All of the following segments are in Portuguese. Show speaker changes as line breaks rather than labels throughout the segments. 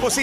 Você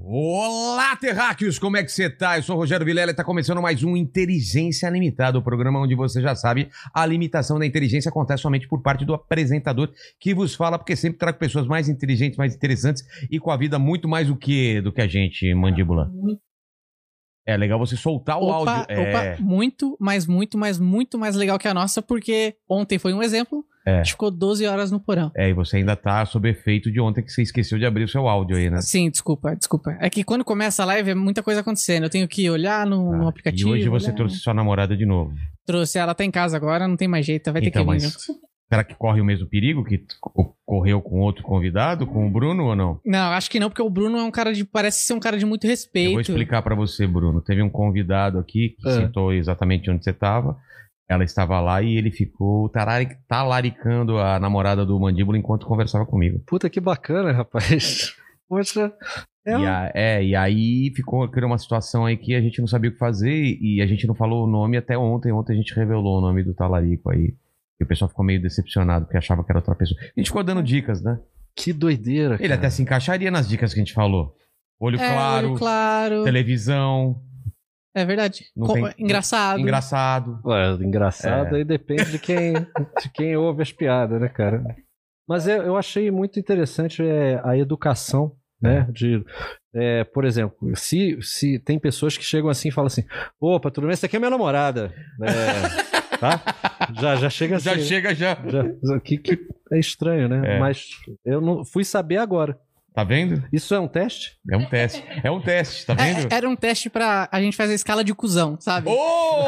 Olá, terráqueos! Como é que você tá? Eu sou o Rogério Vilela e tá começando mais um Inteligência Limitada, o programa onde você já sabe a limitação da inteligência acontece somente por parte do apresentador que vos fala, porque sempre trago pessoas mais inteligentes, mais interessantes e com a vida muito mais do que do que a gente, mandíbula.
Muito.
É legal você soltar o
Opa,
áudio. é,
opa, muito, mas muito, mas muito mais legal que a nossa, porque ontem foi um exemplo,
É.
a gente ficou 12 horas no porão.
é, e você ainda tá sob efeito de ontem que você esqueceu de abrir o seu áudio aí, né?
Sim, desculpa, desculpa. É que quando começa a live é muita coisa acontecendo. Eu tenho que olhar no, no
Ah,
aplicativo. né?
E hoje você
olhar.
trouxe sua namorada de novo.
Trouxe ela, tá em casa agora, não tem mais jeito, vai ter
Então,
que vir.
mas- Será que corre o mesmo perigo que ocorreu com outro convidado, com o Bruno ou não?
Não, acho que não, porque o Bruno é um cara de. parece ser um cara de muito respeito.
Eu vou explicar pra você, Bruno. Teve um convidado aqui que
Ah.
sentou exatamente onde você tava. Ela estava lá e ele ficou tarari- talaricando a namorada do mandíbula enquanto conversava comigo.
Puta que bacana, rapaz. Poxa, é
E
um-
a- é, e aí ficou criou uma situação aí que a gente não sabia o que fazer e a gente não falou o nome até ontem. Ontem a gente revelou o nome do talarico aí. E o pessoal ficou meio decepcionado porque achava que era outra pessoa. A gente ficou dando dicas, né?
que doideira.
Ele
cara.
até se encaixaria nas dicas que a gente falou. Olho,
É,
claro,
olho claro.
televisão,
É verdade.
Não
Co-
tem-
Engraçado.
engraçado.
Ué, engraçado,
É.
aí depende de quem, de quem ouve as piadas, né, cara? Mas é, eu, eu achei muito interessante é, a educação, né? De, é, por exemplo, se, se tem pessoas que chegam assim e falam assim: opa, tudo bem, essa aqui é minha namorada. né? tá? Já, já chega assim.
Já chega, já.
já- já- que, que é estranho, né?
É.
Mas eu não fui saber agora.
Tá vendo?
Isso é um teste?
É um teste. É um teste, tá vendo?
É, era um teste pra a gente fazer a escala de cuzão,
Oh!
sabe?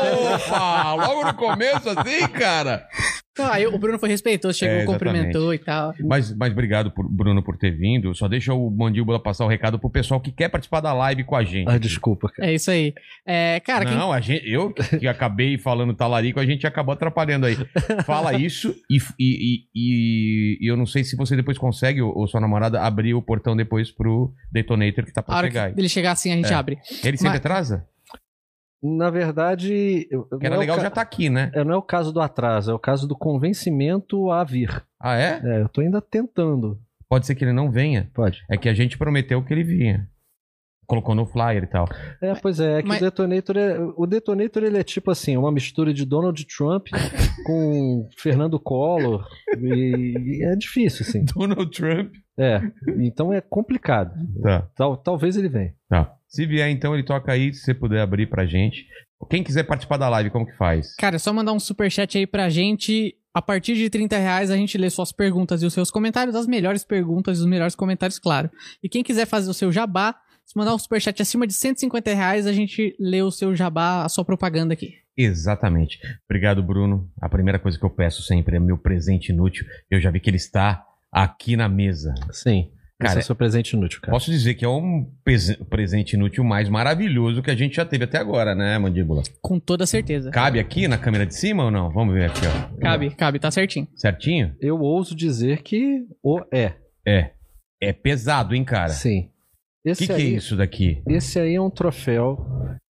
Opa! Logo no começo, assim, cara.
Então, aí o Bruno foi respeitoso, chegou,
É, exatamente.
cumprimentou e tal.
Mas, mas obrigado, por- Bruno, por ter vindo. Só deixa o Mandíbula passar o recado pro pessoal que quer participar da live com a gente.
Ah, desculpa, cara.
É isso aí. É, cara, quem
Não, a gente, eu que acabei falando talarico, a gente acabou atrapalhando aí. Fala isso e, e, e- e eu não sei se você depois consegue, ou, ou sua namorada, abrir o portão depois pro detonator que tá
A
pra
hora
chegar aí.
que ele chegar assim, a gente
É.
abre.
Ele sempre
Mas-
atrasa?
Na verdade, eu-
Que era
não é o
legal,
ca-
já tá aqui, né?
é, não é o caso do atraso, é o caso do convencimento a vir.
Ah, é?
É, eu tô ainda tentando.
Pode ser que ele não venha.
Pode.
É que a gente prometeu que ele vinha. Colocou no flyer e tal.
É, pois é, é que
mas-
o Detonator é, o Detonator ele é tipo assim, uma mistura de Donald Trump com Fernando Collor e, e é difícil assim.
Donald Trump.
É, então é complicado.
Tá.
Tal- talvez ele venha.
Tá. Se vier, então, ele toca aí, se você puder abrir pra gente. Quem quiser participar da live, como que faz?
Cara, é só mandar um superchat aí pra gente. A partir de 30 reais a gente lê suas perguntas e os seus comentários, as melhores perguntas e os melhores comentários, claro. E quem quiser fazer o seu jabá, se mandar um superchat acima de 150 reais, a gente lê o seu jabá, a sua propaganda aqui.
Exatamente. Obrigado, Bruno. A primeira coisa que eu peço sempre é meu presente inútil. Eu já vi que ele está aqui na mesa.
Sim.
Cara,
Esse é seu presente inútil, cara.
Posso dizer que é um pes- presente inútil mais maravilhoso que a gente já teve até agora, né, Mandíbula?
Com toda certeza.
Cabe aqui na câmera de cima ou não? Vamos ver aqui, ó.
Cabe, cabe, tá certinho.
Certinho?
Eu ouso dizer que o é.
É. É pesado, hein, cara?
Sim.
O que,
Esse
que é
aí-
isso daqui?
Esse aí é um troféu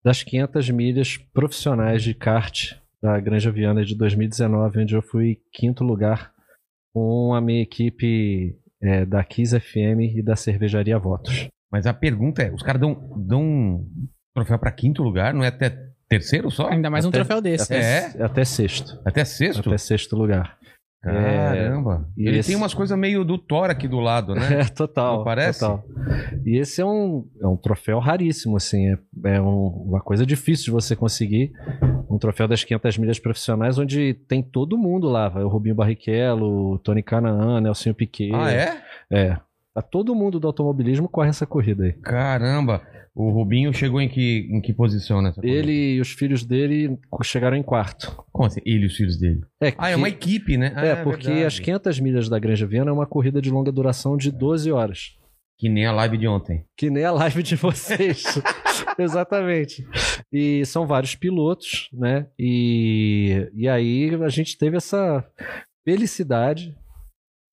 das 500 milhas profissionais de kart da Granja Viana de 2019, onde eu fui quinto lugar com a minha equipe é, da Kiss FM e da Cervejaria Votos.
Mas a pergunta é: os caras dão, dão um troféu pra quinto lugar? Não é até terceiro só?
Ainda mais um
Até-
troféu desse.
É?
Até sexto.
Até sexto?
Até sexto lugar.
Caramba.
É, e
Ele
esse-
tem umas coisas meio do Thor aqui do lado, né?
É, total.
Não parece?
total. E esse é um, é um troféu raríssimo, assim. É, é um- uma coisa difícil de você conseguir. Um troféu das 500 milhas profissionais, onde tem todo mundo lá. Vai o Rubinho Barrichello, o Tony Canaan, Nelsinho Piquet.
ah, é?
É. Tá todo mundo do automobilismo corre essa corrida aí.
Caramba. O Rubinho chegou em que, em que posição nessa corrida?
Ele e os filhos dele chegaram em quarto.
Como assim? Ele e os filhos dele.
É,
Ah, é
que-
uma equipe, né? Ah,
é, porque
verdade.
as 500 milhas da Granja Viana é uma corrida de longa duração de 12 horas.
Que nem a live de ontem.
Que nem a live de vocês. Exatamente. E são vários pilotos, né? E, e aí a gente teve essa felicidade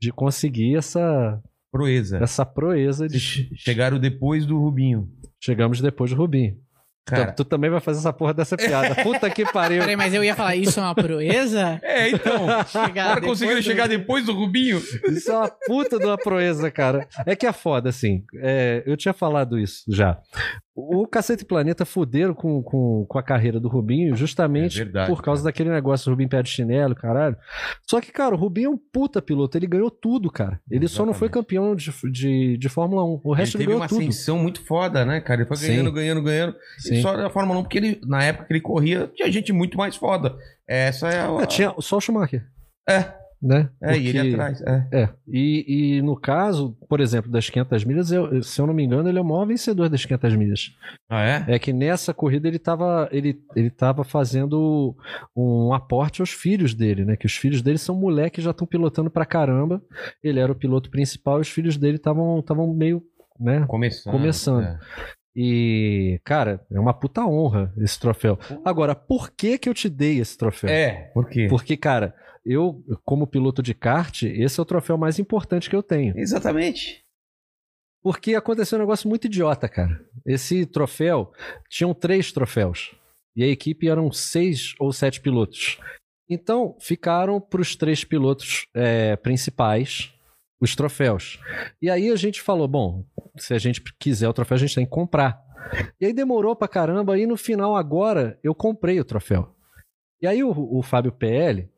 de conseguir essa,
Proeza.
essa proeza de.
Che- Chegaram depois do Rubinho.
Chegamos depois do Rubinho.
Cara.
Então, tu também vai fazer essa porra dessa piada. Puta que pariu.
Peraí, mas eu ia falar, isso é uma proeza?
É, então. Os
Chegar
caras
depois
conseguiram
do-
chegar depois do Rubinho.
Isso é uma puta de uma proeza, cara. É que é foda, assim. É, eu tinha falado isso já. O Cacete Planeta fuderam com, com, com a carreira do Rubinho justamente
É verdade,
por causa daquele negócio do Rubinho pé de chinelo, caralho. Só que, cara, o Rubinho é um puta piloto. Ele ganhou tudo, cara. Ele só não foi
Exatamente.
campeão de, de, de Fórmula 1. O
Ele
resto ele,
teve uma
ganhou tudo.
ascensão muito foda, né, cara? Ele foi
Sim.
ganhando, ganhando, ganhando.
Sim.
E só da Fórmula 1, porque ele, na época que ele corria, tinha gente muito mais foda. Essa é a.
É, tinha só o Schumacher.
É.
Né?
É, e ele
Porque-
atrás. É.
É, e, e no caso, por exemplo, das 500 milhas, eu- se eu não me engano, ele é o maior vencedor das 500 milhas.
Ah, é?
É que nessa corrida ele estava ele, ele tava fazendo um aporte aos filhos dele, né? Que os filhos dele são moleques, já estão pilotando pra caramba. Ele era o piloto principal e os filhos dele estavam estavam meio, né?
Começando.
Começando.
É.
E, cara, é uma puta honra esse troféu. Agora, por que que eu te dei esse troféu?
É, por quê?
Porque, cara, eu, como piloto de kart, esse é o troféu mais importante que eu tenho.
Exatamente.
Porque aconteceu um negócio muito idiota, cara. Esse troféu, tinham três troféus. E a equipe eram seis ou sete pilotos. Então, ficaram para os três pilotos é, principais os troféus. E aí a gente falou: bom, se a gente quiser o troféu, a gente tem que comprar. E aí demorou pra caramba, e no final, agora, eu comprei o troféu. E aí o, o Fábio PL,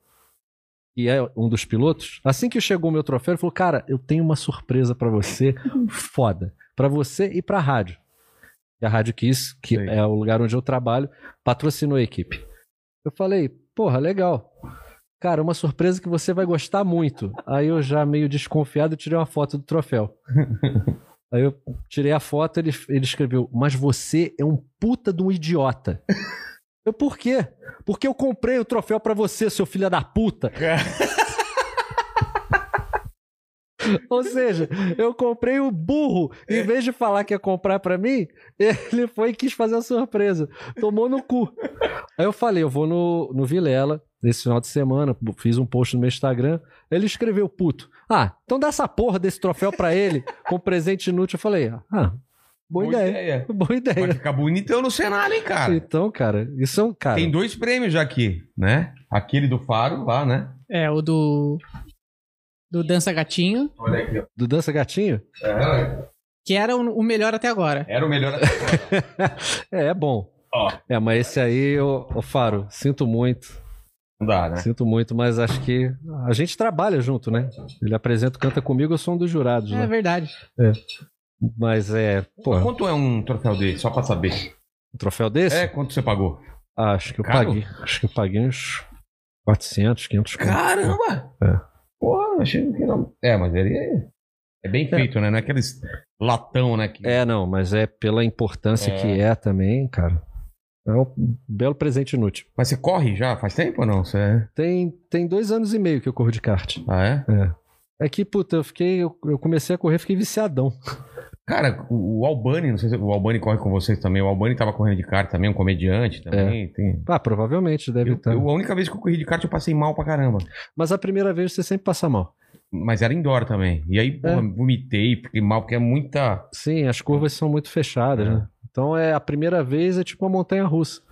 que é um dos pilotos, assim que chegou o meu troféu, ele falou: Cara, eu tenho uma surpresa pra você, um foda. Pra você e pra rádio. E a Rádio Kiss, que
Sei.
é o lugar onde eu trabalho, patrocinou a equipe. Eu falei: Porra, legal. Cara, uma surpresa que você vai gostar muito. Aí eu já meio desconfiado tirei uma foto do troféu. Aí eu tirei a foto, ele, ele escreveu: Mas você é um puta de um idiota. Eu, por quê? Porque eu comprei o troféu pra você, seu filho da puta. Ou seja, eu comprei o burro. Em vez de falar que ia comprar pra mim, ele foi e quis fazer a surpresa. Tomou no cu. Aí eu falei: Eu vou no, no Vilela nesse final de semana. Fiz um post no meu Instagram. Ele escreveu: Puto. Ah, então dá essa porra desse troféu pra ele com presente inútil. Eu falei: Ah, boa, ideia. Boa
Vai
ideia.
ficar bonitão no cenário, hein, cara?
Então, cara, isso é um cara.
Tem dois prêmios já aqui, né? Aquele do Faro lá, né?
É, o do. Do Dança Gatinho,
Olha aqui, ó. É,
Do Dança Gatinho?
que era o o melhor até agora.
Era o melhor.
É, é bom.
Ó.
É, mas esse aí, ô, ô Faro, sinto muito.
Não dá, né?
Sinto muito, mas acho que a gente trabalha junto, né? Ele apresenta o Canta Comigo, eu sou um dos jurados,
É
né?
verdade.
Mas é, pô, um
Quanto é um troféu dele? Só pra saber.
troféu desse?
É, quanto você pagou?
Ah, acho que eu
Caro?
paguei. Acho que eu paguei uns 400, 500 conto.
Caramba!
É.
Porra, achei que não. É, mas ele é. É bem feito, né? Não é aqueles latão, né? que-
É, não, mas é pela importância
É.
que é também, cara. É um belo presente inútil.
Mas você corre já? Faz tempo ou não? Você é...
Tem, tem dois anos e meio que eu corro de kart.
Ah, é?
É que, puta, eu fiquei. Eu, eu comecei a correr, fiquei viciadão.
Cara, o o Albani, não sei se o Albani corre com vocês também. O Albani tava correndo de kart também, um comediante também. Tem...
Ah, provavelmente deve
Eu,
estar.
eu- a única vez que eu corri de kart eu passei mal pra caramba.
Mas a primeira vez você sempre passa mal.
Mas era indoor também. E aí,
É.
porra, vomitei, fiquei mal, porque é muita.
Sim, as curvas são muito fechadas,
É.
né? Então é a primeira vez é tipo uma montanha russa.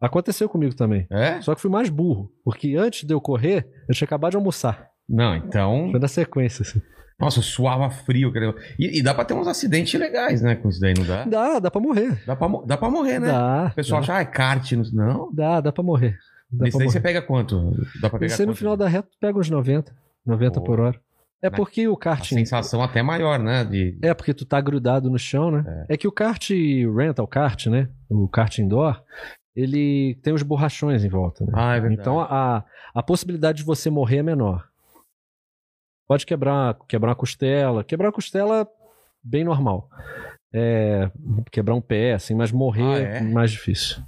Aconteceu comigo também.
É?
Só que fui mais burro, porque antes de eu correr, eu tinha acabado de almoçar.
Não, então.
Foi na sequência, assim.
Nossa, eu suava frio. quer dizer, E, e dá pra ter uns acidentes legais, né? Com isso daí, não dá?
Dá, dá pra morrer.
Dá pra, mo- dá pra morrer, né?
Dá.
O pessoal
dá,
acha, ah, é kart. Não, não.
dá, dá pra morrer. Dá
Nesse
pra
daí você
morrer.
pega quanto? Dá pra é pegar
Esse aí no
quanto?
final da reta pega uns 90, 90
Pô.
por hora. É
Na-
porque o
A
karting
sensação até maior, né? De...
É, porque tu tá grudado no chão, né? É, que o kart rental kart, né? O kart indoor, ele tem os borrachões em volta, né?
Ah, é verdade.
então a, a possibilidade de você morrer é menor. Pode quebrar, quebrar uma costela. Quebrar uma costela, bem normal. É, quebrar um pé, assim, mas morrer
Ah,
é
é?
mais difícil.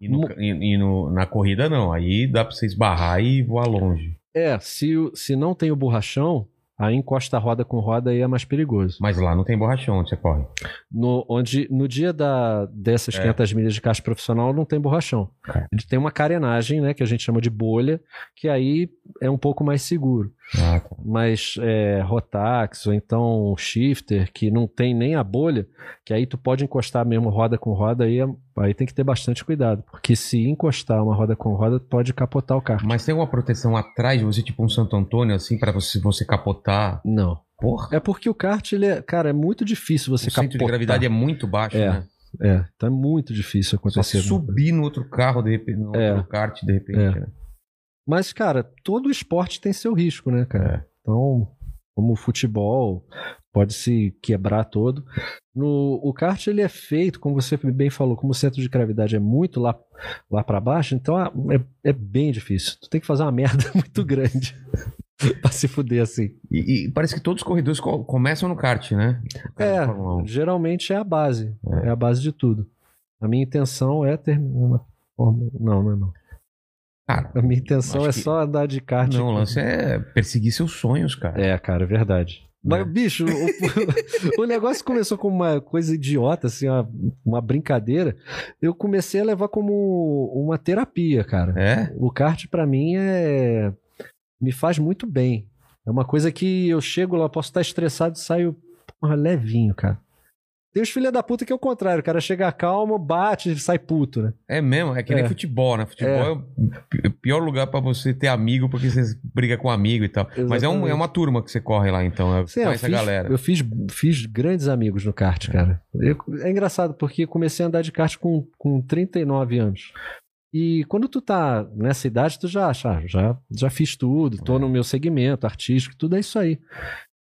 E, no, e, e no- na corrida, não. Aí dá pra você esbarrar e voar longe.
É, se, o- se não tem o borrachão, aí encosta a roda com roda aí é mais perigoso.
Mas lá não tem borrachão onde você corre.
No, onde, no dia da, dessas
É.
500 milhas de kart profissional não tem borrachão.
É.
Ele tem uma carenagem, né, que a gente chama de bolha, que aí é um pouco mais seguro.
Ah, tá.
Mas é, Rotax ou então Shifter, que não tem nem a bolha, que aí tu pode encostar mesmo roda com roda, aí, é- aí tem que ter bastante cuidado, porque se encostar uma roda com roda, pode capotar o carro.
Mas tem uma proteção atrás de você, tipo um Santo Antônio, assim, pra você, você capotar.
Não.
Porra,
É porque o kart, ele é, cara, é muito difícil você
o centro de
capotar.
gravidade é muito baixo,
É,
né?
É, então é muito difícil
Só
acontecer.
se subir no outro carro, de repente, no
É.
outro kart, de repente.
É.
né?
Mas, cara, todo esporte tem seu risco, né,
É.
cara? Então, como o futebol, pode se quebrar todo. No, o kart, ele é feito, como você bem falou, como o centro de gravidade é muito lá, lá para baixo, então ah, é, é bem difícil. Tu tem que fazer uma merda muito grande pra se fuder assim.
E, e parece que todos os corredores co- começam no kart, né? No caso
É.
da Fórmula 1.
Geralmente é a base,
É.
é, a base de tudo. A minha intenção é terminar. Não, não é não.
Cara,
A minha intenção
Acho
é
que-
só andar de kart.
não, o lance é perseguir seus sonhos, cara.
É, cara, é verdade.
É.
Mas, bicho, o, o negócio começou com uma coisa idiota, assim, uma, uma brincadeira. Eu comecei a levar como uma terapia, cara.
É?
O kart, pra mim, é me faz muito bem. É uma coisa que eu chego lá, posso estar estressado e saio porra, levinho, cara. Tem os filha da puta que é o contrário, o cara chega calmo, bate e sai puto, né?
É mesmo? É que nem
É.
futebol, né? Futebol é,
É.
o pi- pior lugar pra você ter amigo, porque você briga com amigo e tal. Mas é, um- é uma turma que você corre lá, então. É,
Sim,
com
eu
essa
fiz,
galera.
eu fiz, fiz grandes amigos no kart, cara. Eu- é engraçado, porque comecei a andar de kart com, com 39 anos. E quando tu tá nessa idade, tu já acha, ah, já, já fiz tudo, tô
É.
no meu segmento artístico, tudo é isso aí.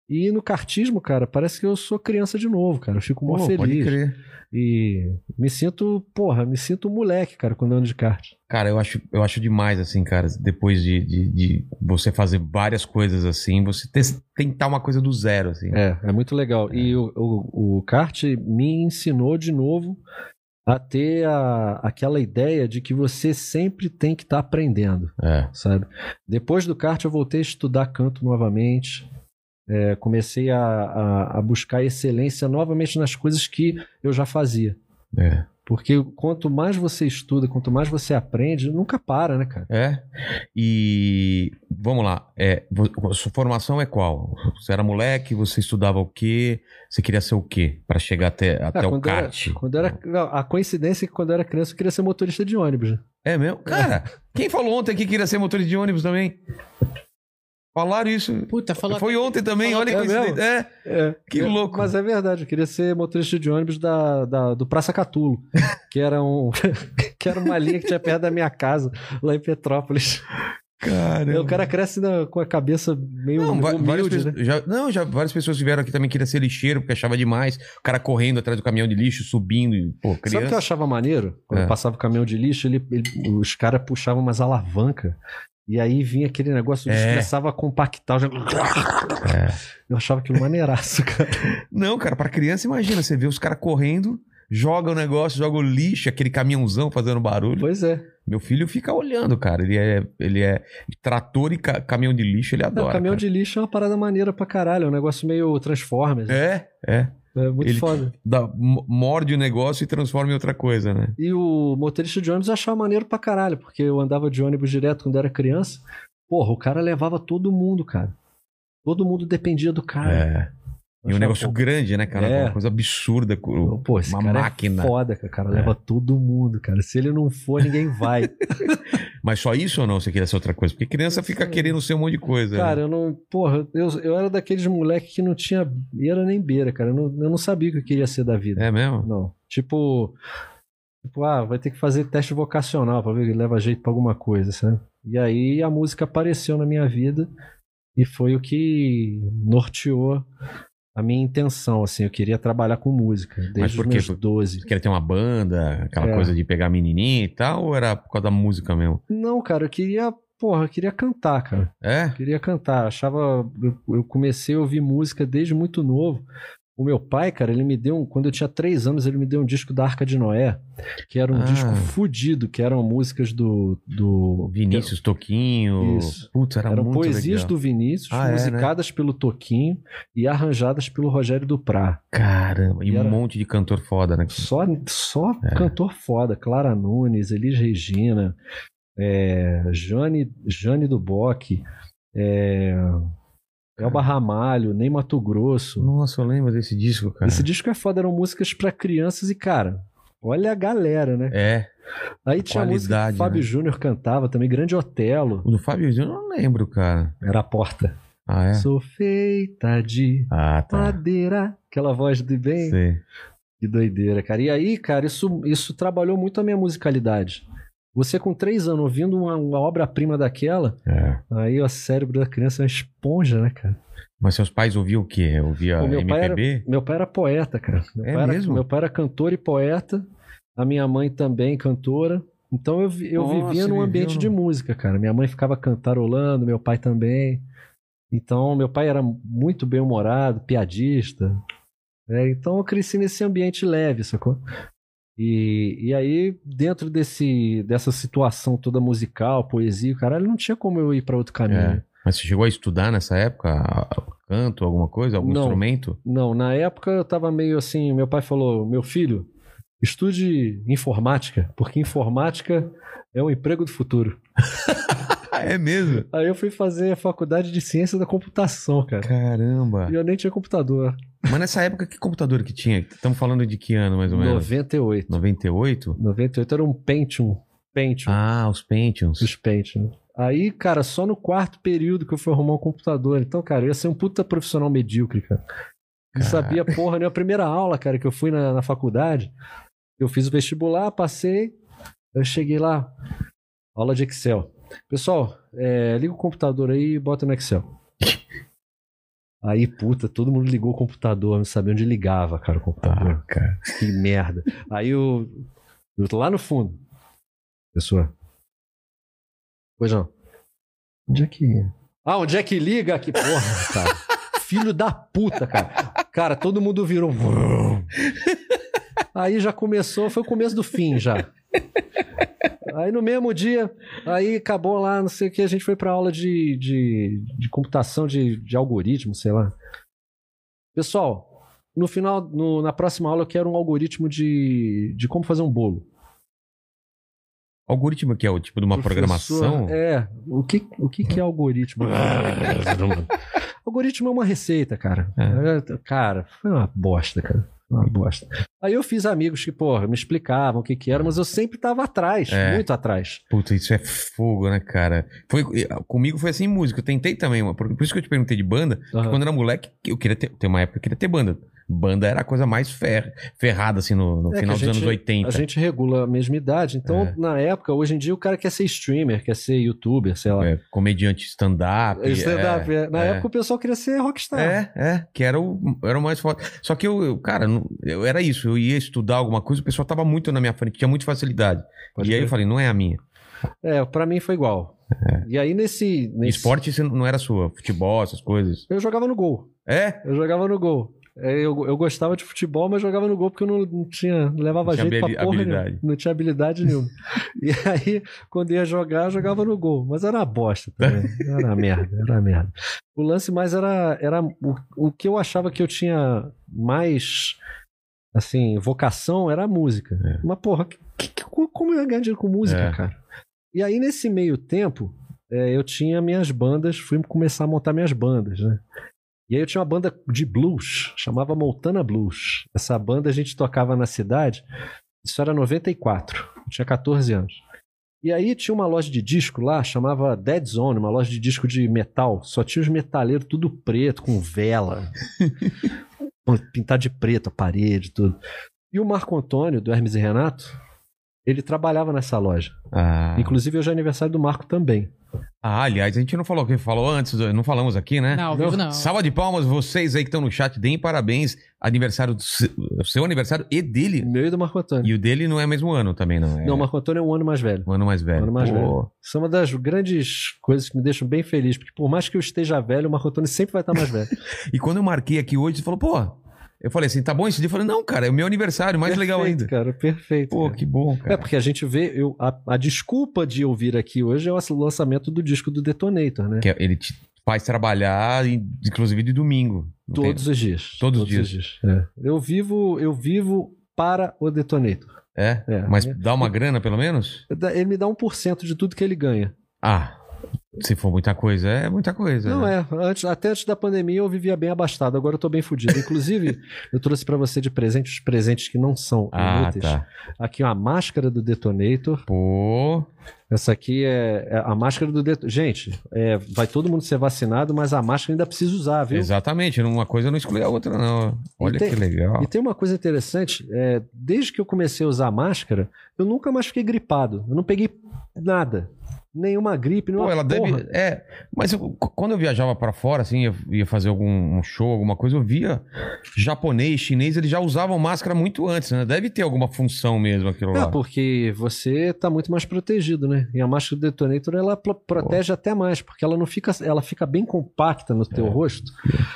E no kartismo, cara, parece que eu sou criança de novo, cara. Eu fico mó
Pô, Pode
feliz.
crer.
E me sinto, porra, me sinto um moleque, cara, quando eu ando de kart.
Cara, eu acho, eu acho demais, assim, cara, depois de, de, de você fazer várias coisas assim, você te- tentar uma coisa do zero, assim.
É, é muito legal. E o, o, o kart me ensinou de novo a ter a, aquela ideia de que você sempre tem que estar aprendendo,
É.
sabe? Depois do kart, eu voltei a estudar canto novamente. É, comecei a, a, a buscar excelência novamente nas coisas que eu já fazia.
É.
Porque quanto mais você estuda, quanto mais você aprende, nunca para, né, cara?
É. E vamos lá. É, vo- a sua formação é qual? Você era moleque, você estudava o quê? Você queria ser o quê? Pra chegar até, até
Ah,
É o
quando eu era-
kart?
Quando eu era, não, a coincidência é que quando eu era criança, eu queria ser motorista de ônibus. né?
É mesmo? Cara, quem falou ontem aqui que queria ser motorista de ônibus também? Falaram isso.
Puta, falou.
Foi ontem também,
falou-
olha que
é
coincidência. É.
É.
Que
É,
louco.
Mas é verdade, eu queria ser motorista de ônibus da, da- do Praça Catulo, que era, um, que era uma linha que tinha perto da minha casa, lá em Petrópolis.
Caramba.
O cara cresce na- com a cabeça meio
Não, va- várias
humilde, né?
pessoas- já, não, já várias pessoas vieram aqui também que queria ser lixeiro, porque achava demais. O cara correndo atrás do caminhão de lixo, subindo. E, pô,
Sabe o que eu
criança.
achava maneiro? Quando
É.
passava o caminhão de lixo, ele, ele- os caras puxavam umas alavancas. E aí vinha aquele negócio, o bicho
É.
começava a compactar. Já...
É.
Eu achava aquilo maneiraço, cara.
Não, cara, pra criança, imagina, você vê os caras correndo, joga o negócio, joga o lixo, aquele caminhãozão fazendo barulho.
Pois é.
Meu filho fica olhando, cara. Ele é, ele é trator e ca- caminhão de lixo, ele
Não,
adora.
caminhão
cara.
de lixo é uma parada maneira pra caralho. É um negócio meio Transformers. É,
É, é.
muito
Ele-
foda.
Dá, mo- morde o negócio e transforma em outra coisa, né?
E o motorista de ônibus eu achava maneiro pra caralho, porque eu andava de ônibus direto quando era criança. Porra, o cara levava todo mundo, cara. Todo mundo dependia do cara.
É.
Eu
E um
achava,
negócio grande, né, cara?
É.
Uma coisa absurda.
Pô,
co-
pô, esse
uma
cara
máquina.
é foda, cara. O cara
É.
leva todo mundo, cara. Se ele não for, ninguém vai.
Mas só isso ou não? Você queria ser outra coisa? Porque criança fica querendo ser um monte de coisa. né?
cara, eu não. Porra, eu, eu era daqueles moleque que não tinha beira nem beira, cara. Eu não, eu não sabia o que eu queria ser da vida.
É mesmo?
Não. Tipo, tipo, ah, vai ter que fazer teste vocacional pra ver se leva jeito pra alguma coisa, sabe? E aí a música apareceu na minha vida e foi o que norteou a minha intenção, assim, eu queria trabalhar com música desde
por
os
quê?
meus 12.
Você queria ter uma banda, aquela
É.
coisa de pegar menininha e tal? Ou era por causa da música mesmo?
Não, cara, eu queria, porra, eu queria cantar, cara.
É?
Eu Queria cantar. Achava. Eu, eu comecei a ouvir música desde muito novo. O meu pai, cara, ele me deu um. Quando eu tinha três anos, ele me deu um disco da Arca de Noé, que era um
Ah.
disco fudido, que eram músicas do. do
Vinícius Toquinho.
Isso.
Putz, era
eram
muito
poesias
legal.
do Vinícius,
Ah, é, né?
musicadas pelo Toquinho e arranjadas pelo Rogério Duprá.
Caramba, e
E
um
era-
monte de cantor foda, né?
Só, só cantor foda. Clara Nunes, Elis Regina, é, Jane, Jane do Bock, é, Elba Ramalho, Ney Mato Grosso.
Nossa, eu lembro desse disco, cara.
Esse disco é foda, eram músicas pra crianças e, cara, olha a galera, né?
É.
Aí tinha a música que
qualidade,
o Fábio
né?
Júnior cantava também, Grande Otelo,
O do Fábio Júnior eu não lembro, cara.
era a porta.
Ah, é?
Sou feita de
Ah, tá.
madeira. Aquela voz de bem.
Sei.
Que doideira, cara. E aí, cara, isso, isso trabalhou muito a minha musicalidade. Você com três anos ouvindo uma, uma obra-prima daquela,
É.
aí o cérebro da criança é uma esponja, né, cara?
Mas seus pais ouviam o quê? Ouvia
Pô, meu pai
MPB?
Meu pai era poeta, cara. Meu,
É
pai era,
mesmo?
meu pai era cantor e poeta. A minha mãe também cantora. Então eu, vi- eu
Nossa,
vivia
ele
num
viveu
ambiente
num-
de música, cara. Minha mãe ficava cantarolando, meu pai também. Então meu pai era muito bem humorado, piadista. né? então eu cresci nesse ambiente leve, sacou? E, e aí, dentro desse, dessa situação toda musical, poesia, caralho, não tinha como eu ir pra outro caminho.
É. Mas você chegou a estudar nessa época? A- a- Canto, alguma coisa? Algum
Não.
instrumento?
Não, na época eu tava meio assim, meu pai falou, meu filho, estude informática, porque informática é o emprego do futuro.
Ah, é mesmo?
Aí eu fui fazer a faculdade de ciência da computação, cara.
Caramba.
E eu nem tinha computador.
Mas nessa época, que computador que tinha? Estamos falando de que ano, mais ou menos?
98.
98?
98 era um Pentium. Pentium.
Ah, os Pentiums.
Os Pentium. Aí, cara, só no quarto período que eu fui arrumar um computador. Então, cara, eu ia ser um puta profissional medíocre, cara. Não sabia porra nem a primeira aula, cara, que eu fui na, na faculdade. Eu fiz o vestibular, passei. Eu cheguei lá, aula de Excel. Pessoal, é, liga o computador aí e bota no Excel. Aí, puta, todo mundo ligou o computador, não sabia onde ligava, cara, o computador.
Ah, cara.
Que merda. Aí o. Eu tô lá no fundo. Pessoa. Pois não. Onde é que. Ah, onde é que liga aqui? Porra, cara. Filho da puta, cara. Cara, todo mundo virou. um- Aí já começou, foi o começo do fim já. Aí no mesmo dia, aí acabou lá, não sei o que, a gente foi pra aula de, de, de computação de, de algoritmo, sei lá. Pessoal, no final, no- na próxima aula, eu quero um algoritmo de, de como fazer um bolo.
Algoritmo que é o tipo de uma
Professor,
programação?
É. O que, o que, que é algoritmo?
Ah,
algoritmo é uma receita, cara. É, Cara, foi uma bosta, cara. Foi Uma bosta. Aí eu fiz amigos que, porra, me explicavam o que que era, mas eu sempre tava atrás,
É.
muito atrás.
Puta, isso é fogo, né, cara? Foi, comigo foi assim música. Eu tentei também, mano. Por, por isso que eu te perguntei de banda.
Aham.
Quando eu era moleque, eu queria ter. Tem uma época que eu queria ter banda. Banda era a coisa mais fer, ferrada, assim, no, no
É que
final
a
dos
gente-
anos 80.
A gente regula a mesma idade, então
É.
na época, hoje em dia, o cara quer ser streamer, quer ser youtuber, sei lá.
É, comediante stand-up.
Stand-up, é. Na
é.
época o pessoal queria ser rockstar.
É, é, que era o, era o mais foda. Só que eu, eu, cara, não- eu era isso. Eu ia estudar alguma coisa, o pessoal tava muito na minha frente, tinha muita facilidade.
Pode
e aí
crer.
eu falei, não é a minha.
É, pra mim foi igual. E aí nesse, nesse-
É. Esporte você não não era sua, futebol, essas coisas.
Eu jogava no gol.
É?
Eu jogava no gol. É, Eu, eu gostava de futebol, mas jogava no gol porque eu não, não tinha. Não levava
Não tinha
jeito pra
habili-
porra
habilidade.
nenhuma. Não tinha habilidade nenhuma. e aí, quando ia jogar, eu jogava no gol. Mas era uma bosta também. Era uma merda, era uma merda. O lance mais era. era o, o que eu achava que eu tinha mais. Assim, vocação era a música. Mas, porra, que- que- como eu ia ganhar dinheiro com música,
É.
cara? E aí, nesse meio tempo, é, eu tinha minhas bandas, fui começar a montar minhas bandas, né? E aí eu tinha uma banda de blues, chamava Montana Blues. Essa banda a gente tocava na cidade, isso era 94, eu tinha 14 anos. E aí tinha uma loja de disco lá, chamava Dead Zone, uma loja de disco de metal. Só tinha os metaleiros tudo preto, com vela. Pintado de preto a parede, tudo. E o Marco Antônio, do Hermes e Renato, ele trabalhava nessa loja.
Ah.
Inclusive, hoje é aniversário do Marco também.
Ah, aliás, a gente não falou o que falou antes, não falamos aqui, né?
Não, ao vivo não.
Salva de palmas, vocês aí que estão no chat, deem parabéns. Aniversário do seu, seu aniversário e dele.
Meu e do Marco Antônio.
E o dele não é mesmo ano também, não. É
Não, o Marco Antônio é um ano mais velho.
um ano mais velho.
Um ano mais
Pô,
velho. Isso é uma das grandes coisas que me deixam bem feliz, porque por mais que eu esteja velho, o Marco Antônio sempre vai estar mais velho.
E quando eu marquei aqui hoje, você falou, pô. Eu falei assim, tá bom esse dia? Eu falei, não, cara, é o meu aniversário, mais legal
Perfeito,
ainda.
Cara, perfeito.
Pô,
cara.
que bom,
É,
cara.
porque a gente vê, eu, a, a desculpa de eu vir aqui hoje é o lançamento do disco do Detonator, né?
Que é, ele te faz trabalhar, in- inclusive de domingo. Não tem-
Todos os dias.
Todos os
dias. É. Eu vivo, eu vivo para o Detonator.
É?
É.
Mas dá uma grana, pelo menos?
Ele me dá 1% de tudo que ele ganha.
Ah, se for muita coisa, é muita coisa.
Não
né?
é. Antes, até antes da pandemia eu vivia bem abastado, agora eu tô bem fudido. Inclusive, eu trouxe pra você de presente os presentes que não são
Ah,
inúteis.
tá.
Aqui, ó, a máscara do Detonator.
Pô.
Essa aqui é, é a máscara do Detonator. Gente, é, vai todo mundo ser vacinado, mas a máscara ainda precisa usar, viu?
Exatamente. Uma coisa não exclui a outra, não. Olha
E tem-
que legal.
E tem uma coisa interessante, é, desde que eu comecei a usar máscara, eu nunca mais fiquei gripado. Eu não peguei nada. Nenhuma gripe, nenhuma
Pô, ela deve.
porra.
É, mas eu- c- quando eu viajava pra fora, assim, eu ia fazer algum um show, alguma coisa, eu via japonês, chinês, eles já usavam máscara muito antes, né? Deve ter alguma função mesmo aquilo
É,
lá.
porque você tá muito mais protegido, né? E a máscara do detonator, ela pro- protege até mais, porque ela não fica, ela fica bem compacta no teu
É.
rosto.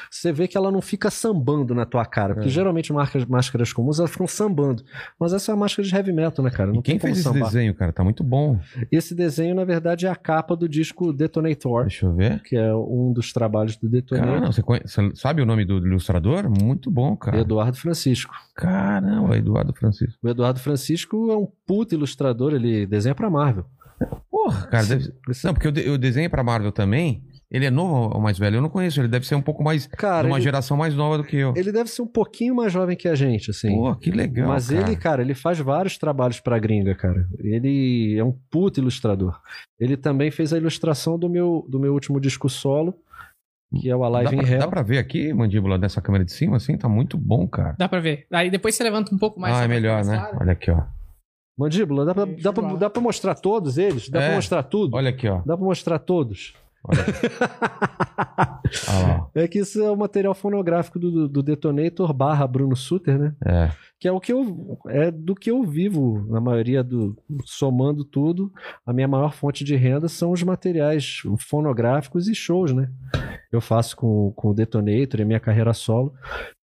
Você vê que ela não fica sambando na tua cara, porque
É.
geralmente marcas, máscaras comuns, elas ficam sambando. Mas essa é uma máscara de heavy metal, né, cara? Não
e quem
tem como
fez esse
sambar.
desenho, cara? Tá muito bom.
Esse desenho, na verdade, é a capa do disco Detonator,
Deixa eu ver.
que é um dos trabalhos do Detonator.
Cara, você, conhe- você sabe o nome do ilustrador? Muito bom, cara.
Eduardo Francisco.
Caramba, Eduardo Francisco.
O Eduardo Francisco é um puto ilustrador, ele desenha pra Marvel.
Porra, cara,
Sim.
deve... Não, porque eu, de- eu desenho pra Marvel também. Ele é novo ou mais velho? Eu não conheço. Ele deve ser um pouco mais. de
Cara,
uma
ele,
geração mais nova do que eu.
ele deve ser um pouquinho mais jovem que a gente, assim.
Pô, que legal.
Mas
cara.
ele, cara, ele faz vários trabalhos pra gringa, cara. Ele é um puto ilustrador. Ele também fez a ilustração do meu, do meu último disco solo, que é o
Dá
Alive in
pra, um- dá
Hell.
pra ver aqui, mandíbula, dessa câmera de cima, assim? Tá muito bom, cara.
Dá pra ver. Aí depois você levanta um pouco mais.
ah,
só
é
pra
melhor,
ficar
né?
mais claro.
Olha aqui, ó.
Mandíbula, dá pra, dá, pra, dá pra mostrar todos eles? Dá
É.
pra mostrar tudo?
Olha aqui, ó.
Dá pra mostrar todos?
Olha aqui. Olha Ah, lá, ó.
É que isso é o material fonográfico do, do Detonator barra Bruno Suter, né?
É.
que é o que eu é do que eu vivo na maioria do somando tudo a minha maior fonte de renda são os materiais fonográficos e shows né eu faço com, com o Detonator e a minha carreira solo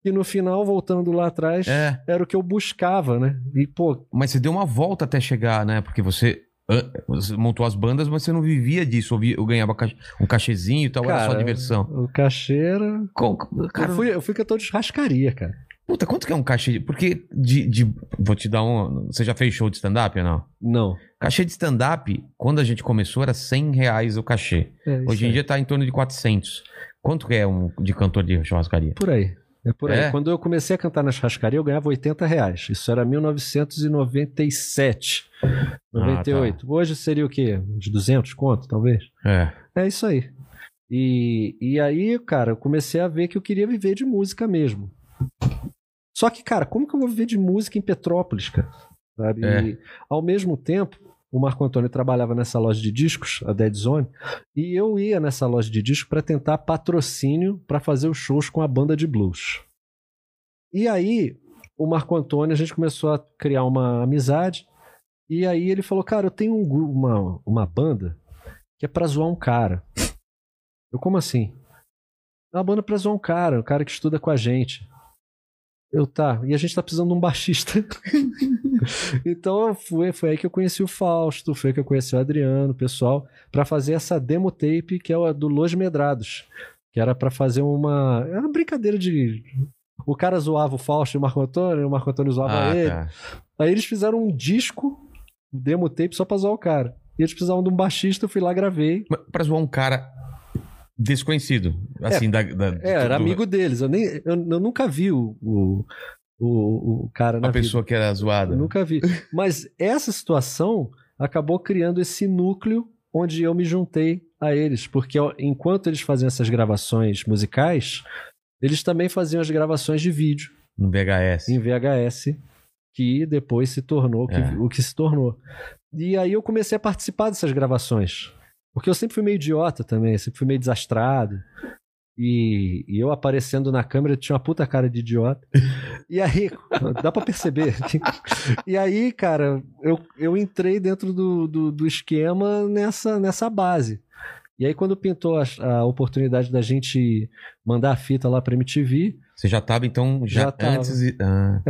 e no final voltando lá atrás
É.
era o que eu buscava né e pô
Mas você deu uma volta até chegar, né? Porque você, an- você montou as bandas, mas você não vivia disso. Eu, vi- eu ganhava cach- um cachezinho e tal, era só
Cara,
diversão.
o cacheira
Com-
eu
cara,
fui eu fui que eu tô de rascaria cara
puta, quanto que é um cachê? Porque de, de- Vou te dar um. Você já fez show de stand-up ou não?
não
Cachê de stand-up, quando a gente começou, era 100 reais o cachê.
É isso
Hoje em
aí.
dia tá em torno de 400. Quanto que é um de cantor de churrascaria?
por aí é por aí.
É?
Quando eu comecei a cantar na churrascaria, eu ganhava 80 reais. Isso era 1997,
Ah, tá.
98. Hoje seria o quê? Uns 200 conto, talvez?
É.
É isso aí. E, e aí, cara, eu comecei a ver que eu queria viver de música mesmo. Só que, cara, como que eu vou viver de música em Petrópolis, cara? Sabe?
É.
E, ao mesmo tempo, o Marco Antônio trabalhava nessa loja de discos, a Dead Zone, e eu ia nessa loja de discos para tentar patrocínio para fazer os shows com a banda de blues. E aí, o Marco Antônio, a gente começou a criar uma amizade. E aí ele falou: Cara, eu tenho um grupo, uma, uma banda que é pra zoar um cara. Eu, como assim? É uma banda pra zoar um cara, um cara que estuda com a gente. Eu, tá, e a gente tá precisando de um baixista. então foi, foi aí que eu conheci o Fausto, foi aí que eu conheci o Adriano, o pessoal, pra fazer essa demo tape que é a do Los Medrados. Que era pra fazer uma. Era uma brincadeira de. O cara zoava o Fausto e o Marco Antônio, e o Marco Antônio zoava ele.
tá.
Aí eles fizeram um disco, demo tape, só pra zoar o cara. E eles precisavam de um baixista, eu fui lá, gravei.
Mas Pra zoar um cara desconhecido. Assim, da, da-
É, era
do-
amigo deles. Eu, nem, eu, eu nunca vi o, o, o, o cara
da
na vida.
pessoa que era zoada.
Eu nunca vi. Mas essa situação acabou criando esse núcleo onde eu me juntei a eles. Porque ó, enquanto eles faziam essas gravações musicais, eles também faziam as gravações de vídeo.
No BHS.
em VHS, que depois se tornou o que-
É.
o que se tornou. E aí eu comecei a participar dessas gravações. Porque eu sempre fui meio idiota também, sempre fui meio desastrado. E, e eu aparecendo na câmera tinha uma puta cara de idiota. E aí, dá pra perceber. E aí, cara, eu, eu entrei dentro do, do, do esquema nessa, nessa base. E aí, quando pintou a, a oportunidade da gente mandar a fita lá pra MTV,
Você já tava, então, já,
Já tava.
antes. e- ah.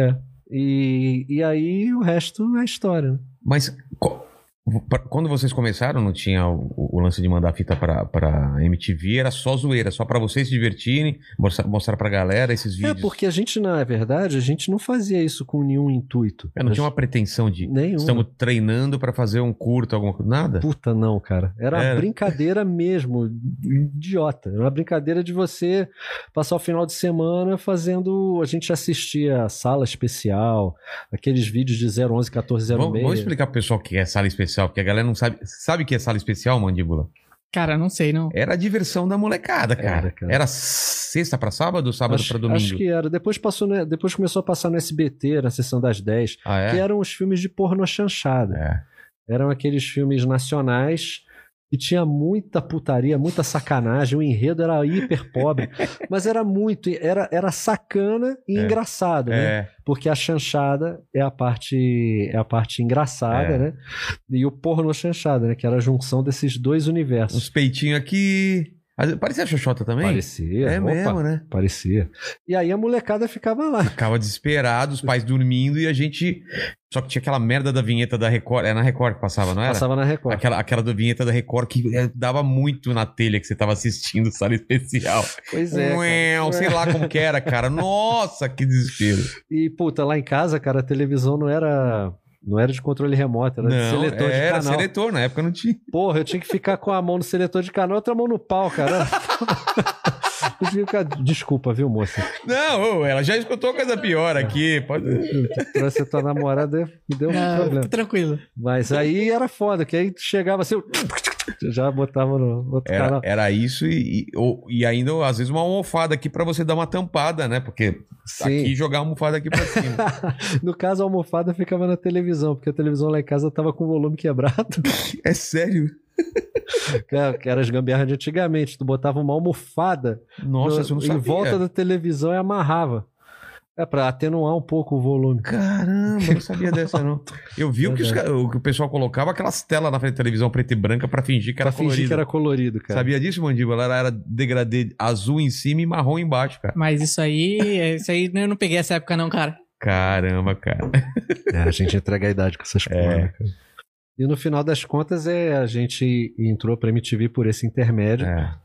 E, e aí o resto é história. né?
Mas co- pra- Quando vocês começaram, não tinha o, o lance de mandar fita pra, pra MTV, era só zoeira, só pra vocês se divertirem, mostrar, mostrar pra galera esses
É,
vídeos.
porque a gente, na verdade, a gente não fazia isso com nenhum intuito.
É, não tinha
A
uma pretensão de.
gente- Nenhum.
Estamos treinando pra fazer um curto, alguma coisa. Nada?
Puta, não, cara. Era
Era.
uma brincadeira mesmo, idiota. Era uma brincadeira de você passar o final de semana fazendo. A gente assistia a sala especial, aqueles vídeos de 011, 14,
Vamos,
06.
vamos explicar pro pessoal o que é sala especial, porque a galera não sabe. Sabe o que é sala especial, mandíbula?
Cara, não sei, não.
Era a diversão da molecada, cara. Era,
Era, cara.
sexta pra sábado ou sábado
acho,
pra domingo?
acho que era. Depois, passou, né, depois começou a passar no SBT, na sessão das 10,
Ah, é?
que eram os filmes de porno chanchada.
É.
Eram aqueles filmes nacionais que tinha muita putaria, muita sacanagem, o enredo era hiper pobre, mas era muito, era, era sacana e
É.
engraçado, né?
É.
Porque a chanchada é a parte é a parte engraçada,
É.
né? E o porno chanchada, né? Que era a junção desses dois universos.
Uns peitinhos aqui. Às- Parecia a Xoxota também?
Parecia,
É
opa,
mesmo, né?
parecia. E aí a molecada ficava lá.
Ficava desesperado, os pais dormindo e a gente. Só que tinha aquela merda da vinheta da Record. É na Record que passava, não era?
Passava na Record.
Aquela, aquela da vinheta da Record que é, dava muito na telha que você tava assistindo sala especial.
Pois é. cara.
Ué, sei lá como que era, cara. Nossa, que desespero.
E puta, lá em casa, cara, a televisão não era não era de controle remoto, era de
Não,
seletor de
era
canal.
seletor, na época não tinha.
Porra, eu tinha que ficar com a mão no seletor de canal e outra mão no pau, cara. Eu tinha que ficar- Desculpa, viu, moça?
Não, ô, ela já escutou coisa pior aqui. Pode...
Trouxe a tua namorada me deu um
Ah,
problema.
fica tranquilo.
Mas aí era foda, que aí chegava assim, eu já botava no outro
Era, é,
canal.
era isso e, e, ou- e ainda, às vezes, uma almofada aqui pra você dar uma tampada, né? Porque aqui
Sim.
jogar a almofada aqui pra cima.
No caso, a almofada ficava na televisão, porque a televisão lá em casa tava com o volume quebrado.
é sério?
Cara, Que era as gambiarras de antigamente. Tu botava uma almofada
Nossa,
no-
você não
em
sabia.
volta da televisão e amarrava. É pra atenuar um pouco o volume.
Caramba, eu não sabia dessa, não. Eu vi o que, os ca- o que o pessoal colocava, aquelas telas na frente da televisão preta e branca pra fingir que era
pra fingir
colorido.
que era colorido, cara.
Sabia disso, Mandíbula? Ela era degradê azul em cima e marrom embaixo, cara.
Mas isso aí, é- isso aí eu não peguei essa época, não, cara.
Caramba, cara.
É, a gente entrega a idade com
É.
essas porra, né, cara? E no final das contas, é, a gente entrou pra MTV por esse intermédio,
É.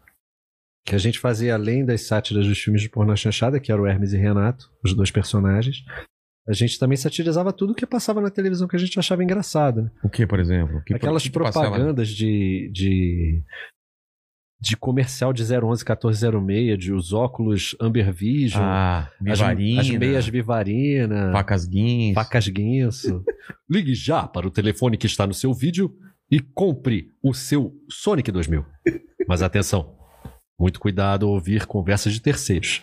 que a gente fazia além das sátiras dos filmes de pornô chanchada, que eram o Hermes e Renato, os dois personagens. A gente também satirizava tudo que passava na televisão que a gente achava engraçado. Né?
O que, por exemplo? Que-
Aquelas
que que passava?
propagandas de, de, de comercial de 011, 1406, de os óculos Amber Vision,
Ah,
as,
vivarina,
as meias Vivarina.
facas guinso.
Facas Guinso. Ligue já para o telefone que está no seu vídeo e compre o seu Sonic 2000. Mas atenção, muito cuidado ao ouvir conversas de terceiros.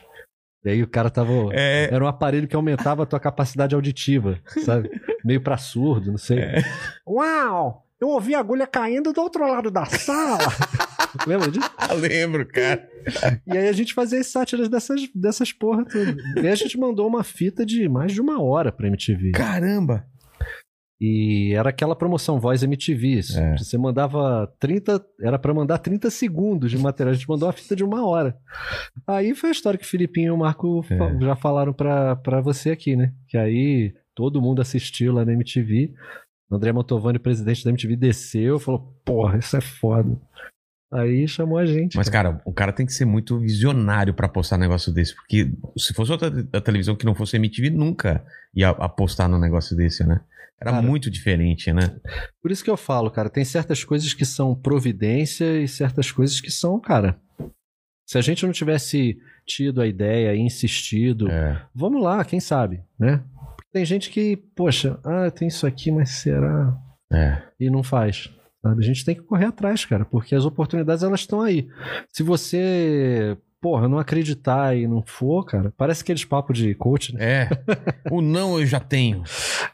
E aí o cara tava...
É,
Era um aparelho que aumentava a tua capacidade auditiva, sabe? Meio pra surdo, não sei. Uau! Eu ouvi a agulha caindo do outro lado da sala. Lembra disso?
ah, lembro, cara.
E aí a gente fazia as sátiras dessas, dessas porra tudo. E aí a gente mandou uma fita de mais de uma hora pra MTV.
Caramba.
E era aquela promoção Voz MTV. isso.
É.
Você mandava 30. Era pra mandar 30 segundos de material. A gente mandou uma fita de uma hora. Aí foi a história que o Filipinho e o Marco fa-
É.
já falaram pra, pra você aqui, né? Que aí todo mundo assistiu lá na MTV. O André Mantovani, presidente da MTV, desceu e falou: Porra, isso é foda. Aí chamou a gente.
Mas, cara, o cara tem que ser muito visionário pra postar negócio desse. Porque se fosse outra te- da televisão que não fosse MTV, nunca ia apostar num negócio desse, né? Era
Cara.
muito diferente, né?
Por isso que eu falo, cara, tem certas coisas que são providência e certas coisas que são, cara. Se a gente não tivesse tido a ideia e insistido,
É.
vamos lá, quem sabe, né? Tem gente que, poxa, ah, tem isso aqui, mas será?
é.
E não faz. Sabe? A gente tem que correr atrás, cara, porque as oportunidades elas estão aí. Se você, porra, não acreditar e não for, cara, parece aqueles papos de coach, né?
É. o não eu já tenho.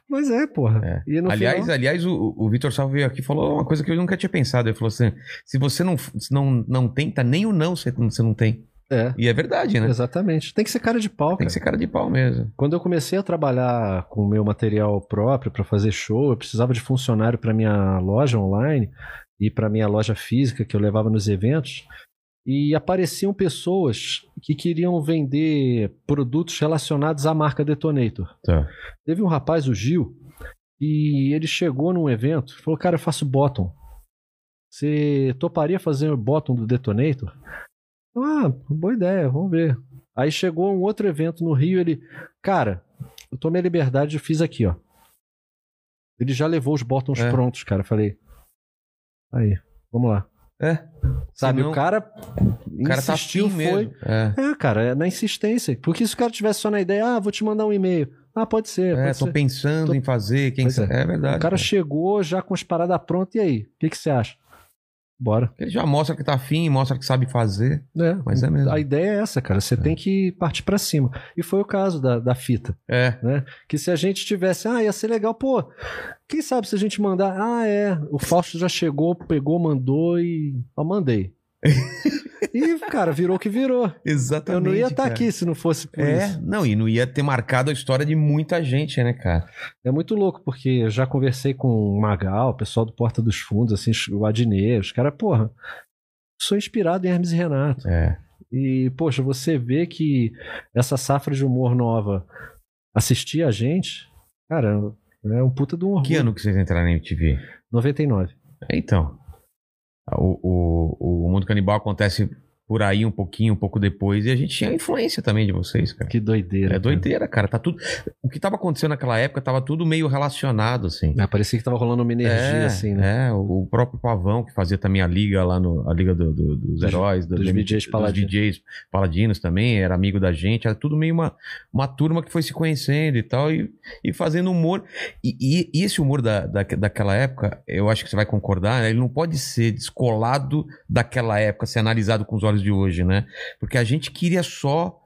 Mas é, porra.
É.
E no
aliás,
final-
aliás, o, o Vitor Salvo veio aqui e falou uma coisa que eu nunca tinha pensado. Ele falou assim: se você não, se não, não tenta, nem o não você, você não tem.
é.
E é verdade, né?
Exatamente. Tem que ser cara de pau,
Tem
cara.
que ser cara de pau mesmo.
Quando eu comecei a trabalhar com o meu material próprio para fazer show, eu precisava de funcionário para minha loja online e para minha loja física que eu levava nos eventos. E apareciam pessoas que queriam vender produtos relacionados à marca Detonator.
Tá.
Teve um rapaz, o Gil, E ele chegou num evento falou: Cara, eu faço bottom. Você toparia fazer o bottom do Detonator? Eu, Ah, boa ideia, vamos ver. Aí chegou um outro evento no Rio, ele. Cara, eu tomei a liberdade e fiz aqui, ó. Ele já levou os bottoms
É.
prontos, cara. Eu Falei. Aí, vamos lá.
É.
Sabe,
Senão,
o cara.
o cara tá
insistiu,
afim
foi.
mesmo. É.
É, cara, é na insistência. Porque se o cara tivesse só na ideia, ah, vou te mandar um e-mail. Ah, pode ser.
É,
pode
tô
ser.
pensando
Tô-
em fazer, quem
Pois é.
sabe. É. verdade.
o cara
cara.
chegou já com as paradas prontas, e aí? O que, que você acha? Bora.
Ele já mostra que tá afim, mostra que sabe fazer.
É,
mas é mesmo.
A ideia é essa, cara. Você tem que partir pra cima. E foi o caso da, da fita,
É.
né? Que se a gente tivesse, ah, ia ser legal, pô, quem sabe se a gente mandar, ah, é, o Fausto já chegou, pegou, mandou e. Ó, mandei. e, cara, virou o que virou. Eu
Exatamente.
não ia estar
cara.
aqui se não fosse por
É,
isso.
não, e não ia ter marcado a história de muita gente, né, cara?
É muito louco, porque eu já conversei com o Magal, o pessoal do Porta dos Fundos, assim, o Adnet, os caras, porra, sou inspirado em Hermes e Renato.
É.
E, poxa, você vê que essa safra de humor nova assistir a gente, cara, é um puta de um orgulho.
Que ano que vocês entraram na MTV?
99.
É, Então, o, o, o Mundo Canibal acontece por aí um pouquinho, um pouco depois, e a gente tinha a influência também de vocês, cara.
Que doideira.
É
cara.
doideira, cara. Tá tudo... O que tava acontecendo naquela época tava tudo meio relacionado, assim.
É, parecia que tava rolando uma energia,
é,
assim, né?
É, o o próprio Pavão, que fazia também a liga lá no. A liga do- do- dos
Dos-
heróis, do-
dos
do-
DJs paladinos.
DJs paladinos também, era amigo da gente, era tudo meio uma, uma turma que foi se conhecendo e tal, e, e fazendo humor. E, e- e esse humor da, da, daquela época, eu acho que você vai concordar, né? ele não pode ser descolado daquela época, ser analisado com os olhos de hoje, né? Porque a gente queria só.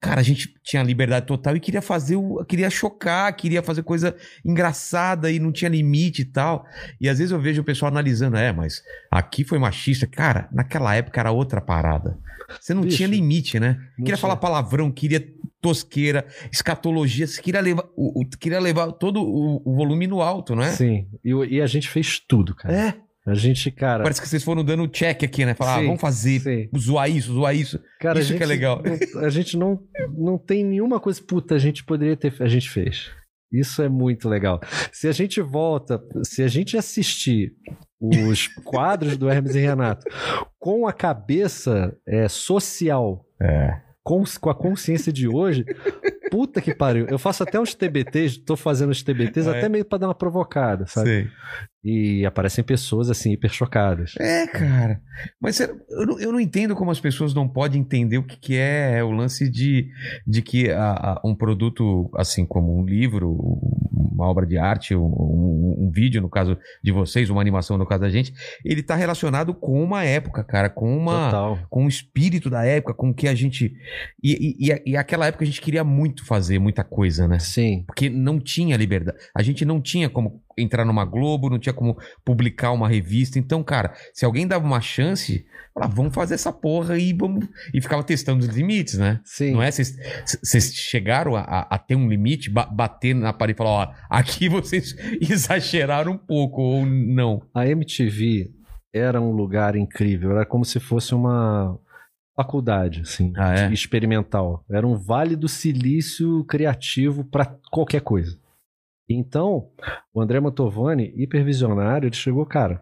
Cara, a gente tinha liberdade total e queria fazer o. queria chocar, queria fazer coisa engraçada e não tinha limite e tal. E às vezes eu vejo o pessoal analisando, é, mas aqui foi machista. Cara, naquela época era outra parada. Você não
Bicho,
tinha limite, né?
Não
queria
sei.
falar palavrão, queria tosqueira, escatologia, você queria levar, o, o- queria levar todo o, o volume no alto, não é?
Sim. E, o- e a gente fez tudo, cara.
É,
A gente, cara.
parece que vocês foram dando check aqui, né? Falar, ah,
Sim,
vamos fazer,
sim.
zoar isso, zoar isso.
Cara, a
Isso que é
gente
legal.
não- a gente não, não tem nenhuma coisa, puta, a gente poderia ter. A gente fez. Isso é muito legal. Se a gente volta, se a gente assistir os quadros do Hermes e Renato com a cabeça é, social,
É.
com, com a consciência de hoje, puta que pariu. Eu faço até uns TBTs, tô fazendo uns TBTs
Ah, é?
até meio pra dar uma provocada, sabe?
Sei.
E aparecem pessoas assim, hiper chocadas.
É, cara. Mas será- eu não, eu não entendo como as pessoas não podem entender o que, que é, o lance de, de que a- a- um produto, assim como um livro, uma obra de arte, um, um- um vídeo, no caso de vocês, uma animação, no caso da gente, ele tá relacionado com uma época, cara, com uma.
Total.
Com o espírito da época, com o que a gente. E, e, e, e aquela época a gente queria muito fazer muita coisa, né?
Sim.
Porque não tinha liberdade. A gente não tinha como entrar numa Globo, não tinha como publicar uma revista. Então, cara, se alguém dava uma chance, falava, vamos fazer essa porra e vamos. E ficava testando os limites, né?
Sim.
Não é? Vocês- Vocês chegaram a, a- a ter um limite, ba- bater na parede e falar, ó, aqui vocês exageraram um pouco, ou não.
A MTV era um lugar incrível, era como se fosse uma faculdade, assim,
Ah, é?
de- experimental. Era um vale do silício criativo para qualquer coisa. Então, o André Mantovani, hipervisionário, ele chegou, cara,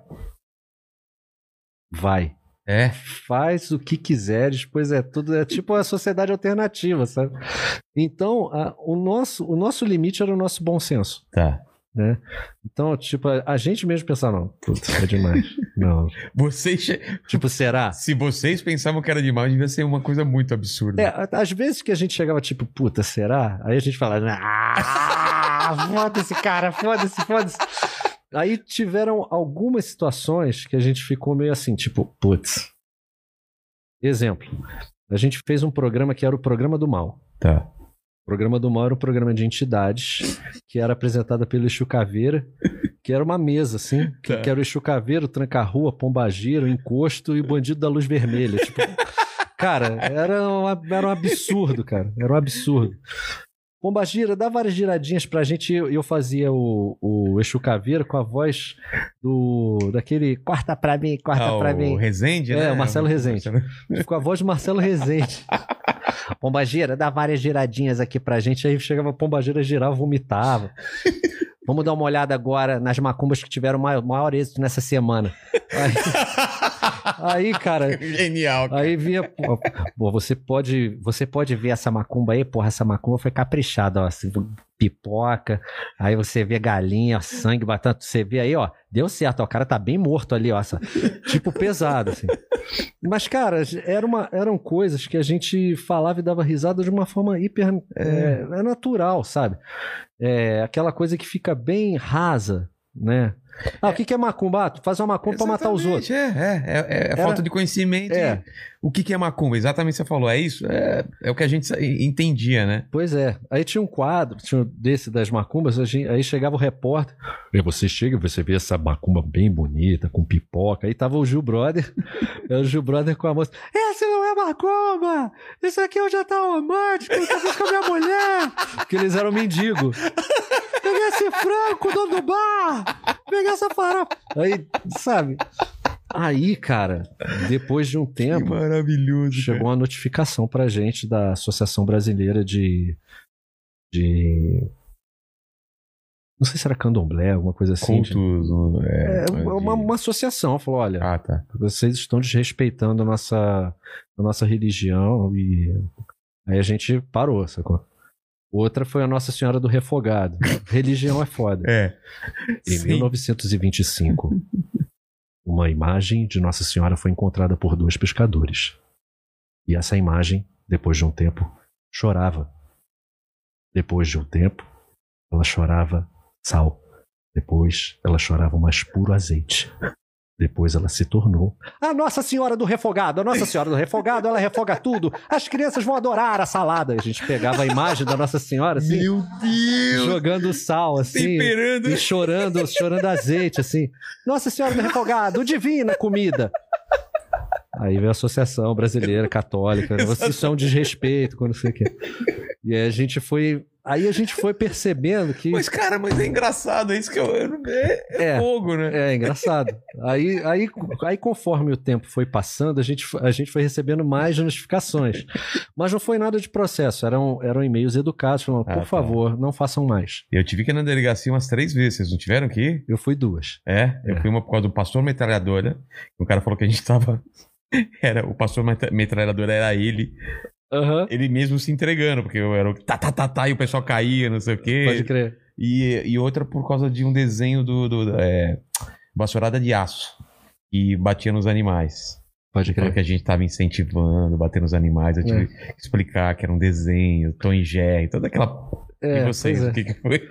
vai,
É.
faz o que quiseres, pois é, tudo é tipo a sociedade alternativa, sabe? Então, a- o, nosso, o nosso limite era o nosso bom senso.
Tá.
Então, tipo, a, a gente mesmo pensar, não, putz, é demais. não.
Vocês. che-
Tipo, será?
Se vocês pensavam que era demais, devia ser uma coisa muito absurda.
É, a- às vezes que a gente chegava, tipo, puta, será? Aí a gente falava, ah, foda-se, cara, foda-se, foda-se. Aí tiveram algumas situações que a gente ficou meio assim, tipo, putz. Exemplo, a gente fez um programa que era o Programa do Mal.
Tá.
O programa do Mal era um programa de entidades que era apresentada pelo Exu Caveira, que era uma mesa, assim, que,
Tá.
que era o Exu Caveira, o Tranca-Rua, Pombagira, o Encosto e o Bandido da Luz Vermelha. Tipo, cara, era um, ab- era um absurdo, cara. Era um absurdo. Pombagira, dá várias giradinhas pra gente. Eu, eu fazia o, o Exu Caveira com a voz do daquele corta pra mim, corta
Ah,
pra
o
mim.
Rezende,
É,
né?
o Marcelo Rezende. Com a voz do Marcelo Rezende. Pombagira, dá várias giradinhas aqui pra gente. Aí chegava a Pombagira, girava, vomitava. Vamos dar uma olhada agora nas macumbas que tiveram maior, maior êxito nessa semana. Aí, aí, cara,
Genial. cara.
aí vinha. pô, pô, você pode, você pode ver essa macumba aí, porra, essa macumba foi caprichada, ó. assim, Pipoca, aí você vê galinha, sangue batendo, você vê aí, ó, deu certo, ó, o cara tá bem morto ali, ó, essa- tipo pesado, assim. Mas, cara, era uma- eram coisas que a gente falava e dava risada de uma forma hiper. É, é natural, sabe? É, aquela coisa que fica bem rasa, né? Ah, o que, que é macumba? Ah, tu faz uma macumba pra matar os
Exatamente,
outros.
É, é, é, é
Era-
falta de conhecimento.
É.
e O que, que é macumba? Exatamente o que você falou. É isso? É, é o que a gente sa- entendia, né?
Pois é. Aí tinha um quadro, tinha um desse das macumbas, a gente- aí chegava o repórter. E você chega, você vê essa macumba bem bonita, com pipoca. Aí tava o Gil Brother, é o Gil Brother com a moça. Essa não é macumba! Isso aqui é um jantar romântico, eu fiz com a minha mulher! Porque eles eram mendigos. Peguei esse frango, dono do bar! Peguei essa farofa! Aí, sabe? Aí, cara, depois de um
Que
tempo,
maravilhoso.
Chegou uma notificação pra gente da Associação Brasileira de. de. Não sei se era candomblé, alguma coisa
cara.
assim. de-
Cultos. no-
É,
É,
uma, uma associação falou: olha,
Ah, tá.
vocês estão desrespeitando a nossa, a nossa religião e. Aí a gente parou, sacou? Outra foi a Nossa Senhora do Refogado. Religião é foda.
É.
Em
Sim.
1925, uma imagem de Nossa Senhora foi encontrada por dois pescadores. E essa imagem, depois de um tempo, chorava. Depois de um tempo, ela chorava sal. Depois, ela chorava o mais puro azeite. Depois ela se tornou. A Nossa Senhora do Refogado, a Nossa Senhora do Refogado, ela refoga tudo. As crianças vão adorar a salada. A gente pegava a imagem da Nossa Senhora, assim,
Meu Deus!
jogando sal, assim
Temperando.
e chorando, chorando azeite, assim. Nossa Senhora do Refogado, divina comida. Aí veio a Associação Brasileira Católica, né? vocês são desrespeito, quando sei o quê. E aí a gente foi. Aí a gente foi percebendo que.
Mas, cara, mas é engraçado. É isso que eu. eu não- É, é
assim. É.
fogo, né?
É engraçado. Aí, aí, aí, conforme o tempo foi passando, a gente, a gente foi recebendo mais notificações. Mas não foi nada de processo, eram, eram e-mails educados, falando,
Ah,
por
tá.
favor, não façam mais.
Eu tive que ir na delegacia umas três vezes. Vocês não tiveram que ir?
Eu fui duas.
É, eu
É.
fui uma por causa do pastor metralhadora. né? O cara falou que a gente tava. Era, o pastor metra- metralhadora era ele,
Aham.
ele mesmo se entregando, porque eu era o tá, tá, tá, tá, e o pessoal caía, não sei o
Pode
quê.
crer.
E, e outra por causa de um desenho do. do é, vassourada de aço, que batia nos animais. Falou
Pode crer. É.
que a gente tava incentivando, batendo nos animais. Eu tive que explicar que era um desenho, Tom e Jerry, toda aquela. e vocês,
pois é.
o que, que foi?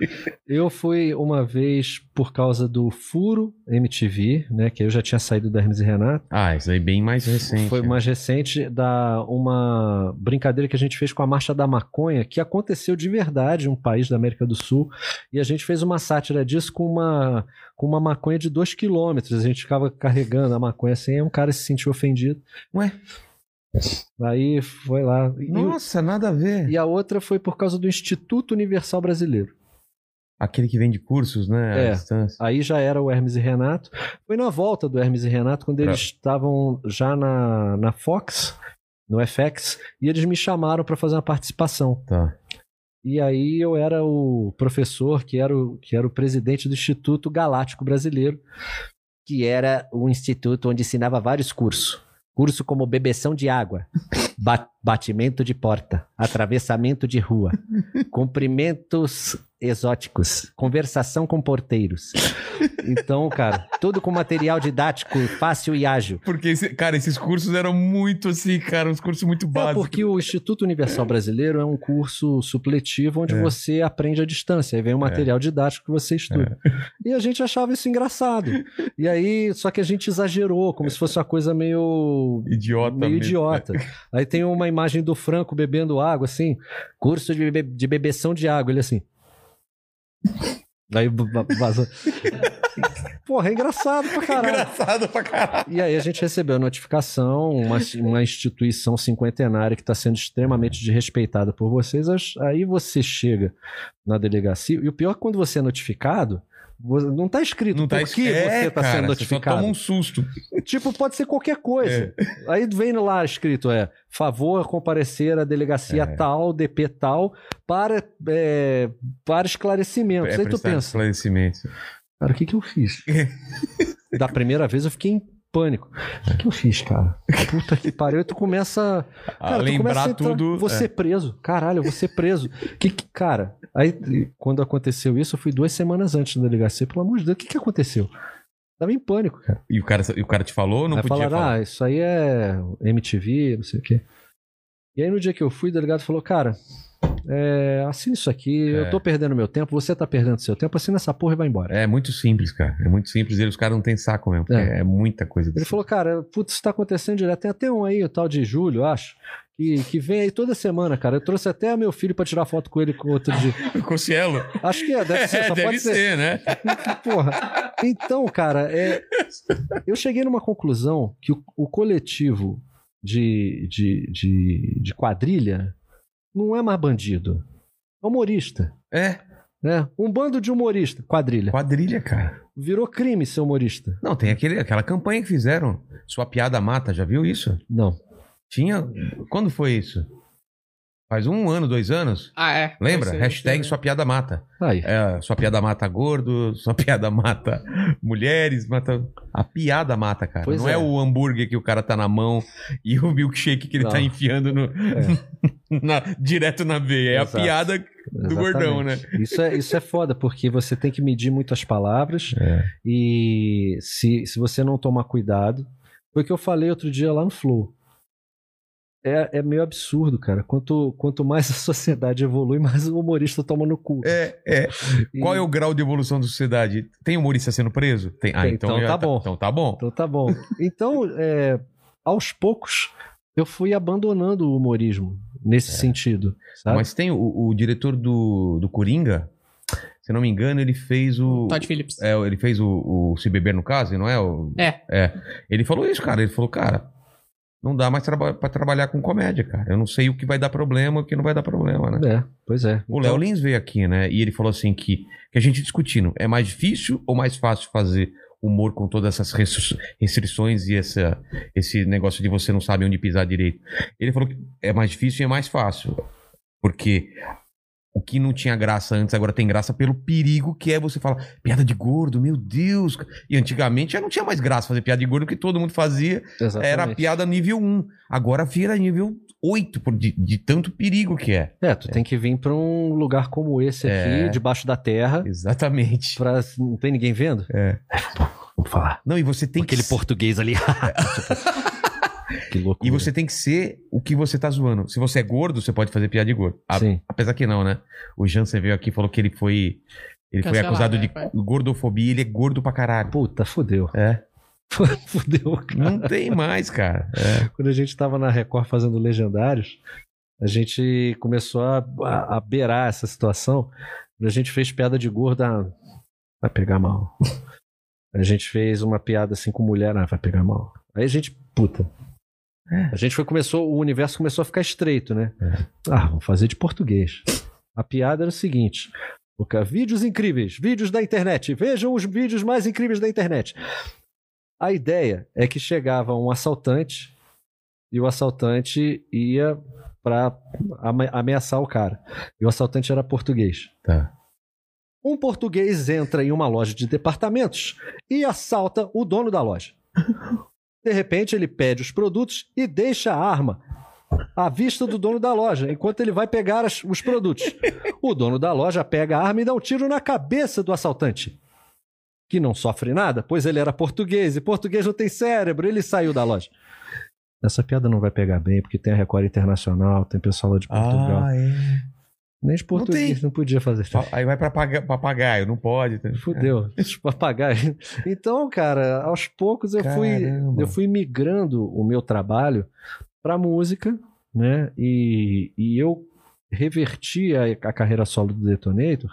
Eu fui uma vez por causa do Furo MTV, né? Que eu já tinha saído da Hermes e Renato.
Ah, isso aí bem mais recente.
Foi mais recente da uma brincadeira que a gente fez com a Marcha da Maconha, que aconteceu de verdade em um país da América do Sul. E a gente fez uma sátira disso com uma, com uma maconha de 2 quilômetros. A gente ficava carregando a maconha assim, aí um cara se sentiu ofendido.
Ué?
Aí foi lá. E-
Nossa, nada a ver.
e a outra foi por causa do Instituto Universal Brasileiro.
Aquele que vende cursos, né?
É.
À distância.
Aí já era o Hermes e Renato. Foi na volta do Hermes e Renato, quando eles estavam já na, na Fox, no FX, e eles me chamaram para fazer uma participação.
Tá.
E aí eu era o professor, que era o, que era o presidente do Instituto Galáctico Brasileiro, que era um instituto onde ensinava vários cursos. Curso como bebeção de água, ba- batimento de porta, atravessamento de rua, cumprimentos exóticos, conversação com porteiros. Então, cara, tudo com material didático fácil e ágil.
Porque, esse- cara, esses cursos eram muito assim, cara, uns cursos muito
É
básicos.
porque o Instituto Universal Brasileiro é um curso supletivo onde
É.
você aprende à distância, aí vem o material didático que você estuda.
É.
E a gente achava isso engraçado. E aí, só que a gente exagerou, como se fosse uma coisa meio
Idiota.
meio
mesmo.
idiota. Aí tem uma imagem do Franco bebendo água, assim, curso de, bebe- de bebeção de água, ele assim. Aí b- b- vazou. Porra, é engraçado pra caralho.
Engraçado pra caralho.
E aí a gente recebeu a notificação, uma, uma instituição cinquentenária que está sendo extremamente desrespeitada por vocês. As- Aí você chega na delegacia, e o pior é que quando você é notificado, Você- Não tá escrito
Não
por
tá
que
escrito. É,
você tá
cara,
sendo
Você só
notificado.
toma um É. susto.
Tipo, pode ser qualquer coisa. Aí vem lá escrito, é, favor comparecer à delegacia
É.
tal, DP tal, para, é, para esclarecimentos. Aí tu
É, prestar
pensa,
Esclarecimento.
cara, o que que eu fiz? da primeira vez eu fiquei em pânico. O que que eu fiz, cara? Puta que pariu. Aí tu
A
começa... Cara, tu começa
Ah, lembrar
a entrar,
tudo. é.
Vou ser preso. Caralho, eu vou ser preso. que, que- cara, aí quando aconteceu isso, eu fui duas semanas antes da delegacia. Pelo amor de Deus, o que, que aconteceu? Tava em pânico, cara.
E o cara, e o cara te falou, não
aí
podia
falaram,
falar.
ah, isso aí é MTV, não sei o quê. E aí no dia que eu fui, o delegado falou, cara, é, assina isso aqui,
É.
eu tô perdendo meu tempo, você tá perdendo seu tempo, assina essa porra e vai embora.
É muito simples, cara. É muito simples. E os caras não têm saco mesmo. porque É,
É.
muita coisa.
Ele falou, cara, putz, isso tá acontecendo direto. Tem até um aí, o tal de Júlio, acho, que, que vem aí toda semana, cara. Eu trouxe até meu filho pra tirar foto com ele com outro dia.
tipo. Cossielo.
Acho que é, deve ser, só pode ser.
né?
Porra. Então, cara, é, eu cheguei numa conclusão que o, o coletivo de, de, de, de quadrilha não é mais bandido. É humorista.
É,
Né? Um bando de humorista, quadrilha.
quadrilha, cara.
Virou crime ser humorista.
Não, tem aquele, aquela campanha que fizeram. Sua piada mata, já viu isso?
Não.
Tinha. Quando foi isso? Faz um ano, dois anos?
Ah, é.
Lembra?
Esse aí,
Hashtag
né?
esse
sua piada mata.
Aí.
É, sua piada mata gordo, sua piada mata mulheres, mata. A piada mata, cara.
Pois
não é.
é.
o hambúrguer que o cara tá na mão e o milkshake que ele
Não. É.
tá enfiando no, na- direto na veia. É
Exato.
a piada.
Exatamente.
gordão, né?
Isso é, isso é foda, porque você tem que medir muitas palavras
É.
e se, se você não tomar cuidado. Foi o que eu falei outro dia lá no Flow. É, é meio absurdo, cara. Quanto, quanto mais a sociedade evolui, mais o humorista toma no cu.
É, é.
E-
Qual é o grau de evolução da sociedade? Tem humorista sendo preso? Tem. Ah,
Tem,
então,
então
já
tá bom.
Então tá bom.
Então tá bom. Então, é, aos poucos, eu fui abandonando o humorismo nesse sentido. Sabe?
É. Mas tem o, o diretor do, do Coringa, se não me engano, ele fez o.
aí.
Tá
Todd Phillips.
É, ele fez o, o Se Beber no Caso, não é? O-
É.
Ele falou isso, cara. Ele falou, cara, não dá mais traba pra trabalhar com comédia, cara. Eu não sei o que vai dar problema e o que não vai dar problema, né?
É, pois é.
O Léo Lins veio aqui, né? E ele falou assim que, que a gente discutindo, é mais difícil ou mais fácil fazer humor com todas essas restri- restrições e essa, esse negócio de você não saber onde pisar direito? Ele falou que é mais difícil e é mais fácil. Porque o que não tinha graça antes agora tem graça pelo perigo que é você falar piada de gordo, meu Deus. E antigamente já não tinha mais graça fazer piada de gordo porque todo mundo fazia era a
Então, Exatamente.
piada nível 1. Agora vira nível 8, por, de, de tanto perigo que é.
É, tu tem que vir pra um lugar como esse
É.
aqui, debaixo da terra,
Exatamente.
pra... não tem ninguém vendo?
É.
Vamos falar.
Não, e você tem que.
português ali. Tipo, que louco.
E você tem que ser o que você tá zoando. Se você é gordo, você pode fazer piada de gordo. A-
Sim.
apesar que não, né? O Jansen veio aqui e falou que ele foi. Ele foi
Cancelado,
acusado
né,
de
pai?
gordofobia, ele é gordo pra caralho.
Puta, fudeu.
É.
Fudeu, cara.
Não tem mais, cara. É.
Quando a gente tava na Record fazendo legendários, a gente começou a, a, a beirar essa situação. A gente fez piada de gorda. ah, Vai pegar mal. A gente fez uma piada assim com mulher, ah, vai pegar mal. Aí a gente, puta. A gente foi, começou, o universo começou a ficar estreito, né? Ah, vamos fazer de português. A piada era o seguinte: o ca- vídeos incríveis, vídeos da internet, vejam os vídeos mais incríveis da internet. A ideia é que chegava um assaltante e o assaltante ia para ameaçar o cara. E o assaltante era português.
Tá.
Um português entra em uma loja de departamentos e assalta o dono da loja. De repente, ele pede os produtos e deixa a arma à vista do dono da loja, enquanto ele vai pegar as- os produtos. O dono da loja pega a arma e dá um tiro na cabeça do assaltante, que não sofre nada, pois ele era português e português não tem cérebro, ele saiu da loja. Essa piada não vai pegar bem, porque tem a Record Internacional, tem pessoal lá de Portugal.
Ah, é.
Nem de português
tem.
não, podia fazer.
Aí vai pra paga- papagaio, não pode. tá?
Fudeu, os papagaios. Então, cara, aos poucos eu fui,
Caramba.
eu fui migrando o meu trabalho pra música, né? E, e eu reverti a, a carreira solo do Detonator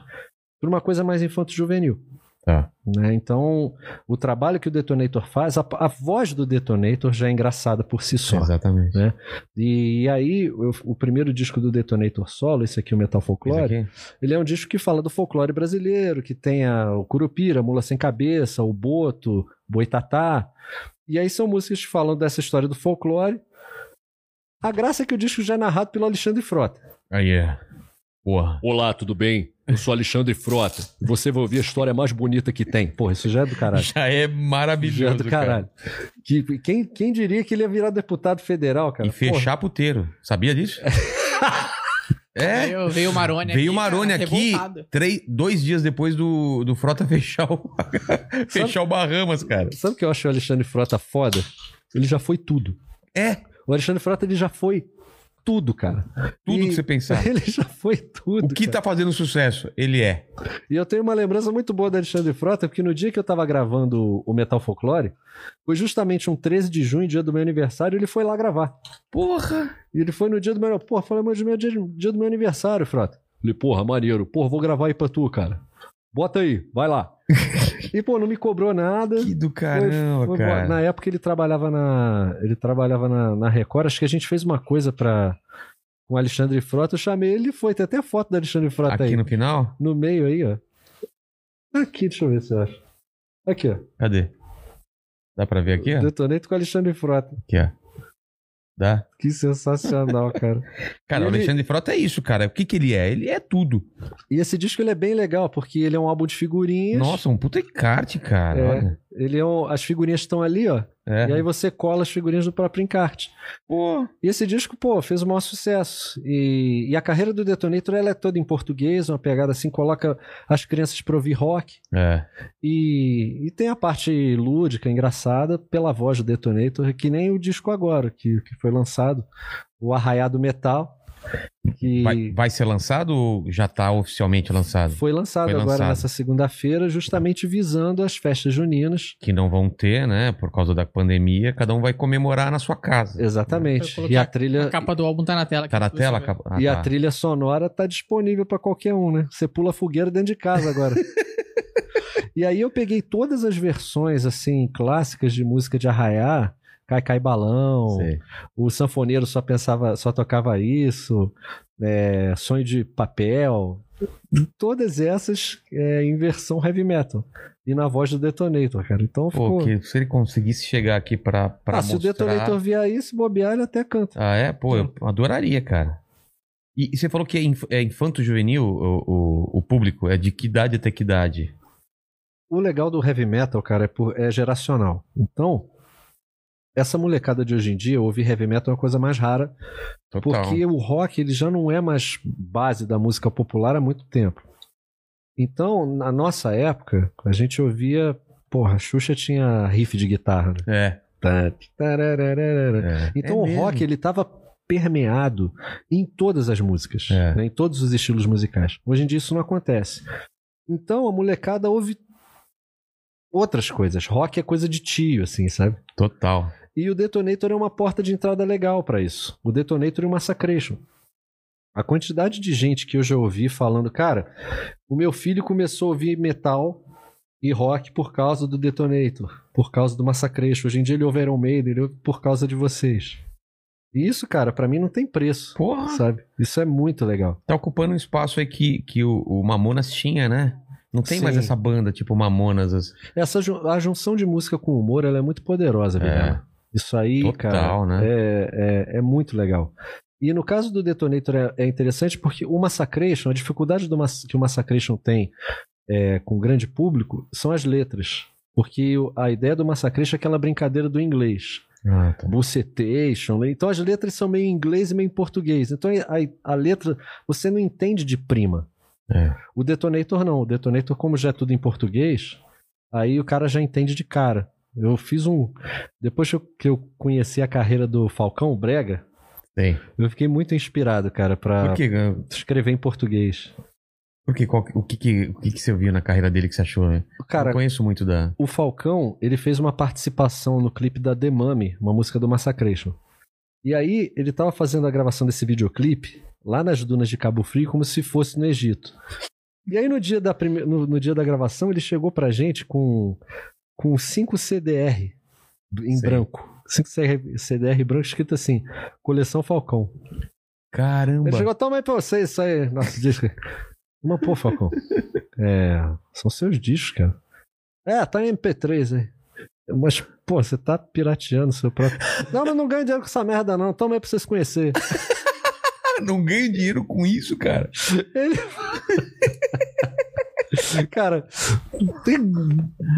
pra uma coisa mais infanto-juvenil.
Tá.
né? Então, o trabalho que o Detonator faz, a, a voz do Detonator já é engraçada por si só.
Exatamente.
Né? E, aí, eu- o primeiro disco do Detonator solo, esse aqui, o Metal Folklore, ele é um disco que fala do folclore brasileiro, que tem a, o Curupira, a Mula Sem Cabeça, o Boto, Boitatá. E aí são músicas que falam dessa história do folclore. A graça é que o disco já é narrado pelo Alexandre Frota.
Aí é. Porra.
Olá, tudo bem? Eu sou Alexandre Frota. E você vai ouvir a história mais bonita que tem. Porra, isso já é do caralho.
Já é maravilhoso.
Já é do caralho. Que, quem, quem diria que ele ia virar deputado federal, cara?
E fechar puteiro. Sabia disso? é.
Veio, veio o Marone
Veio o
cara,
Marone aqui
revoltado.
três, dois dias depois do, do Frota fechar o, fechar o Bahamas, cara.
Porra, sabe o que eu acho o Alexandre Frota foda? Ele já foi tudo.
É,
O Alexandre Frota ele já foi tudo, cara.
tudo
E-
que você pensar.
Ele já foi tudo.
O que
cara.
tá fazendo sucesso? Ele é.
E eu tenho uma lembrança muito boa do Alexandre Frota, porque no dia que eu tava gravando o Metal Folklore, foi justamente um 13 de junho, dia do meu aniversário, ele foi lá gravar.
Porra!
E ele foi no dia do meu. Porra, falei, mas meu dia, dia do meu aniversário, Frota. Ele, porra, maneiro, porra, vou gravar aí pra tu, cara. Bota aí, vai lá. e, pô, não me cobrou nada.
Que do caramba,
Foi boa.
cara.
Na época ele trabalhava na ele trabalhava na, na Record. Acho que a gente fez uma coisa para com o Alexandre Frota. Eu chamei ele e foi. Tem até foto do Alexandre Frota
Aqui
aí. No...
no final?
meio aí, ó. Aqui, deixa eu ver se eu acho. Aqui, ó.
Cadê? Dá pra ver aqui? ó?
Detonator com o Alexandre Frota.
Aqui, ó. Dá?
Que sensacional, cara.
Cara, o
Ele-
Alexandre Frota é isso, cara. O que que ele é? Ele é tudo.
E esse disco ele é bem legal, porque ele é um álbum de figurinhas.
Nossa, um puta encarte, cara.
É.
Olha.
Ele é um... As figurinhas estão ali, ó.
É.
E aí você cola as figurinhas do próprio encarte.
Pô,
E esse disco, pô, fez o maior sucesso. E, e a carreira do Detonator, ela é toda em português, uma pegada assim, coloca as crianças pra ouvir rock.
É.
E, e tem a parte lúdica, engraçada, pela voz do Detonator, que nem o disco agora, que, que foi lançado, o Arraiado Metal, que
Vai, vai ser lançado ou já tá oficialmente lançado?
foi lançado
Foi
agora
lançado.
nessa segunda-feira, justamente visando as festas juninas.
Que não vão ter, né? Por causa da pandemia, cada um vai comemorar na sua casa.
Eu
Exatamente.
coloquei
E a
a-
trilha...
A capa do álbum tá na tela. aqui,
Tá na
pra você
tela?
ver.
Acab- Ah,
E a
tá.
trilha sonora tá disponível pra qualquer um, né? Você pula fogueira dentro de casa agora. e aí eu peguei todas as versões assim clássicas de música de arraiá, Cai Cai Balão,
Sei.
o sanfoneiro só pensava, só tocava isso, é, Sonho de Papel, todas essas é, em versão heavy metal e na voz do Detonator, cara. Então
Pô,
ficou.
que se ele conseguisse chegar aqui pra, pra
ah, se o
mostrar...
Detonator vier aí, se bobear, ele até canta.
Ah, é? Pô, eu adoraria, cara. E, e você falou que é, inf- é infanto-juvenil o, o, o público? É de que idade até que idade?
O legal do heavy metal, cara, é, por- é geracional. Então, essa molecada de hoje em dia, ouvir heavy metal é uma coisa mais rara,
Total.
porque o rock ele já não é mais base da música popular há muito tempo. Então, na nossa época, a gente ouvia. Porra, a Xuxa tinha riff de guitarra. né?
É.
Tá, tarararara.
é.
Então,
É
o
mesmo.
rock ele tava permeado em todas as músicas,
É.
né? em todos os estilos musicais. Hoje em dia isso não acontece. Então a molecada ouve outras coisas. Rock é coisa de tio, assim, sabe?
Total.
E o Detonator é uma porta de entrada legal pra isso. O Detonator e o Massacration. A quantidade de gente que eu já ouvi falando, cara, o meu filho começou a ouvir metal e rock por causa do Detonator, por causa do Massacration. Hoje em dia ele ouve Iron Maiden, ele ouve por causa de vocês. E isso, cara, pra mim não tem preço,
Porra!
sabe? Isso é muito legal.
Tá ocupando um espaço aí que, que o, o Mamonas tinha, né? Não tem
Sim.
mais essa banda tipo Mamonas. as-
Essa ju- a junção de música com humor, ela é muito poderosa,
É.
Vilela. Isso aí, cara,
Total, né?
É, é, é muito legal. E no caso do Detonator é, é interessante porque o Massacration, a dificuldade do Mass- que o Massacration tem é, com o grande público são as letras. Porque o- a ideia do Massacration é aquela brincadeira do inglês.
Ah, tá.
Bucetation. Então as letras são meio em inglês e meio em português. Então a, a letra você não entende de prima.
É.
O Detonator não. O Detonator, como já é tudo em português, aí o cara já entende de cara. Eu fiz um. Depois que eu- que eu conheci a carreira do Falcão Brega,
Tem.
eu fiquei muito inspirado, cara, pra
Por que,
Ah,
ah,
escrever em português.
por que, qual que- o, que, que, o que, que você viu na carreira dele que você achou? Né?
Cara,
Não conheço muito da.
o Falcão, ele fez uma participação no clipe da The Mummy, uma música do Massacration. E aí, ele tava fazendo a gravação desse videoclipe lá nas dunas de Cabo Frio, como se fosse no Egito. E aí no dia da, prime... no, no dia da gravação ele chegou pra gente com, com 5 CDR em
Sei.
branco. 5 CDR, CDR branco escrito assim, coleção Falcão.
Caramba.
Ele chegou, toma aí pra vocês, isso aí, nosso disco. Uma pô, Falcão. É, são seus discos, cara. É, tá em MP3 aí. Mas, pô, você tá pirateando seu próprio. Não, mas não ganho dinheiro com essa merda, não. Toma aí pra vocês conhecerem.
Não ganho dinheiro com isso, cara.
Cara, tem-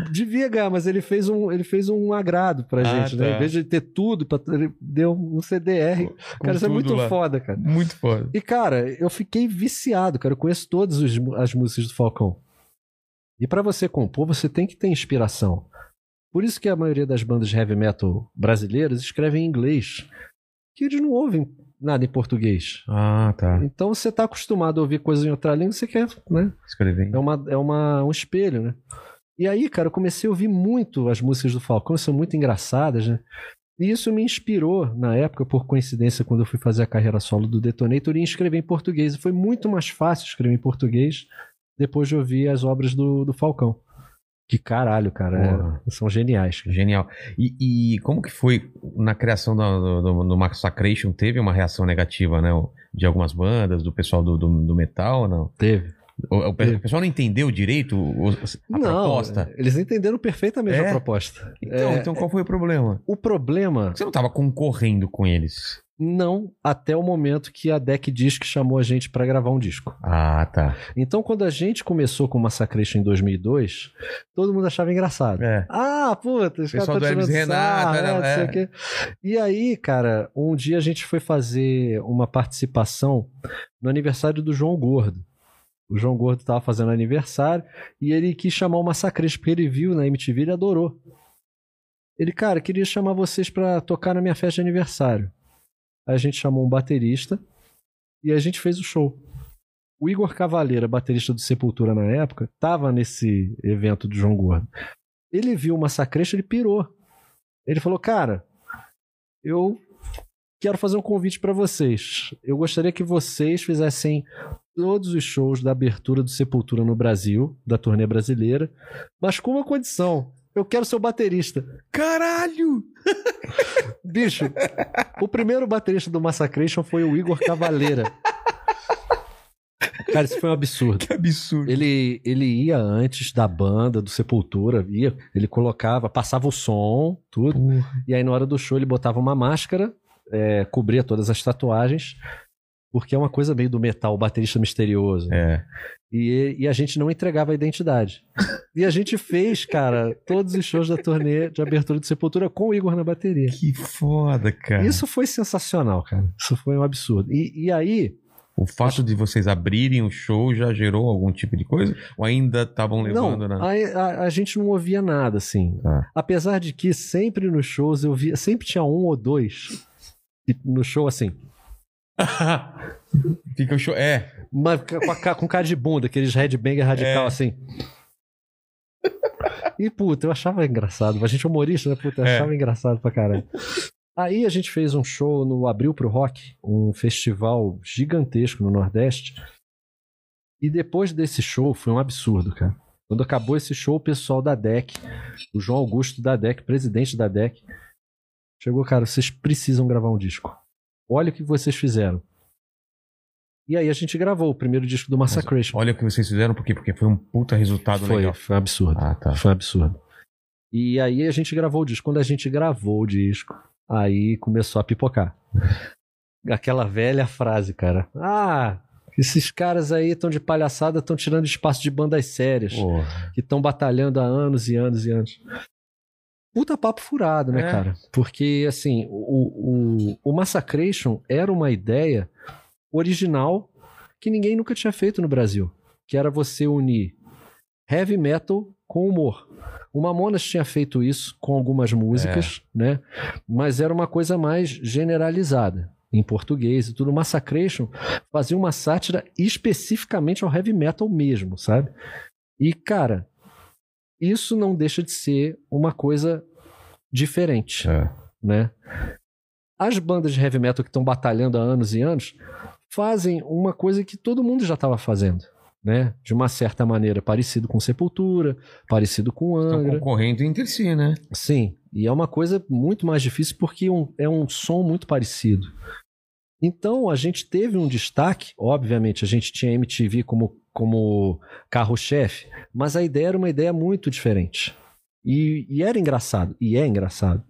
devia ganhar, mas ele fez um, ele fez um agrado pra
Ah,
gente, né?
tá.
Em vez de ter tudo, pra- ele deu um CDR.
Com
Cara, isso é
tudo
muito
lá.
foda, cara.
Muito foda.
E, cara, eu fiquei viciado, cara. Eu conheço todas os mu- as músicas do Falcão. E pra você compor, você tem que ter inspiração. Por isso que a maioria das bandas de heavy metal brasileiras escrevem em inglês, que eles não ouvem nada em português.
Ah, tá.
Então você tá acostumado a ouvir coisas em outra língua, você quer, né?
Escrevendo.
É, uma, é uma, um espelho, né? E aí, cara, eu comecei a ouvir muito as músicas do Falcão, são muito engraçadas, né? E isso me inspirou, na época, por coincidência, quando eu fui fazer a carreira solo do Detonator, em escrever em português. E foi muito mais fácil escrever em português depois de ouvir as obras do, do Falcão. Que caralho, cara.
Porra.
é- são geniais. cara.
Genial. E, e como que foi na criação do, do, do Massacration? Teve uma reação negativa, né? De algumas bandas, do pessoal do, do, do metal, não?
Teve.
O, o pe- o pessoal não entendeu direito o- o- a proposta?
é, eles entenderam perfeitamente
É?
a proposta.
Então,
É,
então qual foi o problema?
O problema
Você não estava concorrendo com eles.
não até o momento que a Deck Disc chamou a gente pra gravar um disco.
Ah, tá.
Então, quando a gente começou com o Massacration em 2002, todo mundo achava engraçado.
É.
Ah, puta, esse cara
Pessoal
tá
do Hermes
tirando sarro,
Renato,
é,
era-
não sei o quê. E aí, cara, um dia a gente foi fazer uma participação no aniversário do João Gordo. O João Gordo tava fazendo aniversário e ele quis chamar o Massacration, porque ele viu na MTV e ele adorou. Ele, cara, queria chamar vocês pra tocar na minha festa de aniversário. Aí a gente chamou um baterista e a gente fez o show. O Igor Cavaleira, baterista do Sepultura na época, tava nesse evento do João Gordo. Ele viu o Massacrecha, ele pirou. Ele falou, cara, eu quero fazer um convite pra vocês. Eu gostaria que vocês fizessem todos os shows da abertura do Sepultura no Brasil, da turnê brasileira, mas com uma condição. Eu quero ser o baterista.
Caralho!
Bicho, o primeiro baterista do Massacration foi o Igor Cavaleira. Cara, isso foi um absurdo.
Que absurdo.
Ele, ele ia antes da banda, do Sepultura, ia, ele colocava, passava o som, tudo. E aí, na hora do show, ele botava uma máscara, é, cobria todas as tatuagens, porque é uma coisa meio do metal, o baterista misterioso.
É.
E, e a gente não entregava a identidade. E a gente fez, cara, todos os shows da turnê de abertura do Sepultura com o Igor na bateria.
Que foda, cara.
Isso foi sensacional, cara. Isso foi um absurdo. E, e aí,
O fato de vocês abrirem o show já gerou algum tipo de coisa? Ou ainda estavam
não,
levando na.
aí a, a gente não ouvia nada, assim.
Tá.
Apesar de que sempre nos shows eu via, sempre tinha um ou dois que no show assim,
Fica o show. É.
mas com, a ca- com cara de bunda, aqueles headbanger radical
É.
assim. E puta, eu achava engraçado. A gente é humorista, né? Puta, eu
É.
achava engraçado pra caralho. Aí a gente fez um show no Abril pro Rock, um festival gigantesco no Nordeste. E depois desse show foi um absurdo, cara. Quando acabou esse show, o pessoal da DEC, o João Augusto da DEC, presidente da DEC, chegou, cara, vocês precisam gravar um disco. Olha o que vocês fizeram. E aí a gente gravou o primeiro disco do Massacration.
Olha o que vocês fizeram, por quê? Porque foi um puta resultado
Foi,
legal.
foi um absurdo.
Ah, tá.
Foi um absurdo. E aí a gente gravou o disco. Quando a gente gravou o disco, aí começou a pipocar. Aquela velha frase, cara. Ah, esses caras aí estão de palhaçada, estão tirando espaço de bandas sérias,
Porra.
que estão batalhando há anos e anos e anos. Puta papo furado, né,
É.
cara? Porque, assim, o, o, o Massacration era uma ideia original que ninguém nunca tinha feito no Brasil. Que era você unir heavy metal com humor. O Mamonas tinha feito isso com algumas músicas, né? Mas era uma coisa mais generalizada. Em português e tudo. O Massacration fazia uma sátira especificamente ao heavy metal mesmo, sabe? E, cara, isso não deixa de ser uma coisa diferente
É.
né? As bandas de heavy metal que estão batalhando há anos e anos fazem uma coisa que todo mundo já estava fazendo. né? De uma certa maneira, parecido com Sepultura, parecido com
Estão
Angra.
concorrendo entre si, né?
Sim, e é uma coisa muito mais difícil porque um- é um som muito parecido. Então a gente teve um destaque, obviamente a gente tinha MTV como, como carro-chefe, mas a ideia era uma ideia muito diferente. E, e era engraçado, e é engraçado.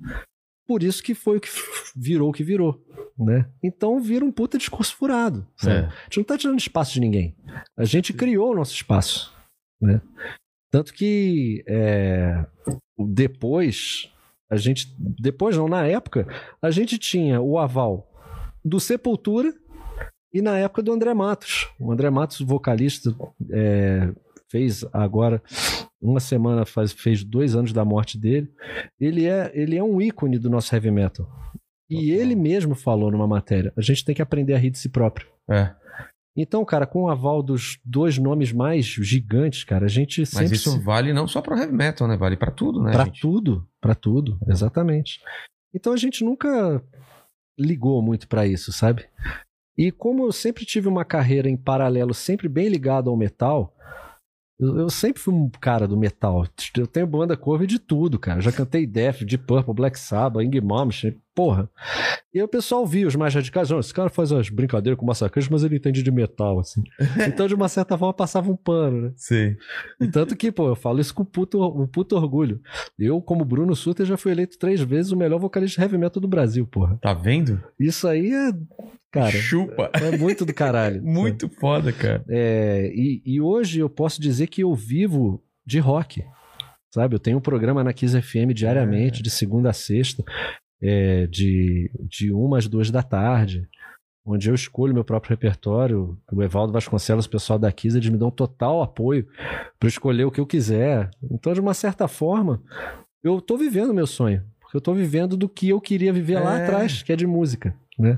Por isso que foi o que f- virou o que virou, né? Então vira um puta discurso furado, sabe? A gente não tá tirando espaço de ninguém. A gente criou o nosso espaço. Né? Tanto que é, o- depois, a gente. Depois não, na época, a gente tinha o aval do Sepultura e na época do André Matos. O André Matos, vocalista, é, fez agora. Uma semana faz, fez dois anos da morte dele. Ele é, ele é um ícone do nosso heavy metal. E
Total.
ele mesmo falou numa matéria: a gente tem que aprender a rir de si próprio.
É.
Então, cara, com o aval dos dois nomes mais gigantes, cara, a gente
Mas
sempre.
isso
se-
vale não só pro heavy metal, né? Vale pra tudo, né?
pra
gente? É.
tudo, pra tudo, exatamente. Então a gente nunca ligou muito pra isso, sabe? E como eu sempre tive uma carreira em paralelo, sempre bem ligado ao metal, eu, eu sempre fui um cara do metal. Eu tenho banda cover de tudo, cara. Eu já cantei Death, Deep Purple, Black Sabbath, Ing Malmsteen, porra. E aí o pessoal via os mais radicais, não, esse cara faz umas brincadeiras com massacres, mas ele entende de metal, assim. Então, de uma certa forma, passava um pano, né?
Sim.
E tanto que, pô, eu falo isso com puto, um puto orgulho. Eu, como Bruno Suter, já fui eleito três vezes o melhor vocalista de heavy metal do Brasil, porra.
Tá vendo?
Isso aí é. Cara,
Chupa.
é muito do caralho.
Muito foda, cara.
É, e, e hoje eu posso dizer que eu vivo de rock. Sabe? Eu tenho um programa na Kiss FM diariamente,
É.
de segunda a sexta, é, de, de uma às duas da tarde, onde eu escolho meu próprio repertório. O Evaldo Vasconcelos, o pessoal da Kiss, eles me dão total apoio para escolher o que eu quiser. Então, de uma certa forma, eu tô vivendo meu sonho. Porque eu tô vivendo do que eu queria viver lá
É.
atrás, que é de música, né?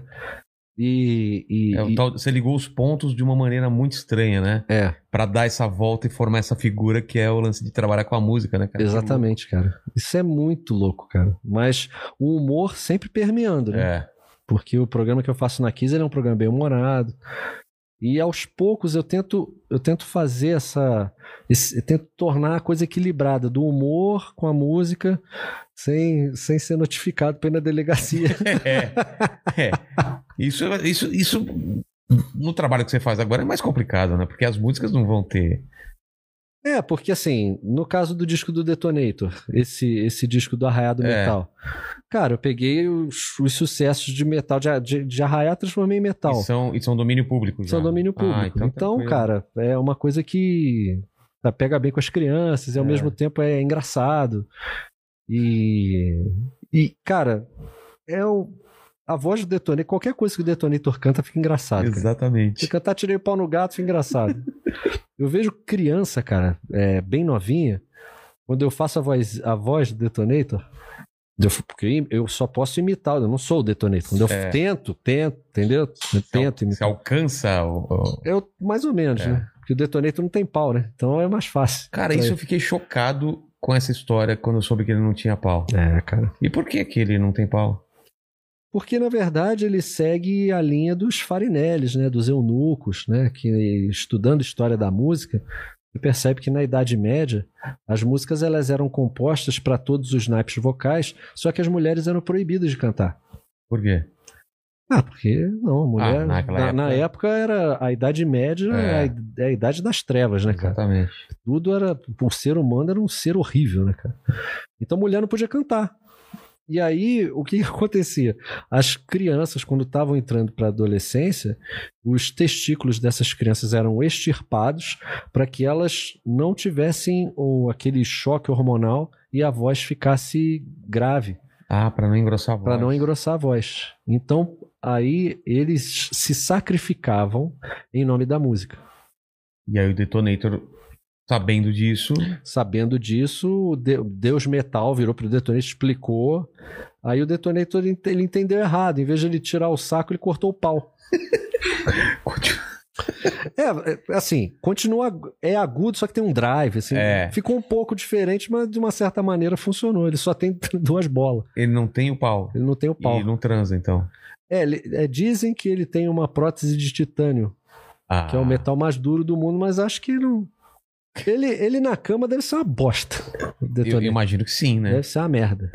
E... e-
É o
e-
tal- você ligou os pontos de uma maneira muito estranha, né?
é.
Pra dar essa volta e formar essa figura que é o lance de trabalhar com a música, né, cara?
Exatamente, cara. Isso é muito louco, cara. Mas o humor sempre permeando, né?
É.
Porque o programa que eu faço na Kiss ele é um programa bem humorado. E aos poucos eu tento, eu tento fazer essa. esse- eu tento tornar a coisa equilibrada do humor com a música sem, sem ser notificado pela delegacia.
É. É. Isso, isso, isso no trabalho que você faz agora é mais complicado, né? Porque as músicas não vão ter.
é, porque assim, no caso do disco do Detonator, esse, esse disco do Arraiá do
É.
Metal. Cara, eu peguei os, os sucessos de metal, de, de, de Arraiá, transformei em metal.
E são, e são domínio público. já.
Então. São domínio
Ah,
público. então,
tranquilo.
cara, é uma coisa que tá, pega bem com as crianças e ao
É.
mesmo tempo é engraçado. E, e cara, é o, a voz do Detonator, qualquer coisa que o Detonator canta fica engraçado. cara. Se
Exatamente.
cantar Tirei o Pau no Gato, fica engraçado. eu vejo criança, cara, é, bem novinha, quando eu faço a voz, a voz do Detonator, eu f- porque im- eu só posso imitar, eu não sou o Detonator. Quando eu
É.
tento, tento, entendeu?
Então,
Eu tento
Você al-
imitar.
Você alcança o. o-
Eu, mais ou menos,
É.
né? Porque o detonator não tem pau, né? Então é mais fácil.
Cara, isso eu fiquei chocado com essa história quando eu soube que ele não tinha pau.
É, cara.
E por que que ele não tem pau?
Porque, na verdade, ele segue a linha dos farinelles, né? Dos eunucos, né? Que, estudando história da música, você percebe que na Idade Média, as músicas elas eram compostas para todos os naipes vocais, só que as mulheres eram proibidas de cantar.
Por quê?
Ah, porque não, a mulher.
Ah,
na,
naquela
época... na época era a Idade Média,
É.
é. a- é a Idade das Trevas, né, cara?
Exatamente.
tudo era. O ser humano era um ser horrível, né, cara? Então mulher não podia cantar. E aí, o que, que acontecia? As crianças, quando estavam entrando para a adolescência, os testículos dessas crianças eram extirpados para que elas não tivessem o, aquele choque hormonal e a voz ficasse grave,
Ah, pra não engrossar a voz.
para não engrossar a voz. Então, aí eles se sacrificavam em nome da música.
E aí o Detonator, sabendo disso,
Sabendo disso, o De- Deus Metal virou pro Detonator, explicou. Aí o Detonator ent- ele entendeu errado. Em vez de ele tirar o saco, ele cortou o pau. É, é, assim, continua. ag- É agudo, só que tem um drive. assim.
É.
Ficou um pouco diferente, mas de uma certa maneira funcionou. Ele só tem duas bolas.
ele não tem o pau.
Ele não tem o pau.
E não transa, então.
É, ele- é, dizem que ele tem uma prótese de titânio
Ah.
que é o metal mais duro do mundo, mas acho que não. Ele, ele na cama deve ser uma bosta.
Eu, eu
Detonator.
imagino que sim, né?
Deve ser uma merda.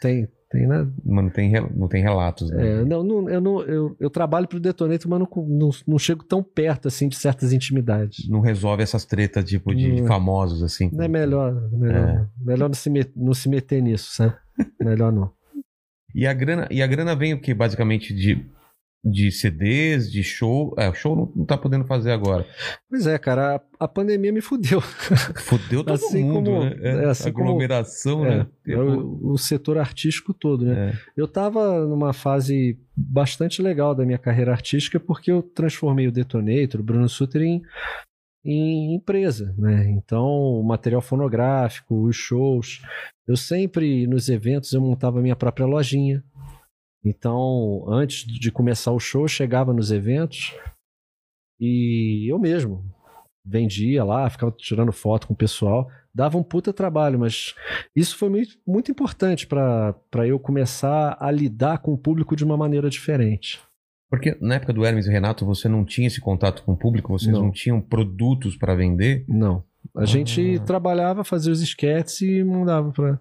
tem, tem nada.
Mas não tem, rel- não tem relatos, né?
É, não, não, eu, não, eu, eu trabalho pro Detonator, mas não, não, não chego tão perto assim de certas intimidades.
Não resolve essas tretas, tipo, de, de
Não é.
famosos, assim.
Não é melhor, melhor, melhor não, se met- não se meter nisso, sabe? Melhor não.
E a grana, e a grana vem o que basicamente de de CDs, de show. É, o show não, não tá podendo fazer agora.
Pois é, cara, a, a pandemia me fudeu.
Fudeu todo
Assim
mundo,
como-
né?
é, assim como-
aglomeração, né?
É, é o, o setor artístico todo, né?
É.
Eu tava numa fase bastante legal da minha carreira artística porque eu transformei o Detonator, o Bruno Sutter, em, em empresa, né? Então, o material fonográfico, os shows. Eu sempre, nos eventos, eu montava a minha própria lojinha. Então, antes de começar o show, eu chegava nos eventos e eu mesmo vendia lá, ficava tirando foto com o pessoal. Dava um puta trabalho, mas isso foi muito, muito importante para eu começar a lidar com o público de uma maneira diferente.
Porque na época do Hermes e Renato você não tinha esse contato com o público, vocês não,
Não.
tinham produtos pra vender.
Não. A gente
Ah.
trabalhava, fazia os esquetes e mandava para.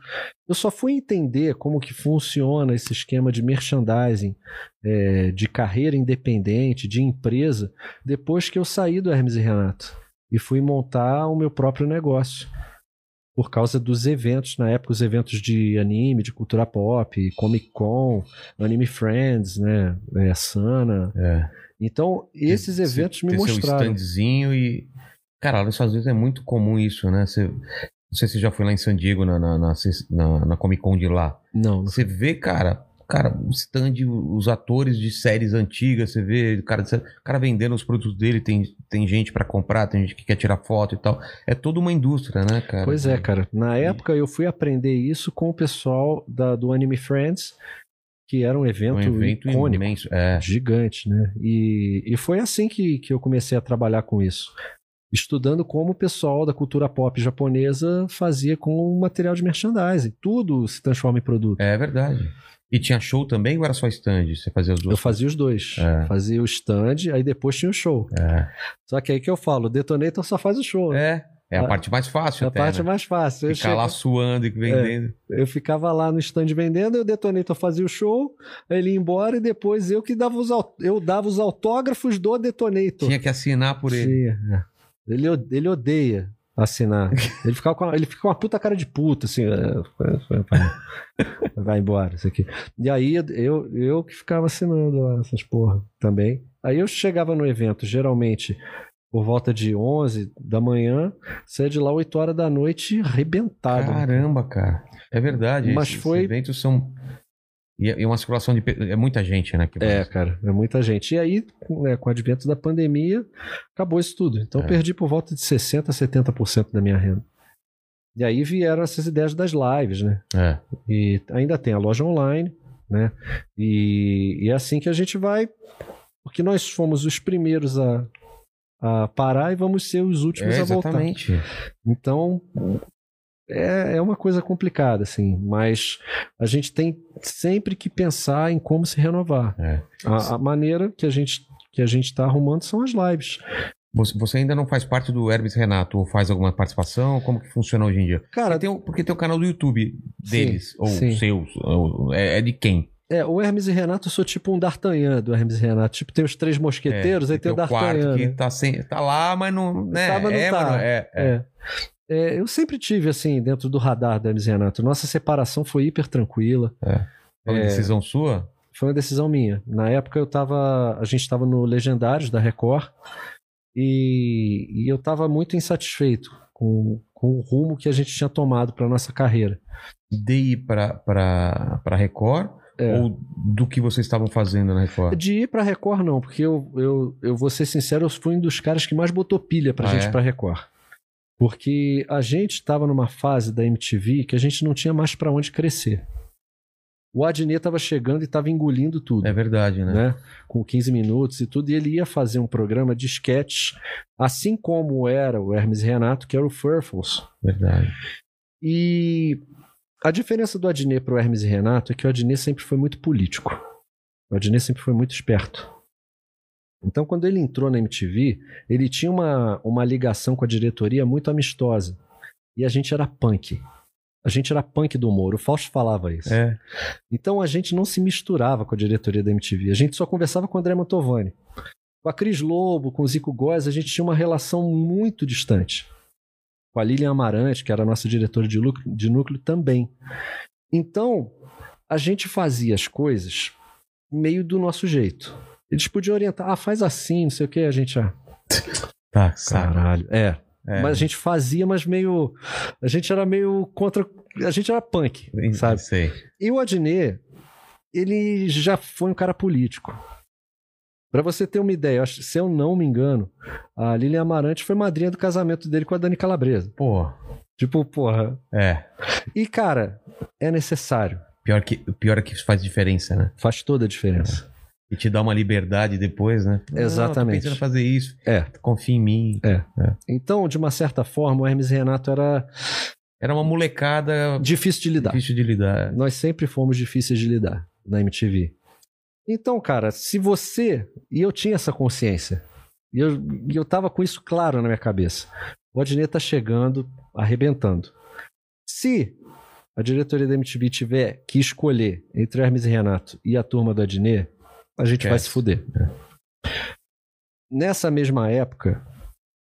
Eu só fui entender como que funciona esse esquema de merchandising, é, de carreira independente, de empresa, depois que eu saí do Hermes e Renato e fui montar o meu próprio negócio. Por causa dos eventos, na época, os eventos de anime, de cultura pop, Comic Con, Anime Friends, né? É, Sana.
É.
Então, esses
Ter-
eventos me
ter
mostraram.
Seu standzinho e. Cara, nos Estados Unidos é muito comum isso, né? Você- Não sei se você já foi lá em San Diego, na, na, na, na- na Comic Con de lá.
Não,
Você vê, cara, cara, o stand, os atores de séries antigas, você vê o cara, de série- o cara vendendo os produtos dele, tem, tem gente pra comprar, tem gente que quer tirar foto e tal. É toda uma indústria, né, cara?
Pois é, cara. Na
E-
época eu fui aprender isso com o pessoal da, do Anime Friends, que era um
É
evento,
um evento
icônico,
imenso. É.
gigante, né? E, e foi assim que, que eu comecei a trabalhar com isso. Estudando como o pessoal da cultura pop japonesa fazia com o material de merchandising. Tudo se transforma em produto.
É verdade. E tinha show também ou era só stand? Você fazia as
Eu
duas?
fazia os dois.
É.
Fazia o stand, aí depois tinha o show.
É.
Só que aí que eu falo, o Detonator só faz o show. né?
É, é a
Ah,
parte mais fácil
É a
até,
parte
né?
mais fácil. Eu
Ficar lá
chego-
suando e vendendo.
Eu ficava lá no stand vendendo, eu Detonator fazia o show, aí ele ia embora e depois eu que dava os, au- eu dava os autógrafos do Detonator.
Tinha que assinar por ele.
Tinha, é. ele. o- Ele odeia assinar. Ele, ficava com a- ele fica com uma puta cara de puta, assim. é, vai- vai- vai- Vai embora, isso aqui. E aí eu, eu que ficava assinando lá essas porra também. Aí eu chegava no evento, geralmente por volta de 11 da manhã, saia de lá 8 horas da noite arrebentado.
Caramba, cara. É verdade.
Mas
esses
foi-
eventos são. E é e é uma circulação de. pe- É muita gente, né? que vai.
É, cara, é muita gente. E aí, com- né, com o advento da pandemia, acabou isso tudo. Então,
É.
eu perdi por volta de 60% a 70% da minha renda. E aí vieram essas ideias das lives, né?
É.
E ainda tem a loja online, né? E, e é assim que a gente vai. Porque nós fomos os primeiros a, a parar e vamos ser os últimos
É,
a voltar.
exatamente.
Então, é, é uma coisa complicada, assim, mas a gente tem sempre que pensar em como se renovar.
É.
A, a maneira que a gente que a gente está arrumando são as lives.
Você, você ainda não faz parte do Hermes Renato ou faz alguma participação? Como que funciona hoje em dia?
Cara,
Tem o- porque tem o canal do YouTube deles, ou
sim.
seus, ou- é, é de quem?
é, o Hermes e Renato eu sou tipo um D'Artagnan do Hermes e Renato. Tipo, tem os três mosqueteiros,
é,
aí tem o
o quarto
D'Artagnan.
que
né?
tá, sem, tá lá, mas não. Né?
Tá, mas não
é,
tá.
não- é, é.
É. É, eu sempre tive, assim, dentro do radar do Hermes e Renato. Nossa separação foi hiper tranquila.
Foi uma
É.
decisão sua?
foi uma decisão minha. Na época eu tava. A gente estava no Legendários da Record e, e eu estava muito insatisfeito com, com o rumo que a gente tinha tomado para nossa carreira.
De ir pra, pra, pra Record?
É.
Ou do que vocês estavam fazendo na Record?
De ir pra Record, não, porque eu, eu, eu vou ser sincero, eu fui um dos caras que mais botou pilha pra
Ah,
gente
é?
pra Record. Porque a gente estava numa fase da MTV que a gente não tinha mais pra onde crescer. O Adnet estava chegando e estava engolindo tudo.
É verdade, né?
né? Com 15 minutos e tudo, e ele ia fazer um programa de sketch, assim como era o Hermes e Renato, que era o Furfles.
Verdade.
E a diferença do Adnet para o Hermes e Renato é que o Adnet sempre foi muito político. O Adnet sempre foi muito esperto. Então, quando ele entrou na MTV, ele tinha uma, uma ligação com a diretoria muito amistosa. E a gente era punk. A gente era punk do humor. O Fausto falava isso.
É.
Então a gente não se misturava com a diretoria da MTV. A gente só conversava com o André Mantovani. Com a Cris Lobo, com o Zico Góes, a gente tinha uma relação muito distante. Com a Lilian Amarante, que era a nossa diretora de, lucro- de núcleo, também. Então, a gente fazia as coisas meio do nosso jeito. Eles podiam orientar, ah, faz assim, não sei o que, a gente, ah,
Tá, sabe.
caralho. É,
É.
mas a gente fazia, mas meio. A gente era meio contra. A gente era punk, sabe?
Sei.
E o Adnet, ele já foi um cara político. Pra você ter uma ideia, eu acho- se eu não me engano, a Lilian Amarante foi madrinha do casamento dele com a Dani Calabresa.
Pô,
Tipo, porra.
é.
E, cara, é necessário.
Pior, que, pior é que isso faz diferença, né?
Faz toda a diferença.
E te dá uma liberdade depois, né? Não,
Exatamente.
Tô pensando em fazer isso.
É.
Confia em mim.
Então, de uma certa forma, o Hermes Renato era
Era uma molecada
difícil de lidar.
difícil de lidar. É
Nós sempre fomos difíceis de lidar na MTV. Então, cara, se você. E eu tinha essa consciência. E eu, e eu tava com isso claro na minha cabeça. O Adnet tá chegando, arrebentando. Se a diretoria da MTV tiver que escolher entre Hermes e Renato e a turma do Adnet, a gente vai
Esquece.
se fuder. Nessa mesma época,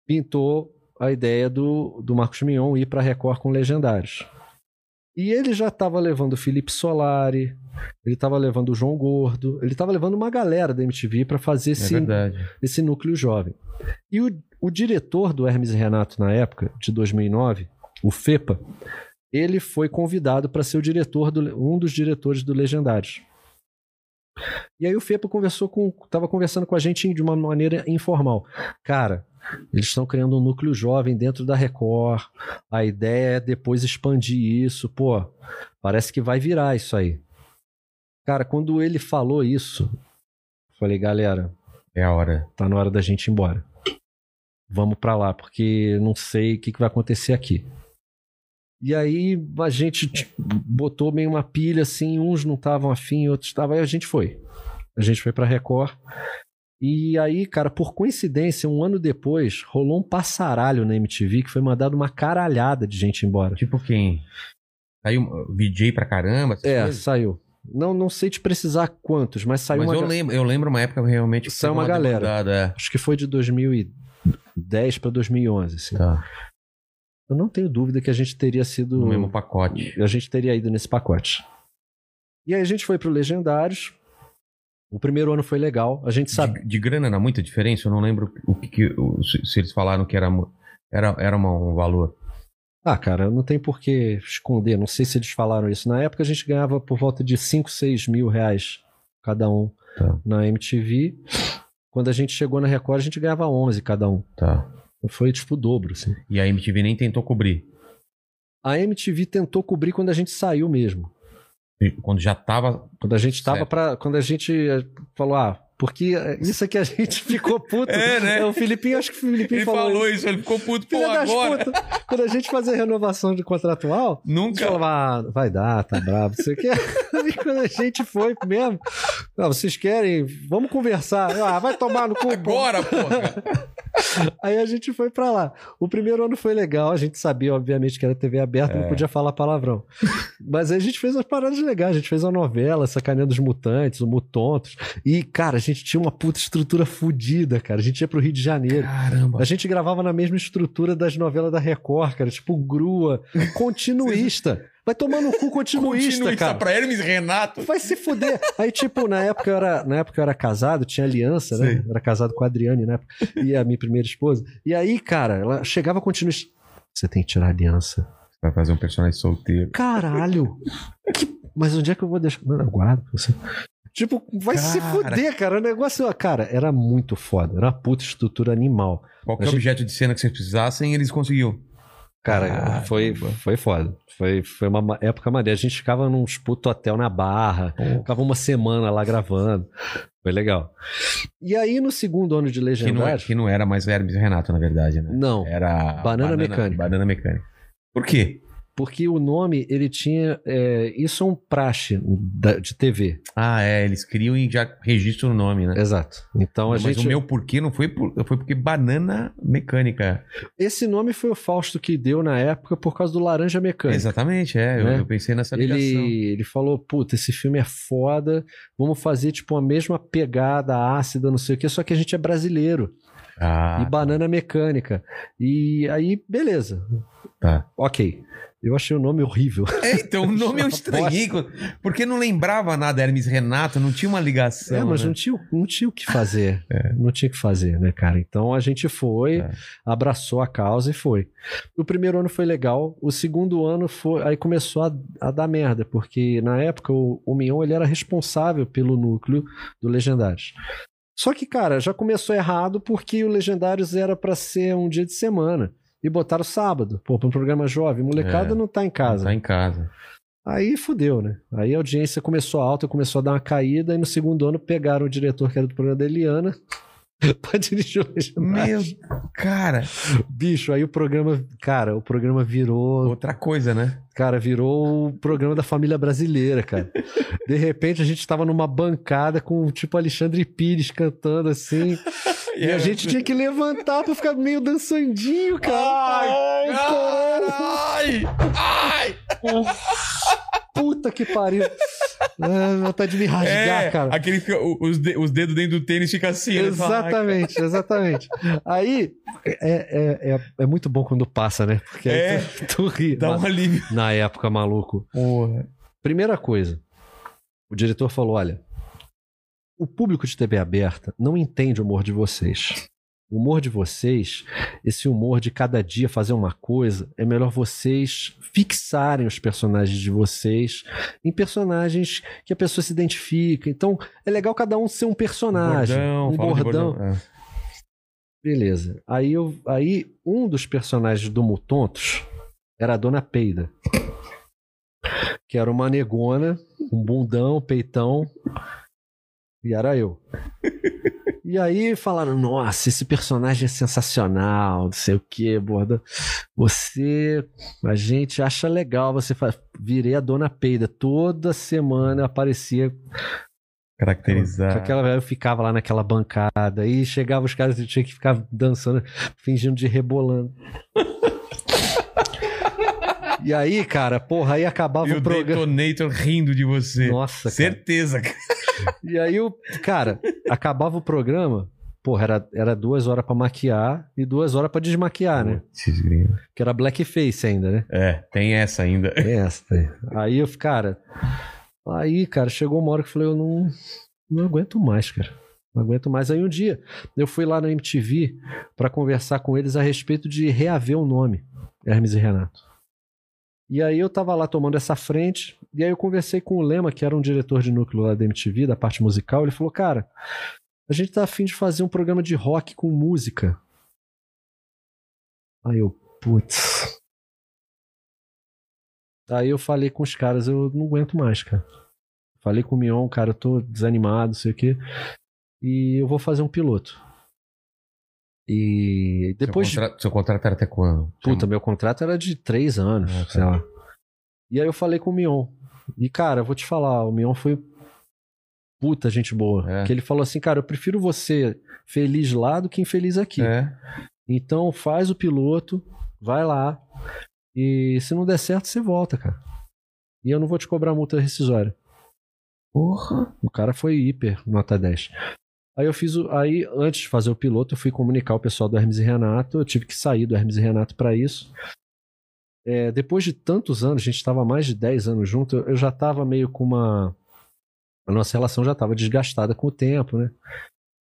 pintou a ideia do, do Marcos Mion ir pra Record com legendários. E ele já estava levando o Felipe Solari, ele estava levando o João Gordo, ele estava levando uma galera da MTV para fazer
É
esse,
verdade.
esse núcleo jovem. E o, o diretor do Hermes e Renato na época, de 2009, o FEPA, ele foi convidado para ser o diretor do, um dos diretores do Legendários. E aí o FEPA conversou com, estava conversando com a gente de uma maneira informal. Cara, eles estão criando um núcleo jovem dentro da Record. A ideia é depois expandir isso. Pô, parece que vai virar isso aí. Cara, quando ele falou isso, eu falei, galera,
É a hora.
tá na hora da gente ir embora. Vamos pra lá, porque não sei o que, que vai acontecer aqui. E aí a gente tipo, botou meio uma pilha assim, uns não estavam afim, outros estavam, aí a gente foi. A gente foi pra Record. E aí, cara, por coincidência, um ano depois, rolou um passaralho na MTV que foi mandado uma caralhada de gente embora.
Tipo quem? Saiu um DJ pra caramba. essas
É,
coisas.
saiu. Não, não sei te precisar quantos, mas saiu
Mas
uma.
eu,
ga-
lembro, eu lembro uma época realmente. que
Saiu
teve
uma galera.
demandada, é.
Acho que foi de 2010 pra 2011, assim.
Tá.
Eu não tenho dúvida que a gente teria sido.
No mesmo pacote.
A gente teria ido nesse pacote. E aí a gente foi pro Legendários. O primeiro ano foi legal. A gente sabe.
De, de grana era muita diferença? Eu não lembro o que, que- o- se, se eles falaram que era, mu- era, era uma- um valor.
Ah, cara, não tem por que esconder. Não sei se eles falaram isso. Na época a gente ganhava por volta de 5, 6 mil reais cada um
Tá.
na MTV. Quando a gente chegou na Record, a gente ganhava 11 cada um.
Tá.
Foi tipo o dobro, assim.
E a MTV nem tentou cobrir.
A MTV tentou cobrir quando a gente saiu mesmo.
E Quando já tava.
Quando a gente tava
Certo.
pra. Quando a gente eh, falou, ah, porque eh, isso é que a gente ficou puto.
É, né?
O Filipinho, acho que o Filipinho falou. isso.
isso, ele ficou puto,
Filha das putas. Quando a gente fazia renovação de contratual, a gente
Nunca.
falava, ah, vai dar, tá bravo, não sei o quê. E quando a gente foi mesmo, "Não, vocês querem, vamos conversar. Eu, Ah, vai tomar no cu.
Agora, porra.
Aí a gente foi pra lá. O primeiro ano foi legal, a gente sabia, obviamente, que era TV aberta,
É.
não podia falar palavrão. Mas aí a gente fez umas paradas legais, a gente fez uma novela, Sacaneando dos Mutantes, o Mutontos. E, cara, a gente tinha uma puta estrutura fodida, cara. A gente ia pro Rio de Janeiro.
Caramba.
A gente gravava na mesma estrutura das novelas da Record, cara, tipo grua, continuista. Vai tomar no cu continuista, cara.
pra Hermes Renato.
Vai se fuder. Aí, tipo, na época eu era, na época eu era casado, tinha aliança, né?
Sim.
Eu Era casado com a Adriane, né? E a minha primeira esposa. E aí, cara, ela chegava continuamente. Você tem que tirar a aliança.
Vai fazer um personagem solteiro.
Caralho! Que- Mas onde é que eu vou deixar? Mano, eu guardo pra você. Tipo, vai se
Cara.
fuder, cara. O negócio, ó, cara, era muito foda. Era uma puta estrutura animal.
Qualquer
A gente-
objeto de cena que vocês precisassem, eles conseguiam.
Cara,
Ah,
foi, foi foda. Foi, foi uma ma- época maneira. A gente ficava num puto hotel na Barra. Ficava uma semana lá gravando. Foi legal. E aí, no segundo ano de
Que não, é-
Legendários...
que não era mais Hermes Renato, na verdade, né?
Não,
Era.
Banana Mecânica.
Banana mecânica. Por quê?
Porque o nome, ele tinha. é, isso é um praxe da- de TV.
Ah, é, eles criam e já registram o nome, né?
Exato. Então a
Mas
gente.
o meu porquê não foi por, foi porque banana mecânica.
Esse nome foi o Fausto que deu na época por causa do Laranja Mecânica.
Exatamente, é. Eu,
Né?
eu pensei nessa ligação.
Ele, ele falou, puta, esse filme é foda, vamos fazer tipo a mesma pegada ácida, não sei o que, só que a gente é brasileiro.
Ah,
e banana mecânica. E aí, beleza.
Tá.
Ok. Eu achei o nome horrível.
É, então o nome eu estranhei, porque não lembrava nada Hermes Renato, não tinha uma ligação.
é, mas
né?
não, tinha, o- não tinha o que fazer. Não tinha o que fazer, né, cara? Então a gente foi,
É.
abraçou a causa e foi. O primeiro ano foi legal, o segundo ano foi. Aí começou a, a dar merda, porque na época o, o Mignon ele era responsável pelo núcleo do Legendários. Só que, cara, já começou errado porque o Legendários era pra ser um dia de semana. E botaram sábado. Pô, pra um programa jovem, molecada
É.
não tá em casa.
Tá em casa.
Aí fudeu, né? Aí a audiência começou alta, começou a dar uma caída, e no segundo ano pegaram o diretor que era do programa da Eliana pra dirigir o Legendário.
Meu, cara,
Bicho, aí o programa, cara, o programa virou,
outra coisa, né?
cara, virou o programa da família brasileira, cara. De repente a gente tava numa bancada com tipo Alexandre Pires cantando assim, e a gente tinha que levantar pra ficar meio dançandinho, cara.
Ai,
Ai,
ai, ai,
Puta que pariu. Ah, vontade de me rasgar,
É,
cara.
aquele fica- o- os, de- os dedos dentro do tênis ficam assim. né?
Exatamente, exatamente. Aí é, é, é, é muito bom quando passa, né? Porque aí
É.
tu, tu ri.
Dá
Na-
um alívio.
Na época, maluco.
Porra.
Primeira coisa, o diretor falou: olha, o público de TV aberta não entende o humor de vocês. O humor de vocês, esse humor de cada dia fazer uma coisa, é melhor vocês fixarem os personagens de vocês em personagens que a pessoa se identifica. Então, é legal cada um ser um personagem. um
fala de É,
bordão. Beleza. Aí, eu, aí um dos personagens do Mutontos era a Dona Peida. Que era uma negona, um bundão, peitão. E era eu. E aí falaram, nossa, esse personagem é sensacional, não sei o que, borda. Você, a gente acha legal, você faz. Virei a Dona Peida. Toda semana aparecia
Caracterizar.
com aquela, eu ficava lá naquela bancada e chegava os caras e tinha que ficar dançando, fingindo de rebolando. e aí, cara, porra, aí acabava
E
o
o
programa.
Detonator rindo de você.
Nossa, cara.
Certeza, cara.
E aí, o, cara, acabava o programa. Porra, era, era duas horas pra maquiar e duas horas pra desmaquiar, né?
Putz, grilo.
Que era blackface ainda, né?
É, tem essa ainda.
É essa. aí. Aí eu, cara. Aí, cara, chegou uma hora que eu falei, eu não, não aguento mais, cara. Não aguento mais. Aí um dia eu fui lá na MTV pra conversar com eles a respeito de reaver o nome, Hermes e Renato. E aí eu tava lá tomando essa frente, e aí eu conversei com o Lema, que era um diretor de núcleo lá da MTV, da parte musical, ele falou, cara, a gente tá afim de fazer um programa de rock com música. Aí eu, putz, Aí eu falei com os caras, eu não aguento mais, cara. Falei com o Mion, cara, eu tô desanimado, não sei o quê. E eu vou fazer um piloto. E depois de
Seu, contra- seu contrato era até quando?
Puta, meu contrato era de três anos,
Ah, tá.
sei lá. E aí eu falei com o Mion. E, cara, eu vou te falar, o Mion foi puta gente boa.
É.
Que ele falou assim, cara, eu prefiro você feliz lá do que infeliz aqui.
É.
Então faz o piloto, vai lá. E se não der certo, você volta, cara. E eu não vou te cobrar multa rescisória.
Porra.
O cara foi hiper nota 10. Aí eu fiz o. Aí, antes de fazer o piloto, eu fui comunicar o pessoal do Hermes e Renato. Eu tive que sair do Hermes e Renato pra isso. É, depois de tantos anos, a gente estava mais de 10 anos junto, eu já estava meio com uma. A nossa relação já estava desgastada com o tempo, né?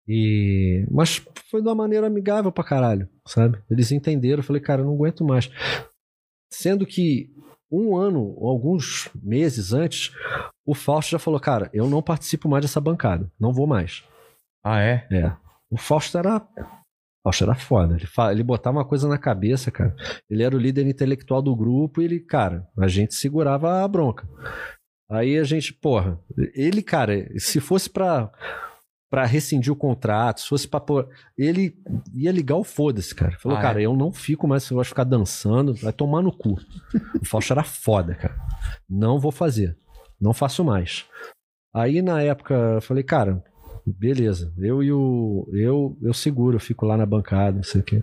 E. Mas foi de uma maneira amigável pra caralho, sabe? Eles entenderam. Eu falei, cara, eu não aguento mais. Sendo que um ano, ou alguns meses antes, o Fausto já falou, cara, eu não participo mais dessa bancada, não vou mais.
Ah, é?
É. O Fausto era. O Fausto era foda. Ele, fa- ele botava uma coisa na cabeça, cara. Ele era o líder intelectual do grupo e ele, cara, a gente segurava a bronca. Aí a gente, porra, ele, cara, se fosse pra. para rescindir o contrato, se fosse pra pôr. Ele ia ligar o foda-se, cara. Falou,
Ah, é?
cara, eu não fico mais, eu gosto de ficar dançando, vai tomar no cu. o Fausto era foda, cara. Não vou fazer. Não faço mais. Aí na época eu falei, cara, beleza. Eu e o. Eu, eu seguro, eu fico lá na bancada, não sei o quê.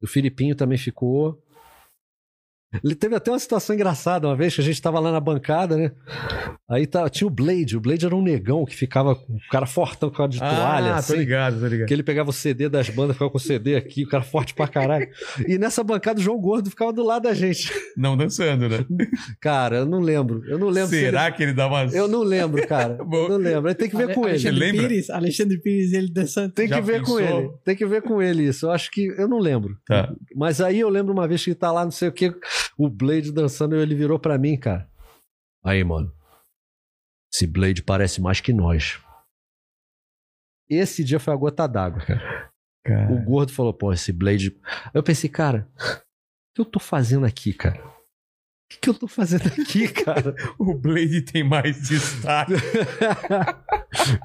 O Filipinho também ficou. Ele teve até uma situação engraçada uma vez que a gente tava lá na bancada, né? Aí tá, tinha o Blade. O Blade era um negão que ficava com o cara fortão com a de toalha.
ah, tô
Assim,
ligado, tô ligado.
que ele pegava o CD das bandas, ficava com o CD aqui, o cara forte pra caralho. E nessa bancada o João Gordo ficava do lado da gente.
Não dançando, né?
Cara, eu não lembro. Eu não lembro. se
Será que ele dá umas.
ele- Eu não lembro, cara. Eu
Bom.
não lembro. Aí Tem que ver
Ale-
com ele.
Alexandre
Lembra?
Pires, Alexandre Pires, ele dançando.
Tem
Já
que ver
pensou?
com ele. Tem que ver com ele isso. Eu acho que. Eu não lembro.
Tá.
Mas aí eu lembro uma vez que ele tá lá, não sei o que, o Blade dançando e ele virou pra mim, cara. Aí, mano. Esse Blade parece mais que nós. Esse dia foi a gota d'água, cara. O
Cara,
gordo falou, pô, esse Blade. Aí eu pensei, cara, o que eu tô fazendo aqui, cara? O que, que eu tô fazendo aqui, cara?
o Blade tem mais destaque.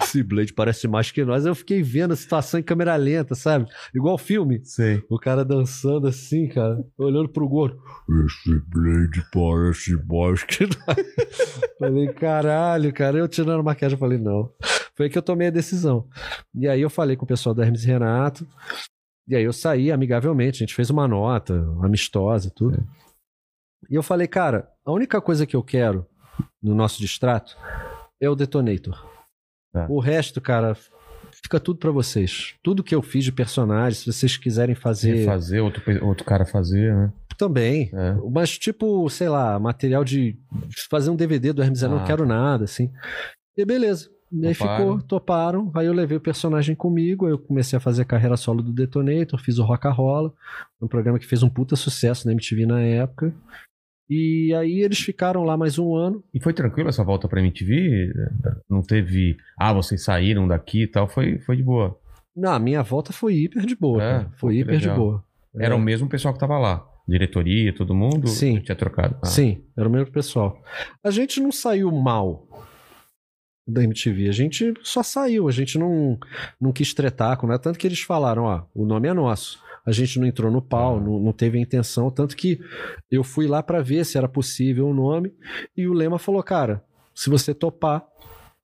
esse Blade parece mais que nós. Eu fiquei vendo a situação em câmera lenta, sabe? Igual filme.
Sei.
O cara dançando assim, cara, olhando pro gordo. Esse Blade parece mais que nós. Falei, caralho, cara. Eu tirando a maquiagem, eu falei, não. Foi aí que eu tomei a decisão. E aí eu falei com o pessoal da Hermes e Renato. E aí eu saí amigavelmente. A gente fez uma nota amistosa e tudo. E eu falei, cara, a única coisa que eu quero no nosso distrato é o detonator.
Tá.
O resto, cara, fica tudo pra vocês. Tudo que eu fiz de personagem, se vocês quiserem fazer
Fazer, outro, pe- outro cara fazer, né?
também.
É.
Mas, tipo, sei lá, material de fazer um DVD do Hermes, eu
Ah.
não quero nada, assim. E beleza. E aí
Toparam.
ficou, toparam. Aí eu levei o personagem comigo, aí eu comecei a fazer a carreira solo do Detonator, fiz o Rock Rola, um programa que fez um puta sucesso na MTV na época. E aí eles ficaram lá mais um ano.
E foi tranquilo essa volta pra MTV? Não teve. Ah, vocês saíram daqui e tal. Foi, foi de boa.
Na minha volta foi hiper de boa,
É,
cara. Foi
pô, que
hiper
legal.
de boa.
Era um
É.
o mesmo pessoal que tava lá. Diretoria, todo mundo.
Sim.
Tinha trocado. Ah,
Sim, era o mesmo pessoal. A gente não saiu mal da MTV, a gente só saiu, a gente não, não quis tretar com nada. Tanto que eles falaram: ó, o nome é nosso. A gente não entrou no pau,
Ah.
não, não teve a intenção. Tanto que eu fui lá pra ver se era possível o nome, e o Lema falou: cara, se você topar.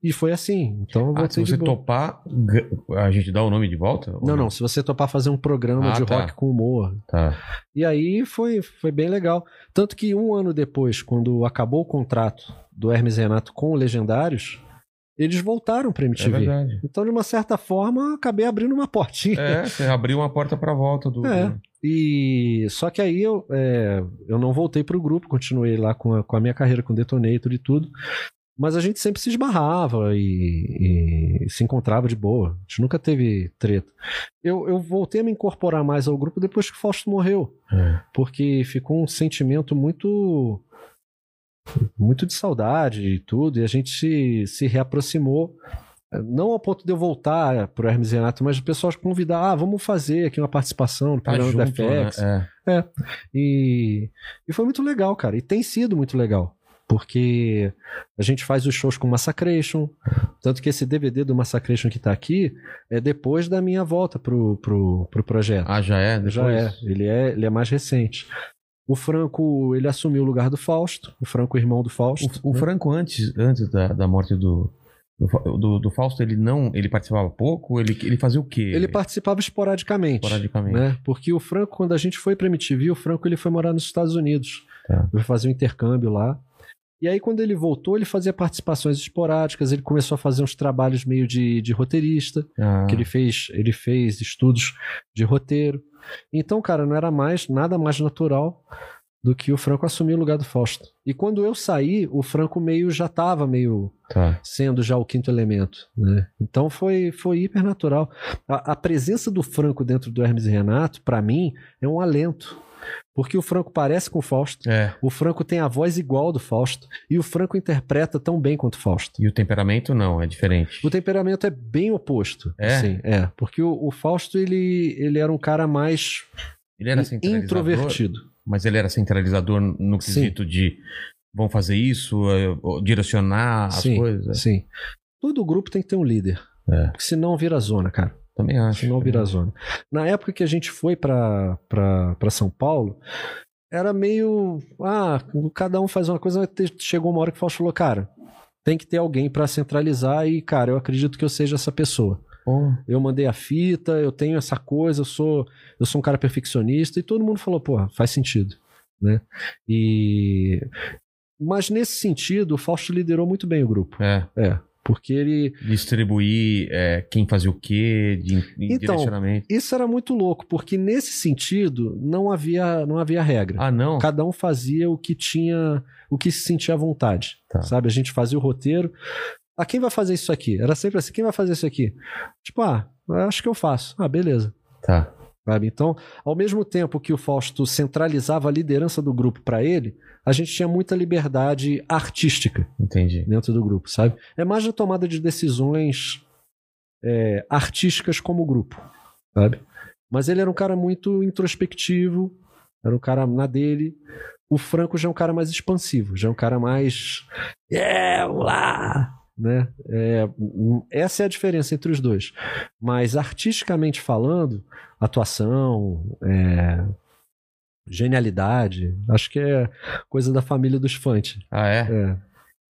E foi assim. Então eu
Ah,
vou
se você topar, g- a gente dá o nome de volta? Ou
Não, não, se você topar fazer um programa
Ah,
de
tá.
rock com humor,
Tá.
e aí foi, foi bem legal. Tanto que um ano depois, quando acabou o contrato do Hermes e Renato com o Legendários, eles voltaram pra
É
MTV.
verdade.
então, de uma certa forma, eu acabei abrindo uma portinha.
É, você abriu uma porta pra volta do.
É.
do-
E só que aí eu, é, eu não voltei pro grupo, continuei lá com a, com a minha carreira com o Detonator e tudo. Mas a gente sempre se esbarrava e, e se encontrava de boa. A gente nunca teve treta. Eu, eu voltei a me incorporar mais ao grupo depois que o Fausto morreu.
É.
porque ficou um sentimento muito muito de saudade e tudo, e a gente se, se reaproximou, não ao ponto de eu voltar pro Hermes e Renato, mas o pessoal convidar, ah, vamos fazer aqui uma participação no
Tá
programa da
junto, né?
FX, e, e foi muito legal, cara, e tem sido muito legal, porque a gente faz os shows com Massacration, tanto que esse DVD do Massacration que tá aqui é depois da minha volta pro, pro, pro projeto.
Ah, já é? Depois...
Já é. Ele, é, ele é mais recente. O Franco, ele assumiu o lugar do Fausto, o Franco, irmão do Fausto.
O, o Franco, antes, antes da, da morte do, do, Fa- do, do Fausto, ele não. Ele participava pouco? Ele, ele fazia o quê?
Ele participava esporadicamente.
Esporadicamente.
Né? Porque o Franco, quando a gente foi pra MTV, o Franco ele foi morar nos Estados Unidos.
Tá.
Foi fazer um intercâmbio lá. E aí, quando ele voltou, ele fazia participações esporádicas, ele começou a fazer uns trabalhos meio de, de roteirista.
Ah,
que ele fez, ele fez estudos de roteiro. Então, cara, não era mais nada mais natural do que o Franco assumir o lugar do Fausto. E quando eu saí, o Franco meio já estava meio
tá.
sendo já o quinto elemento, né? Então foi foi hiper natural. A, a presença do Franco dentro do Hermes e Renato, pra mim, é um alento. Porque o Franco parece com o Fausto,
É.
o Franco tem a voz igual do Fausto e o Franco interpreta tão bem quanto o Fausto.
E o temperamento não, é diferente.
O temperamento é bem oposto.
É?
Sim, é. Porque o, o Fausto, ele, ele era um cara mais
Ele era centralizador.
introvertido.
Mas ele era centralizador no
Sim.
quesito de vão fazer isso, eh, ou direcionar as
Sim,
coisas.
Sim. Todo grupo tem que ter um líder.
É.
Porque senão vira zona, cara.
Também acho.
Senão vira zona. Na época que a gente foi pra pra- pra São Paulo, era meio. Ah, cada um faz uma coisa, mas te- chegou uma hora que o Fausto falou, cara, tem que ter alguém pra centralizar e, cara, eu acredito que eu seja essa pessoa.
Pô,
Eu mandei a fita, eu tenho essa coisa, eu sou, eu sou um cara perfeccionista, e todo mundo falou, porra, faz sentido. Né? E. Mas nesse sentido, o Fausto liderou muito bem o grupo.
É.
É. Porque ele,
Distribuir é, quem fazia o quê, de, de
Então,
direcionamento.
Isso era muito louco, porque nesse sentido não havia, não havia regra.
Ah, não?
Cada um fazia o que tinha, o que se sentia à vontade.
Tá.
Sabe? A gente fazia o roteiro. Ah, quem vai fazer isso aqui? Era sempre assim, quem vai fazer isso aqui? Tipo, ah, acho que eu faço. Ah, beleza.
Tá.
Sabe? Então, ao mesmo tempo que o Fausto centralizava a liderança do grupo para ele, a gente tinha muita liberdade artística
Entendi.
dentro do grupo, sabe? É mais a tomada de decisões é, artísticas como grupo, sabe? Mas ele era um cara muito introspectivo, era um cara na dele. O Franco já é um cara mais expansivo, já é um cara mais. É, vamos lá! Né? É, um- essa é a diferença entre os dois. Mas artisticamente falando, atuação, é, genialidade, acho que é coisa da família dos Fante.
Ah, é?
É.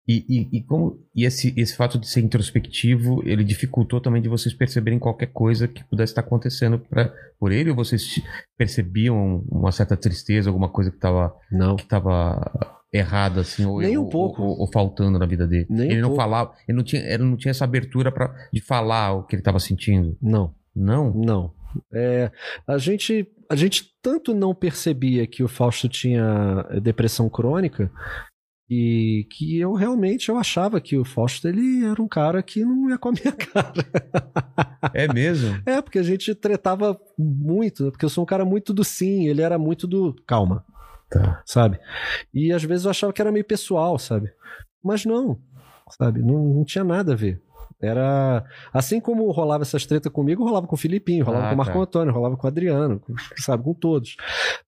E, e, e como e esse, esse fato de ser introspectivo, ele dificultou também de vocês perceberem qualquer coisa que pudesse estar acontecendo pra, por ele? Ou vocês percebiam um, uma certa tristeza, alguma coisa que estava
Não.
que tava errada, assim, ou,
Nem um
ou-
pouco.
ou- ou faltando na vida dele?
Nem um
ele não
pouco.
falava, ele não tinha, ele não tinha essa abertura pra, de falar o que ele estava sentindo.
Não,
Não?
não. É, a, gente, a gente tanto não percebia que o Fausto tinha eh, depressão crônica e que eu realmente eu achava que o Fausto ele era um cara que não ia com a minha cara.
É mesmo?
É, porque a gente tretava muito, né? porque eu sou um cara muito do sim, ele era muito do calma,
Tá.
sabe? E às vezes eu achava que era meio pessoal, sabe? Mas não, sabe? Não, não tinha nada a ver. Era. Assim como rolava essas tretas comigo, rolava com o Filipinho, rolava
Ah,
com o Marco
tá.
Antônio, rolava com o Adriano, com- sabe? Com todos.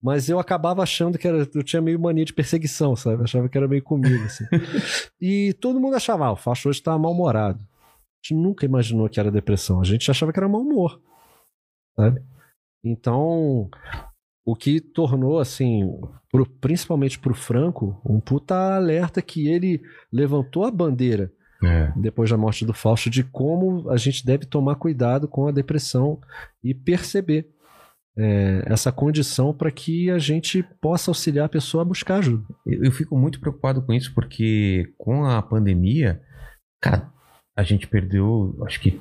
Mas eu acabava achando que era, eu tinha meio mania de perseguição, sabe? Eu achava que era meio comigo, assim. e todo mundo achava, ah, o Fausto hoje tá mal-humorado. A gente nunca imaginou que era depressão. A gente achava que era mau humor. Sabe? Então, o que tornou, assim, pro, principalmente pro Franco, um puta alerta que ele levantou a bandeira
É.
depois da morte do Fausto de como a gente deve tomar cuidado com a depressão e perceber é, essa condição para que a gente possa auxiliar a pessoa a buscar ajuda.
Eu, eu fico muito preocupado com isso porque com a pandemia, cara, a gente perdeu, acho que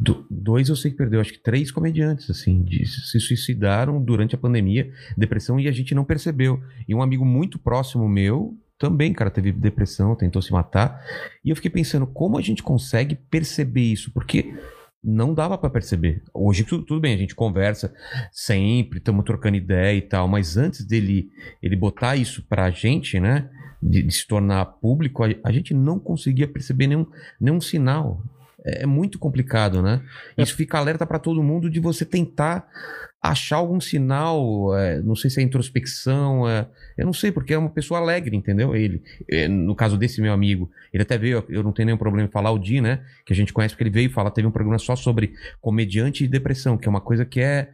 do- dois eu sei que perdeu, acho que três comediantes assim, de- se suicidaram durante a pandemia, depressão e a gente não percebeu. E um amigo muito próximo meu também, cara, teve depressão, tentou se matar. E eu fiquei pensando como a gente consegue perceber isso, porque não dava pra perceber. Hoje tu- tudo bem, a gente conversa sempre, estamos trocando ideia e tal, mas antes dele ele botar isso pra gente, né? De, de se tornar público, a, a gente não conseguia perceber nenhum, nenhum sinal. É, é muito complicado, né? Isso fica alerta pra todo mundo de você tentar achar algum sinal, é, não sei se é introspecção, é, eu não sei, porque é uma pessoa alegre, entendeu? Ele, é, no caso desse meu amigo, ele até veio, eu não tenho nenhum problema em falar o Di, né? Que a gente conhece, porque ele veio falar, teve um programa só sobre comediante e depressão, que é uma coisa que é,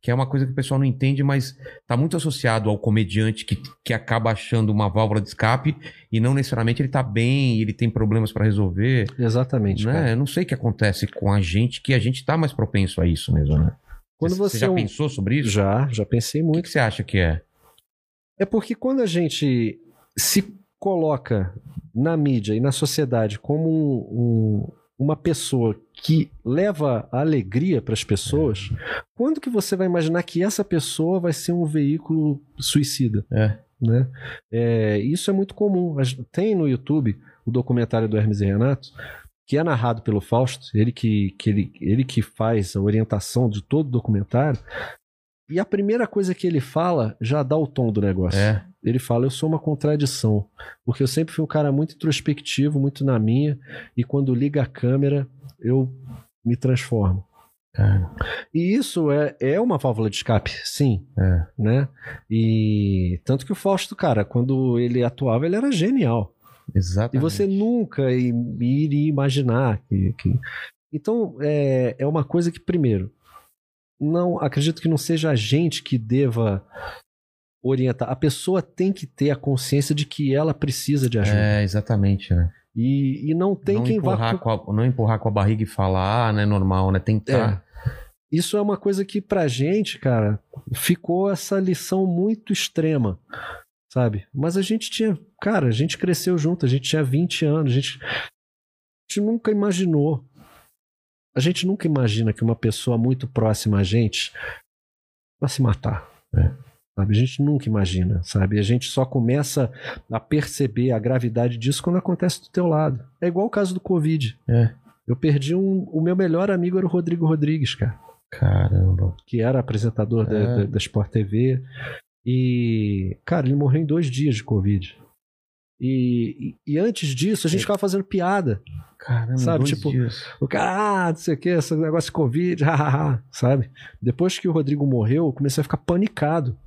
que é uma coisa que o pessoal não entende, mas tá muito associado ao comediante que, que acaba achando uma válvula de escape e não necessariamente ele tá bem, ele tem problemas pra resolver,
Exatamente. cara.
né? Eu não sei o que acontece com a gente, que a gente tá mais propenso a isso mesmo, né?
Quando
Cê-
você,
cê já
é um-
pensou sobre isso?
já, já pensei
O
muito.
que que você acha que é?
É porque quando a gente se coloca na mídia e na sociedade como um- um- uma pessoa que leva alegria para as pessoas, quando que você vai imaginar que essa pessoa vai ser um veículo suicida?
É.
Né? É, isso é muito comum. A gente- Tem no YouTube o documentário do Hermes e Renato, que é narrado pelo Fausto, ele que, que ele, ele que faz a orientação de todo o documentário. E a primeira coisa que ele fala já dá o tom do negócio.
É.
Ele fala: Eu sou uma contradição, porque eu sempre fui um cara muito introspectivo, muito na minha, e quando liga a câmera, eu me transformo.
Cara,
E isso é, é uma válvula de escape, sim.
É.
Né? E tanto que o Fausto, cara, quando ele atuava, ele era genial. E
exatamente.
você nunca i- iria imaginar que, que Então, é, é uma coisa que, primeiro, não acredito que não seja a gente que deva orientar. A pessoa tem que ter a consciência de que ela precisa de ajuda.
É, exatamente, né?
E, e não tem
não,
quem
empurrar
vá.
com a, não empurrar com a barriga e falar, ah, não é normal, né? Tentar.
Isso é uma coisa que pra gente, cara, ficou essa lição muito extrema, sabe? Mas a gente tinha, cara, a gente cresceu junto, a gente tinha 20 anos, a gente, a gente nunca imaginou. A gente nunca imagina que uma pessoa muito próxima a gente vai se matar. né?
É.
Sabe? A gente nunca imagina, sabe? A gente só começa a perceber a gravidade disso quando acontece do teu lado. É igual o caso do Covid.
É.
Eu perdi um. O meu melhor amigo era o Rodrigo Rodrigues, cara
Caramba.
que era apresentador da,
É.
da, da Sport TV. E, cara, ele morreu em dois dias de Covid. E, e, e antes disso,
É.
a gente ficava fazendo piada.
Caramba,
Sabe,
dois
tipo,
dias.
O cara, ah, não sei o que, esse negócio de Covid, hahaha, sabe? Depois que o Rodrigo morreu, eu comecei a ficar panicado.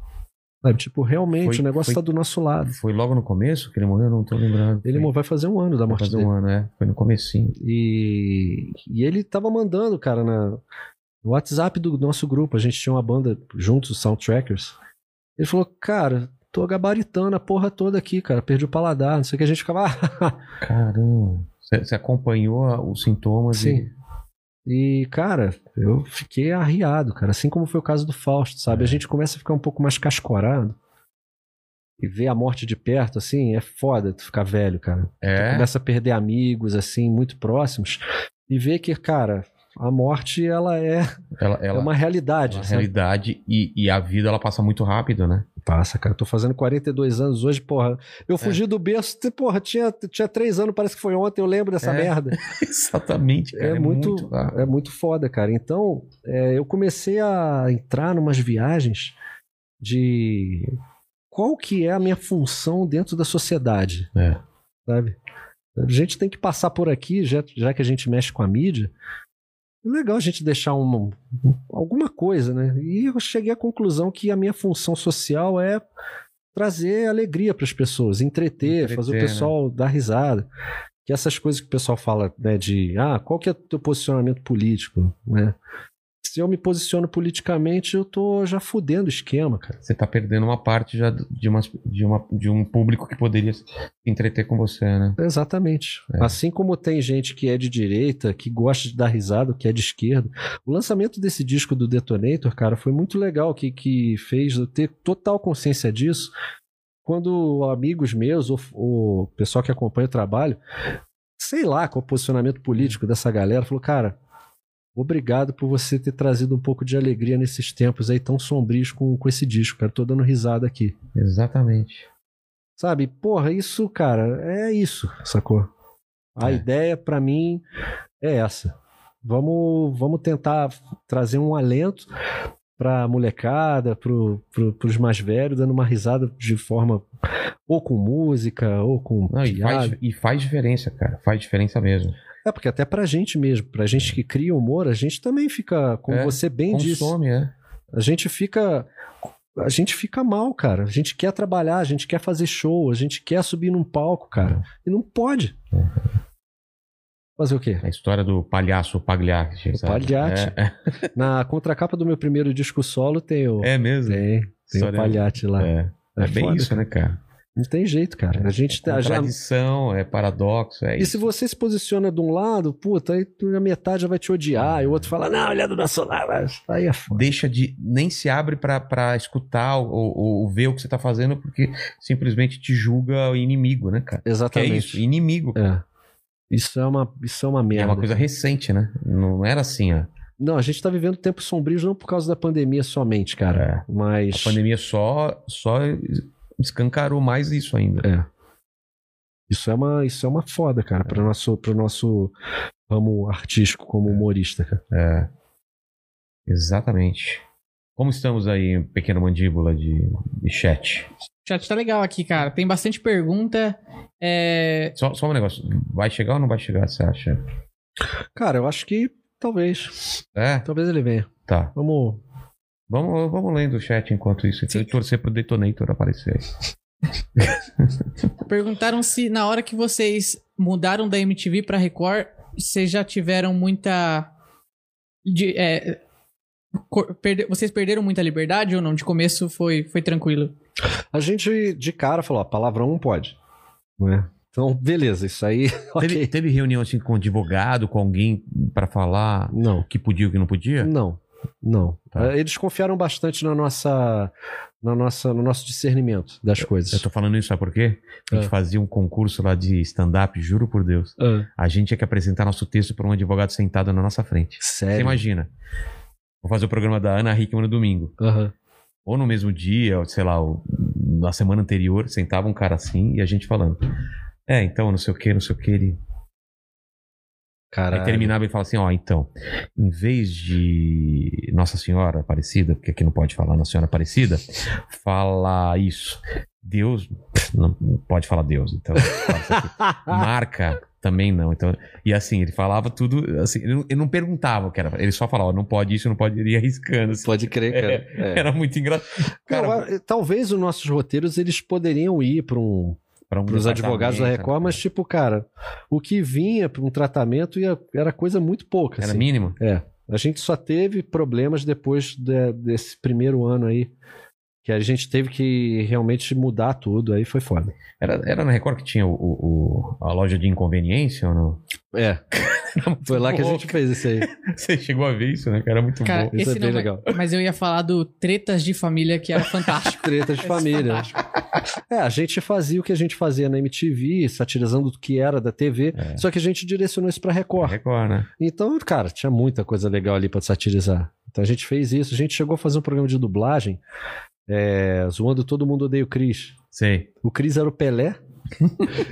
Sabe? Tipo, realmente,
Foi-
o negócio
foi-
tá do nosso lado.
Foi logo no começo que ele morreu? Eu Não tô lembrando.
Ele
Foi-
morreu, vai fazer um ano da
vai
morte
fazer
dele.
um ano, é. Foi no comecinho.
E, e ele tava mandando, cara, na, no WhatsApp do nosso grupo. A gente tinha uma banda juntos, os Soundtrackers. Ele falou, cara, tô gabaritando a porra toda aqui, cara. Perdi o paladar, não sei o que. A gente ficava, ah,
Caramba. Você você acompanhou a- os sintomas e-
assim. E, cara, eu fiquei arriado, cara. Assim como foi o caso do Fausto, sabe? A gente começa a ficar um pouco mais cascorado. E ver a morte de perto, assim, é foda tu ficar velho, cara. Tu
É.
começa a perder amigos, assim, muito próximos, e vê que, cara, a morte, ela é,
Ela,
é
ela,
uma realidade.
ela- a
sabe?
realidade e, e a vida ela passa muito rápido, né?
Passa, cara. Eu tô fazendo 42 anos hoje, porra. Eu fugi do berço, t- porra, tinha, tinha 3 anos, parece que foi ontem, eu lembro dessa
É.
merda.
Exatamente, cara.
É, muito,
rápido.
é muito foda, cara. Então, é, eu comecei a entrar numas viagens de qual que é a minha função dentro da sociedade.
É.
sabe? A gente tem que passar por aqui, já, já que a gente mexe com a mídia. É legal a gente deixar uma, alguma coisa, né? E eu cheguei à conclusão que a minha função social é trazer alegria para as pessoas, entreter,
Entreter,
fazer o pessoal dar risada. Que essas coisas que o pessoal fala, né, de ah, qual que é o teu posicionamento político, né? Se eu me posiciono politicamente, eu tô já fudendo o esquema, cara.
Você tá perdendo uma parte já de, umas, de, uma, de um público que poderia se entreter com você, né?
Exatamente. Assim como tem gente que é de direita, que gosta de dar risada, que é de esquerda. O lançamento desse disco do Detonator, cara, foi muito legal, que, que fez eu ter total consciência disso. Quando amigos meus, ou, ou pessoal que acompanha o trabalho, sei lá qual é o posicionamento político dessa galera, falou, cara, obrigado por você ter trazido um pouco de alegria nesses tempos aí tão sombrios com, com esse disco, cara. Tô dando risada aqui.
Exatamente.
Sabe? Porra, isso, cara, é isso, sacou? A
É.
ideia pra mim é essa. Vamos, vamos tentar trazer um alento pra molecada, pro, pro, pros mais velhos, dando uma risada de forma ou com música, ou com
Não, e,
piada.
faz, e faz diferença, cara. Faz diferença mesmo.
É, porque até pra gente mesmo, pra gente que cria humor, a gente também fica, como
É,
você bem disse,
Consome, é.
a gente fica. A gente fica mal, cara. A gente quer trabalhar, a gente quer fazer show, a gente quer subir num palco, cara. E não pode. Fazer o quê?
é. A história do palhaço Pagliacci.
O
sabe?
Pagliacci.
É,
Na contracapa do meu primeiro disco solo tem o.
é mesmo.
Tem, tem o
História-
palhate lá. É,
É, é bem
foda,
isso,
cara.
né, cara?
Não tem jeito, cara. A gente tá. Já...
Tradição, é paradoxo, é
E se
isso.
você se posiciona de um lado, puta, aí tu- a metade já vai te odiar, e o outro fala, não, ele é do nosso lado. Aí é foda.
Deixa de. Nem se abre pra, pra escutar ou, ou ver o que você tá fazendo, porque simplesmente te julga o inimigo, né, cara? Que é
Exatamente.
isso, inimigo.
É. Isso é uma, isso é uma
E
merda.
é uma coisa recente, né? Não era assim, ó.
Não, a gente tá vivendo tempos sombrios não por causa da pandemia somente, cara.
É. A
Mas.
pandemia só, só escancarou mais isso ainda.
É. Isso é uma, isso é uma foda, cara, para nosso, pro nosso ramo artístico como humorista, cara.
É. Exatamente. Como estamos aí, pequeno mandíbula de, de chat?
O chat tá legal aqui, cara. Tem bastante pergunta. É,
Só, só um negócio. Vai chegar ou não vai chegar, você acha?
Cara, eu acho que talvez.
É?
Talvez ele venha.
Tá.
Vamos.
Vamos, vamos lendo o chat enquanto isso. Eu torcer pro Detonator aparecer.
Perguntaram se na hora que vocês mudaram da MTV pra Record, vocês já tiveram muita. de- é, cor- perde- vocês perderam muita liberdade ou não? De começo foi, foi tranquilo.
A gente de cara falou, ó, palavrão não pode. Não é? Então, beleza, isso aí.
Teve,
ok.
teve reunião assim com advogado, com alguém pra falar
Não.
o que podia e o que não podia?
Não, não.
Tá.
Eh, Eles confiaram bastante na nossa, na nossa, no nosso discernimento das
Eu
coisas.
tô falando isso, sabe por quê? A gente
Ah.
fazia um concurso lá de stand-up, juro por Deus.
Ah,
A gente tinha que apresentar nosso texto pra um advogado sentado na nossa frente. Você
sério.
imagina. Vou fazer o programa da Ana Hickman no domingo.
Aham.
Ou no mesmo dia, ou sei lá, ou na semana anterior, sentava um cara assim e a gente falando. É, então, não sei o que, não sei o que. Ele... Aí
Caralho.
terminava e falava assim: ó, então, em vez de Nossa Senhora Aparecida, porque aqui não pode falar Nossa Senhora Aparecida, fala isso. Deus, pff, não pode falar Deus, então. fala isso aqui. Marca também não. Então, e assim, ele falava tudo, assim, ele não, ele não perguntava o que era. Ele só falava, ó, não pode isso, não pode, ele ia arriscando. assim.
Pode crer, cara. É.
Era muito engraçado. Cara,
Não, ah, talvez os nossos roteiros eles poderiam ir para um,
para um
os advogados da
departamento,
Record, mas tipo, cara, o que vinha para um tratamento ia- era coisa muito pouca.
Era
assim.
mínimo?
É. A gente só teve problemas depois de- desse primeiro ano aí. Que a gente teve que realmente mudar tudo, aí foi foda.
Era, era na Record que tinha o, o- o- a loja de inconveniência ou não?
É. Foi lá que a gente
Louco.
fez isso aí.
Você chegou a ver isso, né? Cara, era muito
Cara,
bom.
Isso
esse
é
não
bem
vai-
legal.
Mas eu ia falar do Tretas de Família, que era fantástico.
Treta de família. É, a gente fazia o que a gente fazia na MTV, satirizando o que era da TV,
É.
só que a gente direcionou isso pra
Na
Record.
Record, né?
Então, cara, tinha muita coisa legal ali pra satirizar. Então a gente fez isso. A gente chegou a fazer um programa de dublagem, é, zoando todo mundo odeia o Cris.
Sei.
O Cris era o Pelé.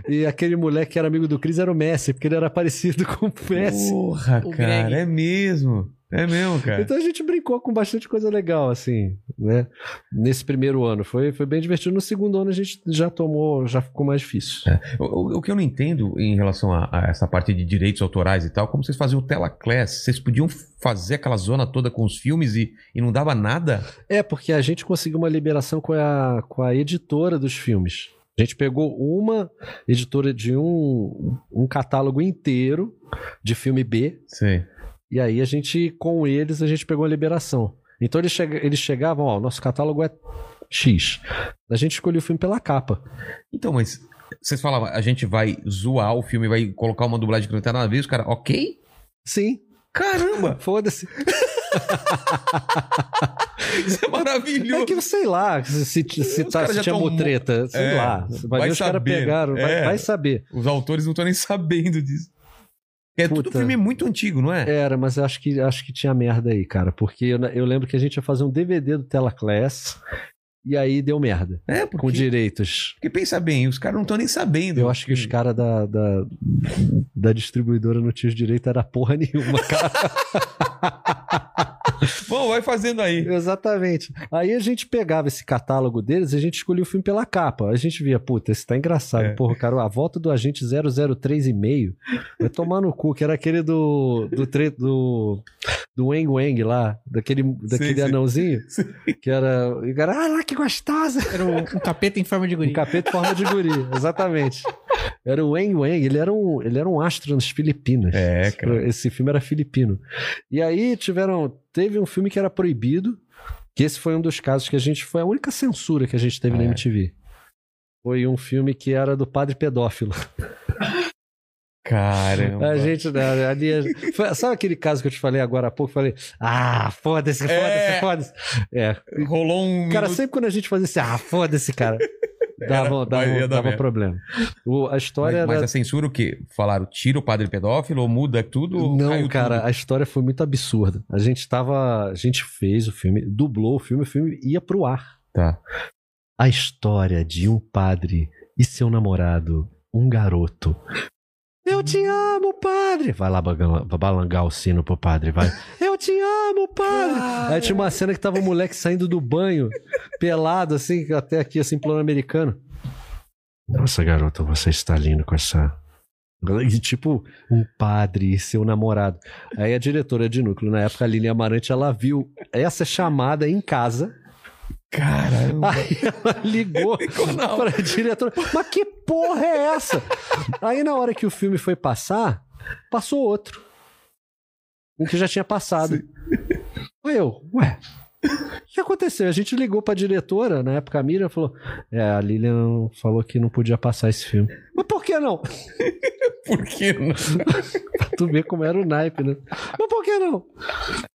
e aquele moleque que era amigo do Cris era o Messi, porque ele era parecido com o Messi.
Porra,
O
cara,
Greg.
é mesmo. É mesmo, cara.
Então a gente brincou com bastante coisa legal, assim, né? Nesse primeiro ano. Foi, foi bem divertido. No segundo ano a gente já tomou, já ficou mais difícil.
O, o- o que eu não entendo em relação a, a essa parte de direitos autorais e tal, como vocês faziam o Telaclass? Vocês podiam fazer aquela zona toda com os filmes e, e não dava nada?
É, porque a gente conseguiu uma liberação com a, com a editora dos filmes. A gente pegou uma editora de um, um catálogo inteiro de filme B,
Sei.
e aí a gente, com eles, a gente pegou a liberação. Então eles, chega- eles chegavam, ó, o nosso catálogo é X. A gente escolheu o filme pela capa.
Então, mas vocês falavam, a gente vai zoar o filme, vai colocar uma dublagem que não tem nada a ver, os caras, ok?
Sim,
Caramba,
foda-se.
isso é maravilhoso.
É que eu sei lá se, se, se
Os
tá,
caras
se
já
tinha
tão mo-
mutreta, sei
É,
lá.
vai
Vai ver os caras
saber,
pegaram,
é.
vai, vai saber.
Os autores não estão nem sabendo disso. É tudo
Puta.
filme muito antigo, não é?
Era, mas eu acho que, acho que tinha merda aí, cara. Porque eu, eu lembro que a gente ia fazer um DVD do Telaclass e aí deu merda.
É, porque,
Com direitos.
porque pensa bem, os caras não estão nem sabendo.
Eu acho que os caras da, da, da distribuidora não tinham os direitos, era porra nenhuma, cara.
Bom, vai fazendo aí.
Exatamente. Aí a gente pegava esse catálogo deles e a gente escolhia o filme pela capa. A gente via, puta, esse tá engraçado.
É.
Porra, cara, a volta do agente 003 e meio vai tomar no cu, que era aquele do do tre- do, do Wang Wang lá, daquele, daquele
sim.
anãozinho, que era, e o cara, ah lá, que gostosa.
Era um, um capeta em forma de
Um
guri.
capeta em forma de guri, exatamente. Era o Wang Wang, ele era um, ele era um astro nas Filipinas.
É,
Esse-
cara.
Esse filme era filipino. E aí tiveram. Teve um filme que era proibido, que esse foi um dos casos que a gente. Foi a única censura que a gente teve
Ah,
na
é?
MTV. Foi um filme que era do padre pedófilo.
Caramba.
A gente, né, ali, a- foi- sabe aquele caso que eu te falei agora há pouco? Eu Falei, ah, foda-se, foda-se,
É.
foda-se. É.
Rolou um.
Cara,
minuto-
sempre quando a gente fazia esse, ah, foda-se, cara,
Era-
dava, dava,
ia dar
dava
merda.
problema. O- a história
mas, mas é
era.
a censura o quê? Falaram, tira o padre pedófilo ou muda tudo? ou
Não,
caiu
cara,
tudo?
a história foi muito absurda. A gente tava. A gente fez o filme, dublou o filme, o filme ia pro ar.
Tá.
A história de um padre e seu namorado, um garoto. Eu te amo, padre! Vai lá bagan- balangar o sino pro padre, vai. Eu te amo, padre! Aí tinha uma cena que tava o moleque saindo do banho, pelado, assim, até aqui, assim, plano americano. Nossa, garoto, você está lindo com essa. E, tipo, um padre e seu namorado. Aí a diretora de núcleo, na época, a Lilian Amarante, ela viu essa chamada em casa.
Caramba.
Aí ela ligou
Ficou na hora.
pra diretora. Mas que porra é essa? Aí na hora que o filme foi passar, Passou outro. Um que já tinha passado. Aí eu, ué. O que aconteceu? A gente ligou pra diretora, na época a Miriam falou: É, a Lilian falou que não podia passar esse filme. Mas por que não?
Por que não?
tu vê como era o naipe, né? Mas por que não?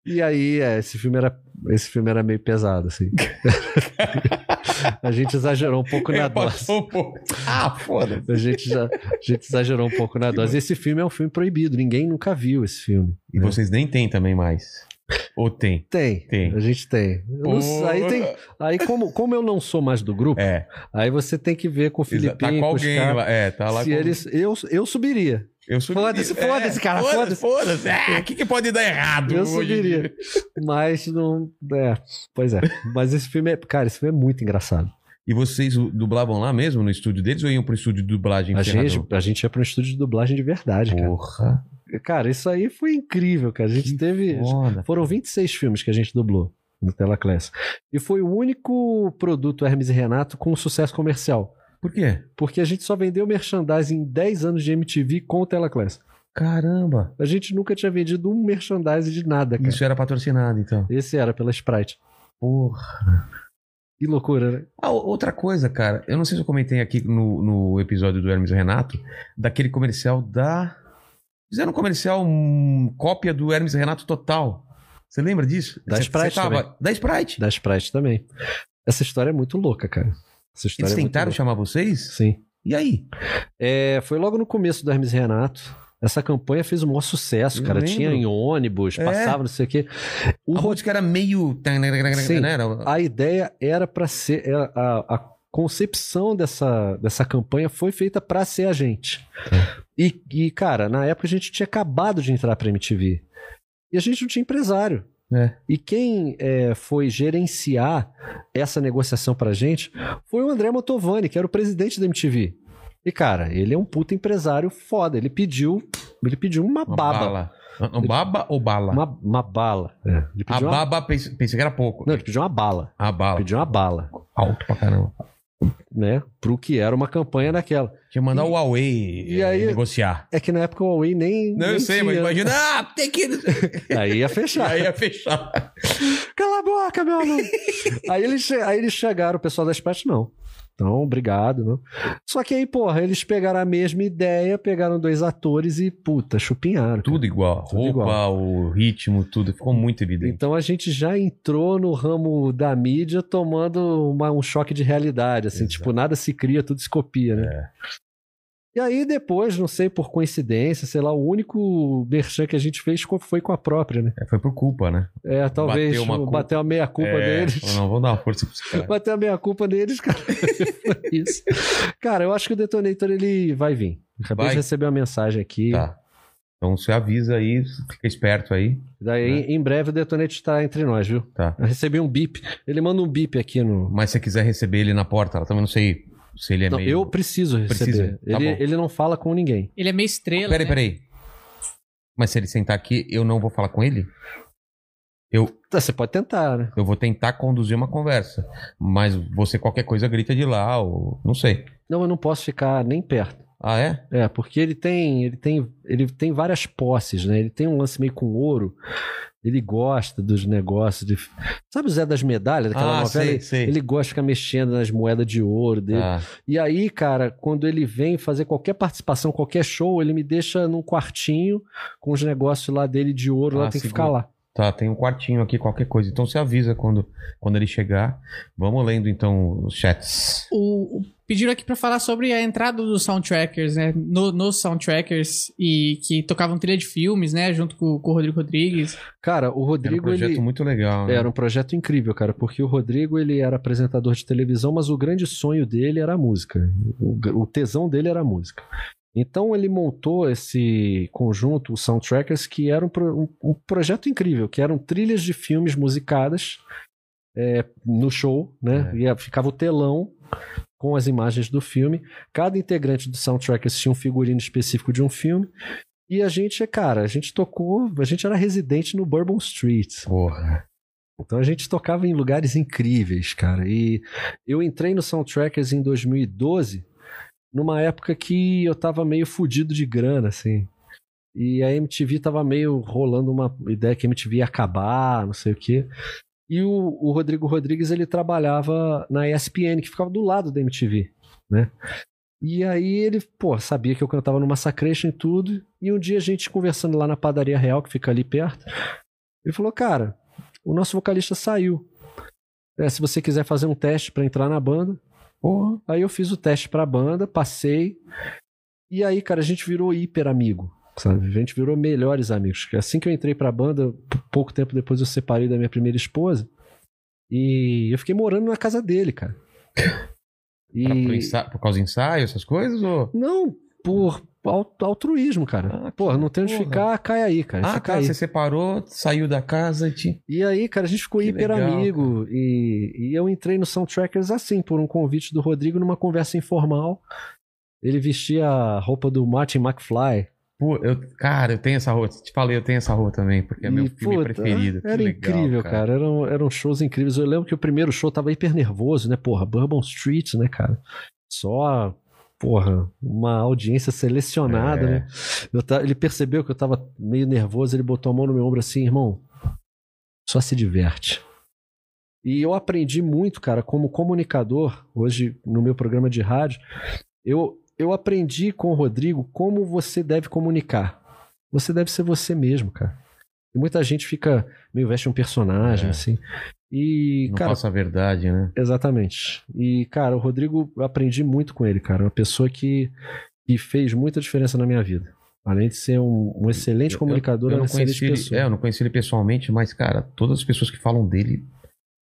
E aí, é, esse filme era esse filme era meio pesado, assim. a gente exagerou um pouco na
É,
dose.
passou um pouco. Ah, foda-se.
A gente, já, a gente exagerou um pouco na dose. Esse filme é um filme proibido, ninguém nunca viu esse filme.
E vocês nem têm também mais. Ou tem?
Tem.
Tem.
A gente tem. Eu não sei, aí tem. Aí, como, como eu não sou mais do grupo,
É,
aí você tem que ver com o
exa-
Filipinho.
tá com
com os
alguém
caras,
lá. É, tá lá
se
com...
eles, eu, eu subiria.
Eu subiria. É,
Foda-se, foda-se, cara,
Foda-se, foda-se. É, o que, que pode dar errado?
Eu
hoje em
subiria.
dia?
Mas não. É, pois é. Mas esse filme é. Cara, esse filme é muito engraçado.
E vocês dublavam lá mesmo, no estúdio deles, ou iam pro estúdio de dublagem?
A
ferradão?
gente, a gente ia pra um estúdio de dublagem de verdade, cara.
Porra.
Cara, isso aí foi incrível, cara. A gente teve.
Foda.
Foram 26 filmes que a gente dublou no Telaclass. E foi o único produto Hermes e Renato com sucesso comercial.
Por quê?
Porque a gente só vendeu merchandising em 10 anos de MTV com o Telaclass.
Caramba.
A gente nunca tinha vendido um merchandising de nada, É, cara.
Isso era patrocinado, então.
Esse era pela Sprite.
Porra.
Que loucura, né?
Ah, o- outra coisa, cara. Eu não sei se eu comentei aqui no, no episódio do Hermes e Renato, daquele comercial da... Fizeram um comercial, hum, cópia do Hermes e Renato total. Você lembra disso?
Da
Você-
Sprite
você tava... Da Sprite.
Da Sprite também. Essa história é muito louca, cara. Essa história
Eles
é muito
tentaram
louca.
chamar vocês?
Sim.
E aí?
É, foi logo no começo do Hermes e Renato. Essa campanha fez o maior sucesso,
Eu
cara.
lembro.
Tinha em ônibus,
É.
passava, não sei o quê. O
A música era meio...
Sim.
Né? Era-
a ideia era para ser era- a, a concepção dessa, dessa campanha foi feita para ser a gente.
É.
E, e, cara, na época a gente tinha acabado de entrar para MTV e a gente não tinha empresário.
É.
E quem é, foi gerenciar essa negociação pra gente foi o André Motovani, que era o presidente da MTV. E, cara, ele é um puta empresário foda. Ele pediu, ele pediu uma,
Uma
baba.
bala. Uma baba ou bala?
Uma, uma bala. É, Ele
A
pediu uma,
baba, pense- pensei que era pouco.
Não, ele pediu uma bala.
A bala.
Ele pediu uma bala.
Alto pra caramba.
né, pro que era uma campanha naquela.
Tinha que mandar
E-
o Huawei
e
eh,
aí-
negociar.
É que na época o Huawei nem.
Não, eu
nem
sei, mas
tinha.
imagina. Ah, tem que.
Aí ia
E
fechar.
aí ia fechar.
Cala a boca, meu aluno! aí, eles, che- aí eles chegaram, o pessoal da Sprite, não. Então, obrigado, né? Só que aí, porra, eles pegaram a mesma ideia, pegaram dois atores e, puta, chupinharam. cara.
Tudo igual.
Tudo
Roupa,
igual.
o ritmo, tudo. Ficou muito evidente.
Então a gente já entrou no ramo da mídia tomando uma- um choque de realidade, assim,
Exato. É.
tipo, nada se cria, tudo se copia, né? E aí depois, não sei por coincidência, sei lá, o único merchan que a gente fez co- foi com a própria, né?
É, foi por culpa, né?
É, talvez
Bateu uma
tipo,
culpa.
bateu a meia culpa
é,
deles.
falou, Não, vamos dar uma força pra esse cara.
Bateu a meia culpa deles, cara. Foi Isso. Cara, eu acho que o detonator ele vai vir. Acabei
Vai?
de receber uma mensagem aqui.
Tá. Então você avisa aí, fica esperto aí.
Daí, em breve, o detonator está entre nós, viu?
Né? Tá.
Eu recebi um bip. Ele manda um bip aqui no,
Mas se você quiser receber ele na porta, eu também não sei se ele é
Não,
meio.
eu preciso receber.
Precisa, tá
ele,
bom.
ele não fala com ninguém.
Ele é meio estrela.
Peraí,
né?
peraí. Mas se ele sentar aqui, eu não vou falar com ele? Eu,
Tá, você pode tentar, né?
eu vou tentar conduzir uma conversa. Mas você, qualquer coisa, grita de lá, ou não sei.
Não, eu não posso ficar nem perto.
Ah, é?
É, porque ele tem, ele tem, ele tem várias posses, né? Ele tem um lance meio com ouro. Ele gosta dos negócios de Sabe o Zé das Medalhas, daquela
ah,
novela?
sei,
Ele-
sei.
Ele gosta de ficar mexendo nas moedas de ouro dele.
Ah,
E aí, cara, quando ele vem fazer qualquer participação, qualquer show, ele me deixa num quartinho com os negócios lá dele de ouro,
Ah,
lá tem que
segura.
ficar lá.
tá, tem um quartinho aqui, qualquer coisa. Então você avisa quando, quando ele chegar. Vamos lendo, então, os chats.
O, o- pediram aqui pra falar sobre a entrada dos soundtrackers, né? No, nos soundtrackers e que tocavam trilha de filmes, né? Junto com, com o Rodrigo Rodrigues.
Cara, o
Era um
Rodrigo
projeto
ele
muito legal, né?
Era um projeto incrível, cara, porque o Rodrigo ele era apresentador de televisão, mas o grande sonho dele era a música. O, gr- o tesão dele era a música. Então ele montou esse conjunto, o Soundtrackers, que era um, pro- um- um projeto incrível, que eram trilhas de filmes musicadas é, no show, né?
É.
E a- ficava o telão com as imagens do filme. Cada integrante do Soundtrackers tinha um figurino específico de um filme. E a gente, cara, a gente tocou, a gente era residente no Bourbon Street.
Porra.
Então a gente tocava em lugares incríveis, cara. E eu entrei no Soundtrackers em 2012, numa época que eu tava meio fudido de grana, assim. E a MTV tava meio rolando uma ideia que a MTV ia acabar, não sei o quê. E o, o Rodrigo Rodrigues, ele trabalhava na ESPN, que ficava do lado da MTV, né? E aí ele, pô, sabia que eu cantava no Massacration e tudo. E um dia a gente conversando lá na Padaria Real, que fica ali perto, ele falou, cara, o nosso vocalista saiu. É, se você quiser fazer um teste para entrar na banda. Porra. Aí eu fiz o teste pra banda, passei. E aí, cara, a gente virou hiper amigo. Sabe? A gente virou melhores amigos. Assim que eu entrei pra banda, pouco tempo depois eu separei da minha primeira esposa. E eu fiquei morando na casa dele, cara.
E... Pra- por, ensa- por causa do ensaio, essas coisas? Ou...
Não, por al- altruísmo, cara.
Ah, que
Porra, não tem onde
porra.
ficar, cai aí, cara.
Ah,
fica
cara,
aí.
você separou, saiu da casa e te...
E aí, cara, a gente ficou
Que
hiper
legal,
amigo. E, e eu entrei no Soundtrackers assim, por um convite do Rodrigo numa conversa informal. Ele vestia a roupa do Martin McFly.
Pô, eu, cara, eu tenho essa rua. Te falei, eu tenho essa rua também, porque é meu
E,
filme
puta,
preferido. Que
Era
legal,
incrível, cara. Eram, eram shows incríveis. Eu lembro que o primeiro show tava hiper nervoso, né? Porra, Bourbon Street, né, cara? Só, porra, uma audiência selecionada,
É.
né? Eu ta- Ele percebeu que eu tava meio nervoso, ele botou a mão no meu ombro assim, irmão, só se diverte. E eu aprendi muito, cara, como comunicador, hoje no meu programa de rádio, eu, eu aprendi com o Rodrigo como você deve comunicar. Você deve ser você mesmo, cara. E muita gente fica meio veste um personagem,
É.
assim. E,
Não
cara,
faça a verdade, né?
Exatamente. E, cara, o Rodrigo, eu aprendi muito com ele, cara. Uma pessoa que, que fez muita diferença na minha vida. Além de ser um, um excelente
Eu-
comunicador,
eu
é uma
não
excelente
conheci ele,
pessoa.
é, eu não conheci ele pessoalmente, mas, cara, todas as pessoas que falam dele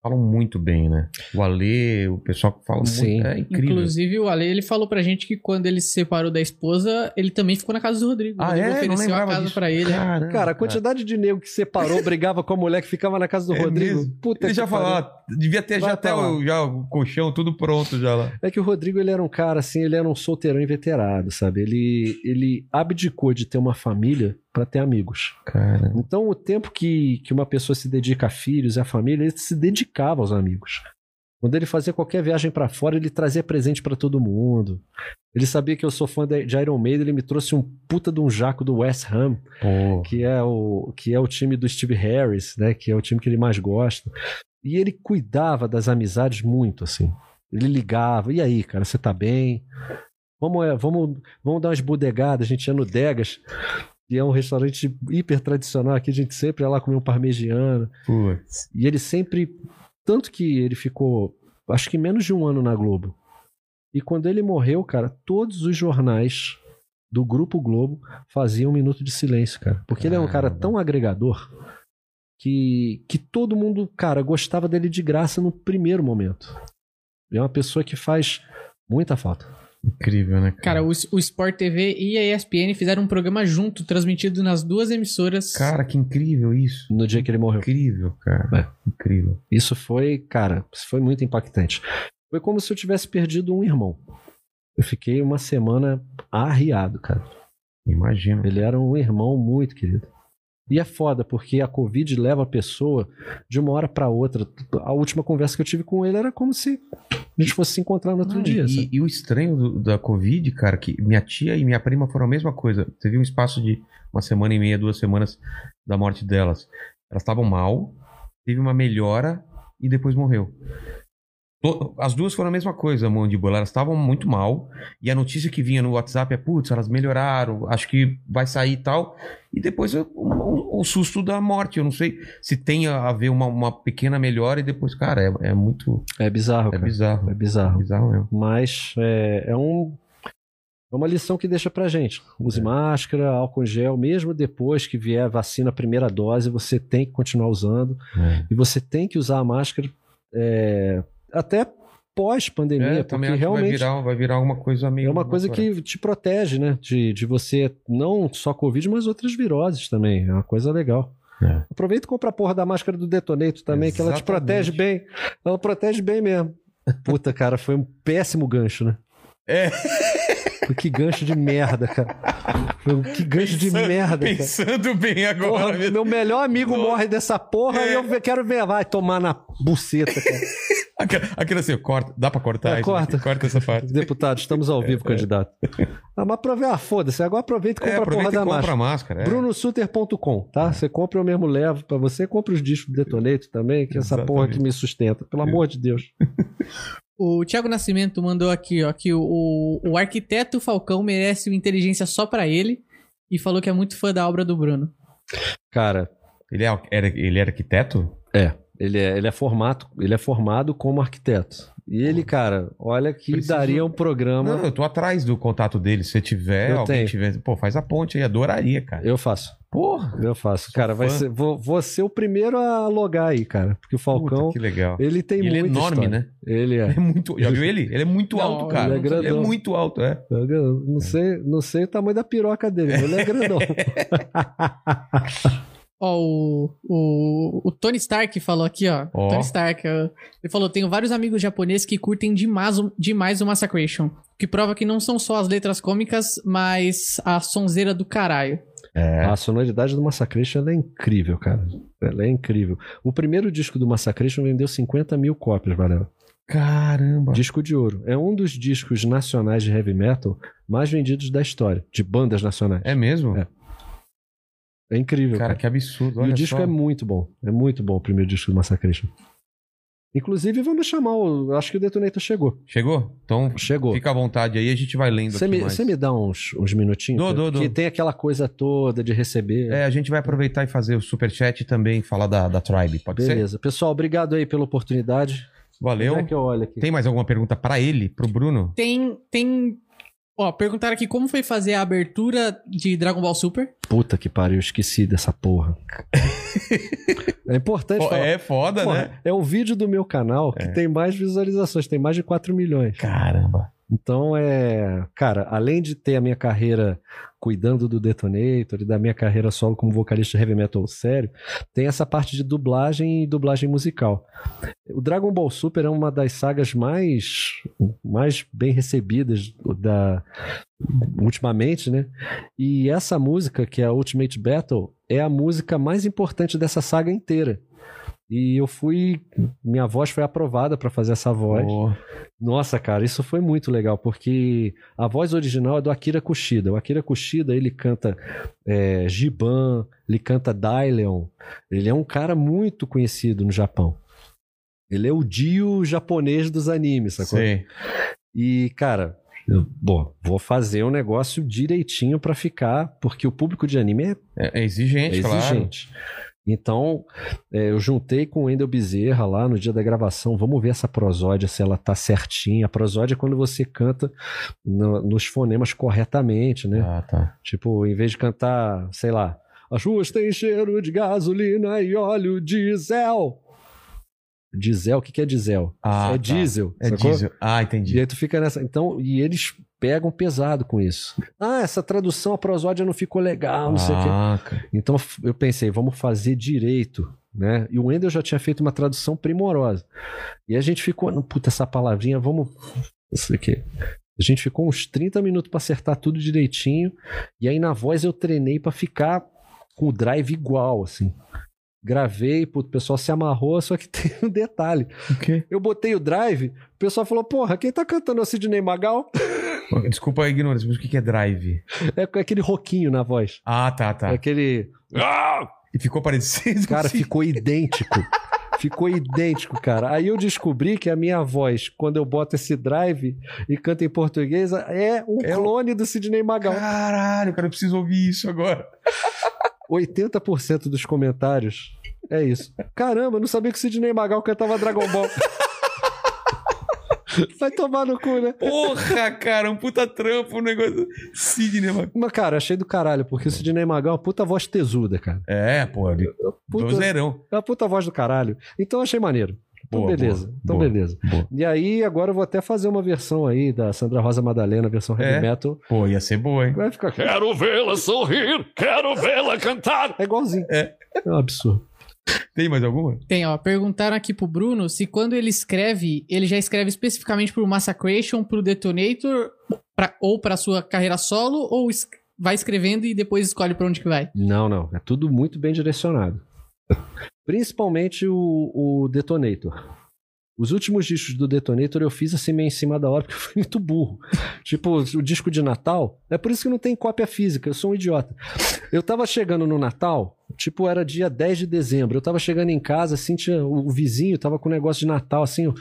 falam muito bem, né? O Ale, o pessoal que fala
Sim.
muito. É incrível.
Inclusive, o Ale, ele falou pra gente que quando ele se separou da esposa, ele também ficou na casa do Rodrigo. O
ah,
Rodrigo
é? Não
ofereceu a
lembrava
casa
disso.
pra ele.
Caramba,
Cara, a quantidade de nego que separou, brigava com a mulher que ficava na casa do
É
Rodrigo.
mesmo?
Puta
Ele já
que pariu.
falou, ah, devia ter já
Vai
até
pra lá.
o, já o colchão tudo pronto já lá.
É que o Rodrigo, ele era um cara assim, ele era um solteirão inveterado, sabe? Ele, ele abdicou de ter uma família pra ter amigos.
Cara,
Então, o tempo que, que uma pessoa se dedica a filhos e à família, ele se dedicava aos amigos. Quando ele fazia qualquer viagem pra fora, ele trazia presente pra todo mundo. Ele sabia que eu sou fã de de Iron Maiden, ele me trouxe um puta de um jaco do West Ham,
pô.
que é o, que é o time do Steve Harris, né? Que é o time que ele mais gosta. E ele cuidava das amizades muito, assim. Ele ligava, e aí, cara, você tá bem? Vamos, é, vamos, vamos dar umas bodegadas, a gente ia no Degas, que é um restaurante hiper tradicional aqui, a gente sempre ia lá comer um parmegiana.
Putz.
E ele sempre. Tanto que ele ficou, acho que menos de um ano na Globo. E quando ele morreu, cara, todos os jornais do Grupo Globo faziam um minuto de silêncio, cara. Porque ele é um cara
Caramba.
tão agregador que, que todo mundo, cara, gostava dele de graça no primeiro momento. Ele é uma pessoa que faz muita falta.
Incrível, né,
Cara, o, o Sport TV e a ESPN fizeram um programa junto, transmitido nas duas emissoras.
Cara, que incrível isso.
No dia que ele morreu.
Incrível, cara. Incrível.
Isso foi, cara, isso foi muito impactante. Foi como se eu tivesse perdido um irmão. Eu fiquei uma semana arriado, cara.
Imagina.
Ele era um irmão muito querido. E é foda, porque a Covid leva a pessoa de uma hora pra outra. A última conversa que eu tive com ele era como se a gente fosse se encontrar no outro
Não,
um dia.
e-
sabe?
E, o estranho do- da Covid, cara, que minha tia e minha prima foram a mesma coisa. Teve um espaço de uma semana e meia, duas semanas da morte delas. Elas estavam mal, teve uma melhora e depois morreu. To- As duas foram a mesma coisa, mandíbula. Elas estavam muito mal. E a notícia que vinha no WhatsApp é: putz, elas melhoraram, acho que vai sair e tal. E depois eu- o, o susto da morte. Eu não sei se tem a a ver uma, uma pequena melhora e depois, cara, é, é muito.
É bizarro,
É
cara.
bizarro.
É bizarro.
bizarro mesmo.
Mas é, é um. É uma lição que deixa pra gente. Use
É.
máscara, álcool em gel, mesmo depois que vier a vacina, a primeira dose, você tem que continuar usando.
É.
E você tem que usar a máscara é, até pós-pandemia,
É, também acho que
porque
vai
realmente
virar, vai virar alguma coisa meio.
é uma coisa
natural.
que te protege, né? De, de você não só Covid, mas outras viroses também. É uma coisa legal.
É.
Aproveita e compra a porra da máscara do detonator também, que ela te
Exatamente.
protege bem. Ela protege bem mesmo. Puta, cara, foi um péssimo gancho, né?
É.
Que gancho de merda, cara. Foi um- Que gancho de
Pensando-
merda, cara.
Pensando bem agora
Porra,
mesmo. É.
meu melhor amigo
Nossa.
morre dessa porra e eu quero ver. Vai tomar na buceta, cara.
Aquela, aquela assim, corta, dá pra cortar
É,
isso daqui?
corta.
corta essa parte.
Deputado, estamos ao vivo, candidato. Ah, mas aproveita, ah, foda-se. Agora aproveita e compra
É,
a porra
aproveita e
da
compra
marcha.
a máscara. é.
brunosuter.com, tá? Você compra, eu mesmo levo pra você. Compra os discos do Detonator também, que é essa porra que
Exatamente.
me sustenta. Pelo amor de Deus.
O Thiago Nascimento mandou aqui, ó, que o, o arquiteto Falcão merece uma inteligência só pra ele e falou que é muito fã da obra do Bruno.
Cara,
Ele, é, era, ele era arquiteto?
ele é, ele é formato, ele é formado como arquiteto. E ele, cara, olha que
Preciso-
daria um programa.
Não, eu tô atrás do contato dele. Se você tiver,
Eu
alguém
tenho.
tiver. Pô, faz a ponte aí, adoraria, cara.
Eu faço,
Porra!
eu faço. Cara, vai
fã.
ser, vou, vou ser o primeiro a logar aí, cara. Porque o Falcão,
Puta, que legal.
ele tem
E ele é
muita
enorme,
história.
né?
Ele é.
É muito, já viu ele? Ele é muito
Não,
alto, cara.
ele é
Ele é,
grandão.
muito alto, é.
Eu não sei, não sei o tamanho da piroca dele, mas ele é grandão.
Ó, o, o, o Tony Stark falou aqui, ó.
Ó.
Tony Stark, ó, ele falou, tenho vários amigos japoneses que curtem demais, o- demais o Massacration. O Que prova que não são só as letras cômicas, mas a sonzeira do caralho.
É.
A sonoridade do Massacration ela é incrível, cara. Ela é incrível. O primeiro disco do Massacration vendeu 50 mil cópias, valeu.
Caramba.
Disco de ouro. É um dos discos nacionais de heavy metal mais vendidos da história, de bandas nacionais.
É mesmo?
É. É incrível.
Cara,
Cara,
que absurdo.
E
Olha
o disco
só.
é muito bom. É muito bom o primeiro disco do Massacration. Inclusive, vamos chamar o. Acho que o Detonator chegou.
Chegou? Então,
Chegou.
fica à vontade aí, a gente vai lendo
Você
aqui
me,
mais.
você me dá uns, uns minutinhos?
Dou,
Cara?
dou, dou.
Que tem aquela coisa toda de receber.
É, a gente vai aproveitar e fazer o superchat e também falar da, da Tribe, pode ser?
Beleza. Pessoal, obrigado aí pela oportunidade.
Valeu.
Como é que eu olho aqui?
Tem mais alguma pergunta pra ele, pro Bruno?
Tem, tem... Ó, perguntaram aqui como foi fazer a abertura de Dragon Ball Super.
Puta que pariu, eu esqueci dessa porra. é importante
Pô,
falar.
é foda,
Porra,
né? É.
é um vídeo do meu canal que tem mais visualizações, tem mais de 4 milhões.
Caramba.
Então é. Cara, além de ter a minha carreira cuidando do Detonator e da minha carreira solo como vocalista de heavy metal sério, tem essa parte de dublagem e dublagem musical. O Dragon Ball Super é uma das sagas mais, mais bem recebidas da, ultimamente, né? E essa música, que é a Ultimate Battle, é a música mais importante dessa saga inteira. E eu fui. Minha voz foi aprovada para fazer essa voz.
Pô,
Nossa, cara, isso foi muito legal, porque a voz original é do Akira Kushida. O Akira Kushida, ele canta é, Giban, ele canta Daileon. Ele é um cara muito conhecido no Japão. Ele é o Dio japonês dos animes, sacou?
sei.
E, cara, eu, bom, vou fazer um negócio direitinho pra ficar, porque o público de anime é
É, é exigente,
é
claro.
exigente. Então, é, eu juntei com o Endel Bezerra lá no dia da gravação. Vamos ver essa prosódia, se ela tá certinha. A prosódia é quando você canta no- nos fonemas corretamente, né?
Ah, tá.
Tipo, em vez de cantar, sei lá, as ruas têm cheiro de gasolina e óleo diesel. Diesel, o que, que é diesel?
Ah,
é
tá.
diesel.
É
sacou?
diesel. Ah,
E
entendi.
aí tu fica nessa. Então, e eles pegam pesado com isso. Ah, essa tradução, a prosódia não ficou legal, não sei o quê.
Ah, cara.
Então f- eu pensei, vamos fazer direito, né? E o Wendel já tinha feito uma tradução primorosa. E a gente ficou, não, puta, essa palavrinha, vamos. Não sei o quê. A gente ficou uns 30 minutos pra acertar tudo direitinho. E aí na voz eu treinei pra ficar com o drive igual, assim. Gravei, puto, o pessoal se amarrou, só que tem um detalhe.
O quê?
Eu botei o drive, o pessoal falou: Porra, quem tá cantando é o Sidney Magal?
Desculpa a ignorância, mas o que que é drive?
É com aquele roquinho na voz.
Ah, tá, tá. Ah!
É aquele.
E ficou parecido?
Cara,
assim?
ficou idêntico. Ficou idêntico, cara. Aí eu descobri que a minha voz, quando eu boto esse drive e canto em português, é um
É um-
clone do Sidney Magal.
Caralho, cara, eu preciso ouvir isso agora.
80% dos comentários é isso. Caramba, eu não sabia que o Sidney Magal cantava Dragon Ball. Vai tomar no cu, né?
Porra, cara, um puta trampo, um negócio. Sidney, mano.
Mas, cara, achei do caralho, porque o Sidney Magal é uma puta voz tesuda, cara.
É, pô, ele-
Puta, é
dozeirão.
uma puta voz do caralho. Então achei maneiro. Então,
Boa,
beleza.
boa,
então,
boa.
beleza.
Boa.
E aí, agora eu vou até fazer uma versão aí da Sandra Rosa Madalena, versão heavy
É.
metal.
Pô, ia ser boa, hein?
Vai ficar.
Quero vê-la sorrir, quero vê-la cantar.
É igualzinho.
É.
É um absurdo.
Tem mais alguma?
Tem, ó. Perguntaram aqui pro Bruno se quando ele escreve, ele já escreve especificamente pro Massacration, pro Detonator, pra, ou pra sua carreira solo, ou es- vai escrevendo e depois escolhe pra onde que vai.
Não, não. É tudo muito bem direcionado. Principalmente o, o Detonator. Os últimos discos do Detonator eu fiz assim meio em cima da hora, porque eu fui muito burro. tipo, o disco de Natal, é por isso que não tem cópia física, eu sou um idiota. Eu tava chegando no Natal, tipo, era dia 10 de dezembro, eu tava chegando em casa, assim, tinha, o vizinho tava com um negócio de Natal, assim, eu,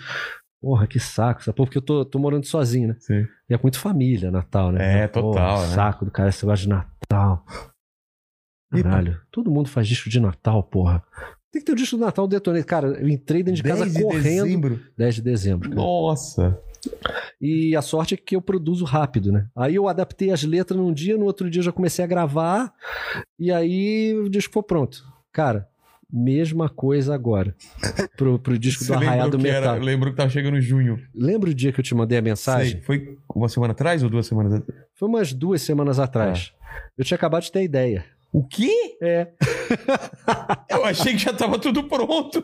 porra, que saco, sabe? Porque eu tô, tô morando sozinho, né?
Sim.
E é muito família, Natal, né?
É, total, né?
Saco do cara, esse negócio de Natal.
E,
Caralho, todo mundo faz disco de Natal, porra. Tem que ter o disco do Natal detonado. Cara, eu entrei dentro de casa
10 de
correndo.
dezembro.
10 de dezembro. cara.
Nossa.
E a sorte é que eu produzo rápido, né? Aí eu adaptei as letras num dia, no outro dia eu já comecei a gravar, e aí o disco foi pronto. Cara, mesma coisa agora. Pro, pro disco do Arraiado
que
Metal.
lembrou que tava chegando em junho.
Lembra o dia que eu te mandei a mensagem?
Sei, Foi uma semana atrás ou duas semanas atrás?
Foi umas duas semanas atrás. Eu tinha acabado de ter ideia.
O quê?
É.
Eu achei que já tava tudo pronto.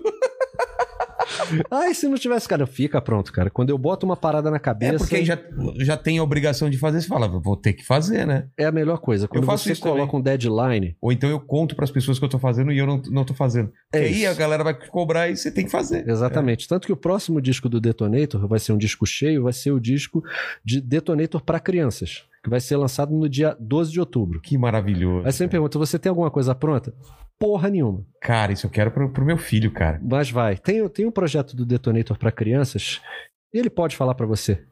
Ai, se não tivesse, cara, fica pronto, cara. Quando eu boto uma parada na cabeça,
É porque aí já, já tem a obrigação de fazer, você fala, vou ter que fazer, né?
é a melhor coisa. Quando
faço
você
isso também.
coloca um deadline,
Ou então eu conto pras pessoas que eu tô fazendo e eu não, não tô fazendo.
É
e aí
isso.
a galera vai cobrar e você tem que fazer. É.
Exatamente. Tanto que o próximo disco do Detonator vai ser um disco cheio, vai ser o disco de Detonator para crianças, que vai ser lançado no dia 12 de outubro.
Que maravilhoso.
Aí você me pergunta, você tem alguma coisa pronta? Porra nenhuma.
Cara, isso eu quero pro, pro meu filho, cara.
Mas vai. Tem, tem um projeto do Detonator para crianças e ele pode falar para você.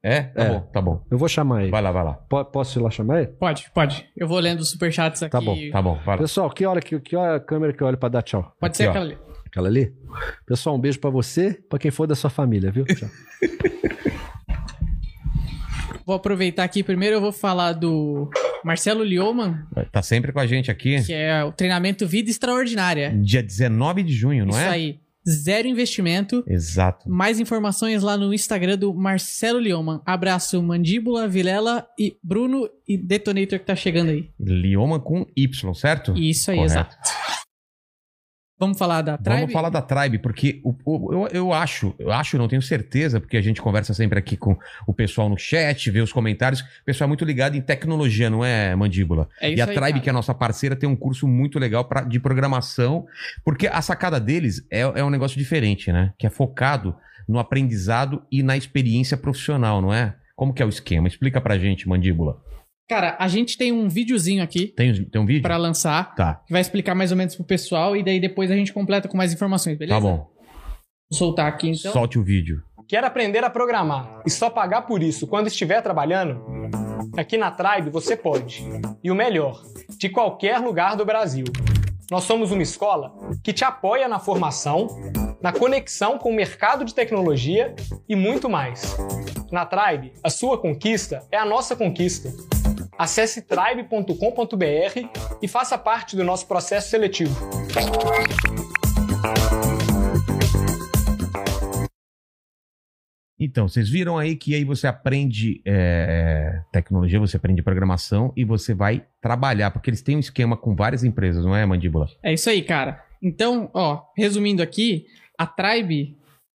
É? Tá
É.
bom, tá bom.
Eu vou chamar ele.
Vai lá, vai lá.
Po- posso ir lá chamar ele?
Pode, pode. Eu vou lendo os superchats aqui.
Tá bom,
Tá bom, vai lá.
Pessoal, que hora que, que hora a câmera que eu olho para dar tchau?
Pode
Aqui, ó.
ser aquela ali.
Aquela ali? Pessoal, um beijo pra você, pra quem for da sua família, viu? Tchau.
Vou aproveitar aqui primeiro, eu vou falar do Marcelo Lioman,
Tá sempre com a gente aqui.
que é o treinamento Vida Extraordinária.
Dia 19 de junho, não
Isso
é?
aí. Zero investimento.
Exato.
Mais informações lá no Instagram do Marcelo Lioman. Abraço, Mandíbula, Vilela e Bruno e Detonator que tá chegando aí.
Lioma com Y, certo?
Isso aí,
Correto.
exato. Vamos falar da Tribe?
Vamos falar da Tribe, porque o- o- eu, eu acho, eu acho, não tenho certeza, porque a gente conversa sempre aqui com o pessoal no chat, vê os comentários. O pessoal é muito ligado em tecnologia, não é, Mandíbula?
É
e
isso
a
aí,
Tribe,
cara.
que é a nossa parceira, tem um curso muito legal pra- de programação, porque a sacada deles é, é um negócio diferente, né? Que é focado no aprendizado e na experiência profissional, não é? Como que é o esquema? Explica pra gente, Mandíbula.
Cara, a gente tem um videozinho aqui
Tem, os- tem um vídeo?
pra lançar,
Tá,
que vai explicar mais ou menos pro pessoal, e daí depois a gente completa com mais informações, beleza?
tá bom.
Vou soltar aqui então.
Solte o vídeo.
Quer aprender a programar e só pagar por isso quando estiver trabalhando? Aqui na Tribe você pode. E o melhor, de qualquer lugar do Brasil. Nós somos uma escola que te apoia na formação, na conexão com o mercado de tecnologia e muito mais. Na Tribe, a sua conquista é a nossa conquista. Acesse tribe.com.br e faça parte do nosso processo seletivo.
Então, vocês viram aí que aí você aprende é, tecnologia, você aprende programação e você vai trabalhar, porque eles têm um esquema com várias empresas, não é, Mandíbula?
É isso aí, cara. Então, ó, resumindo aqui, a Tribe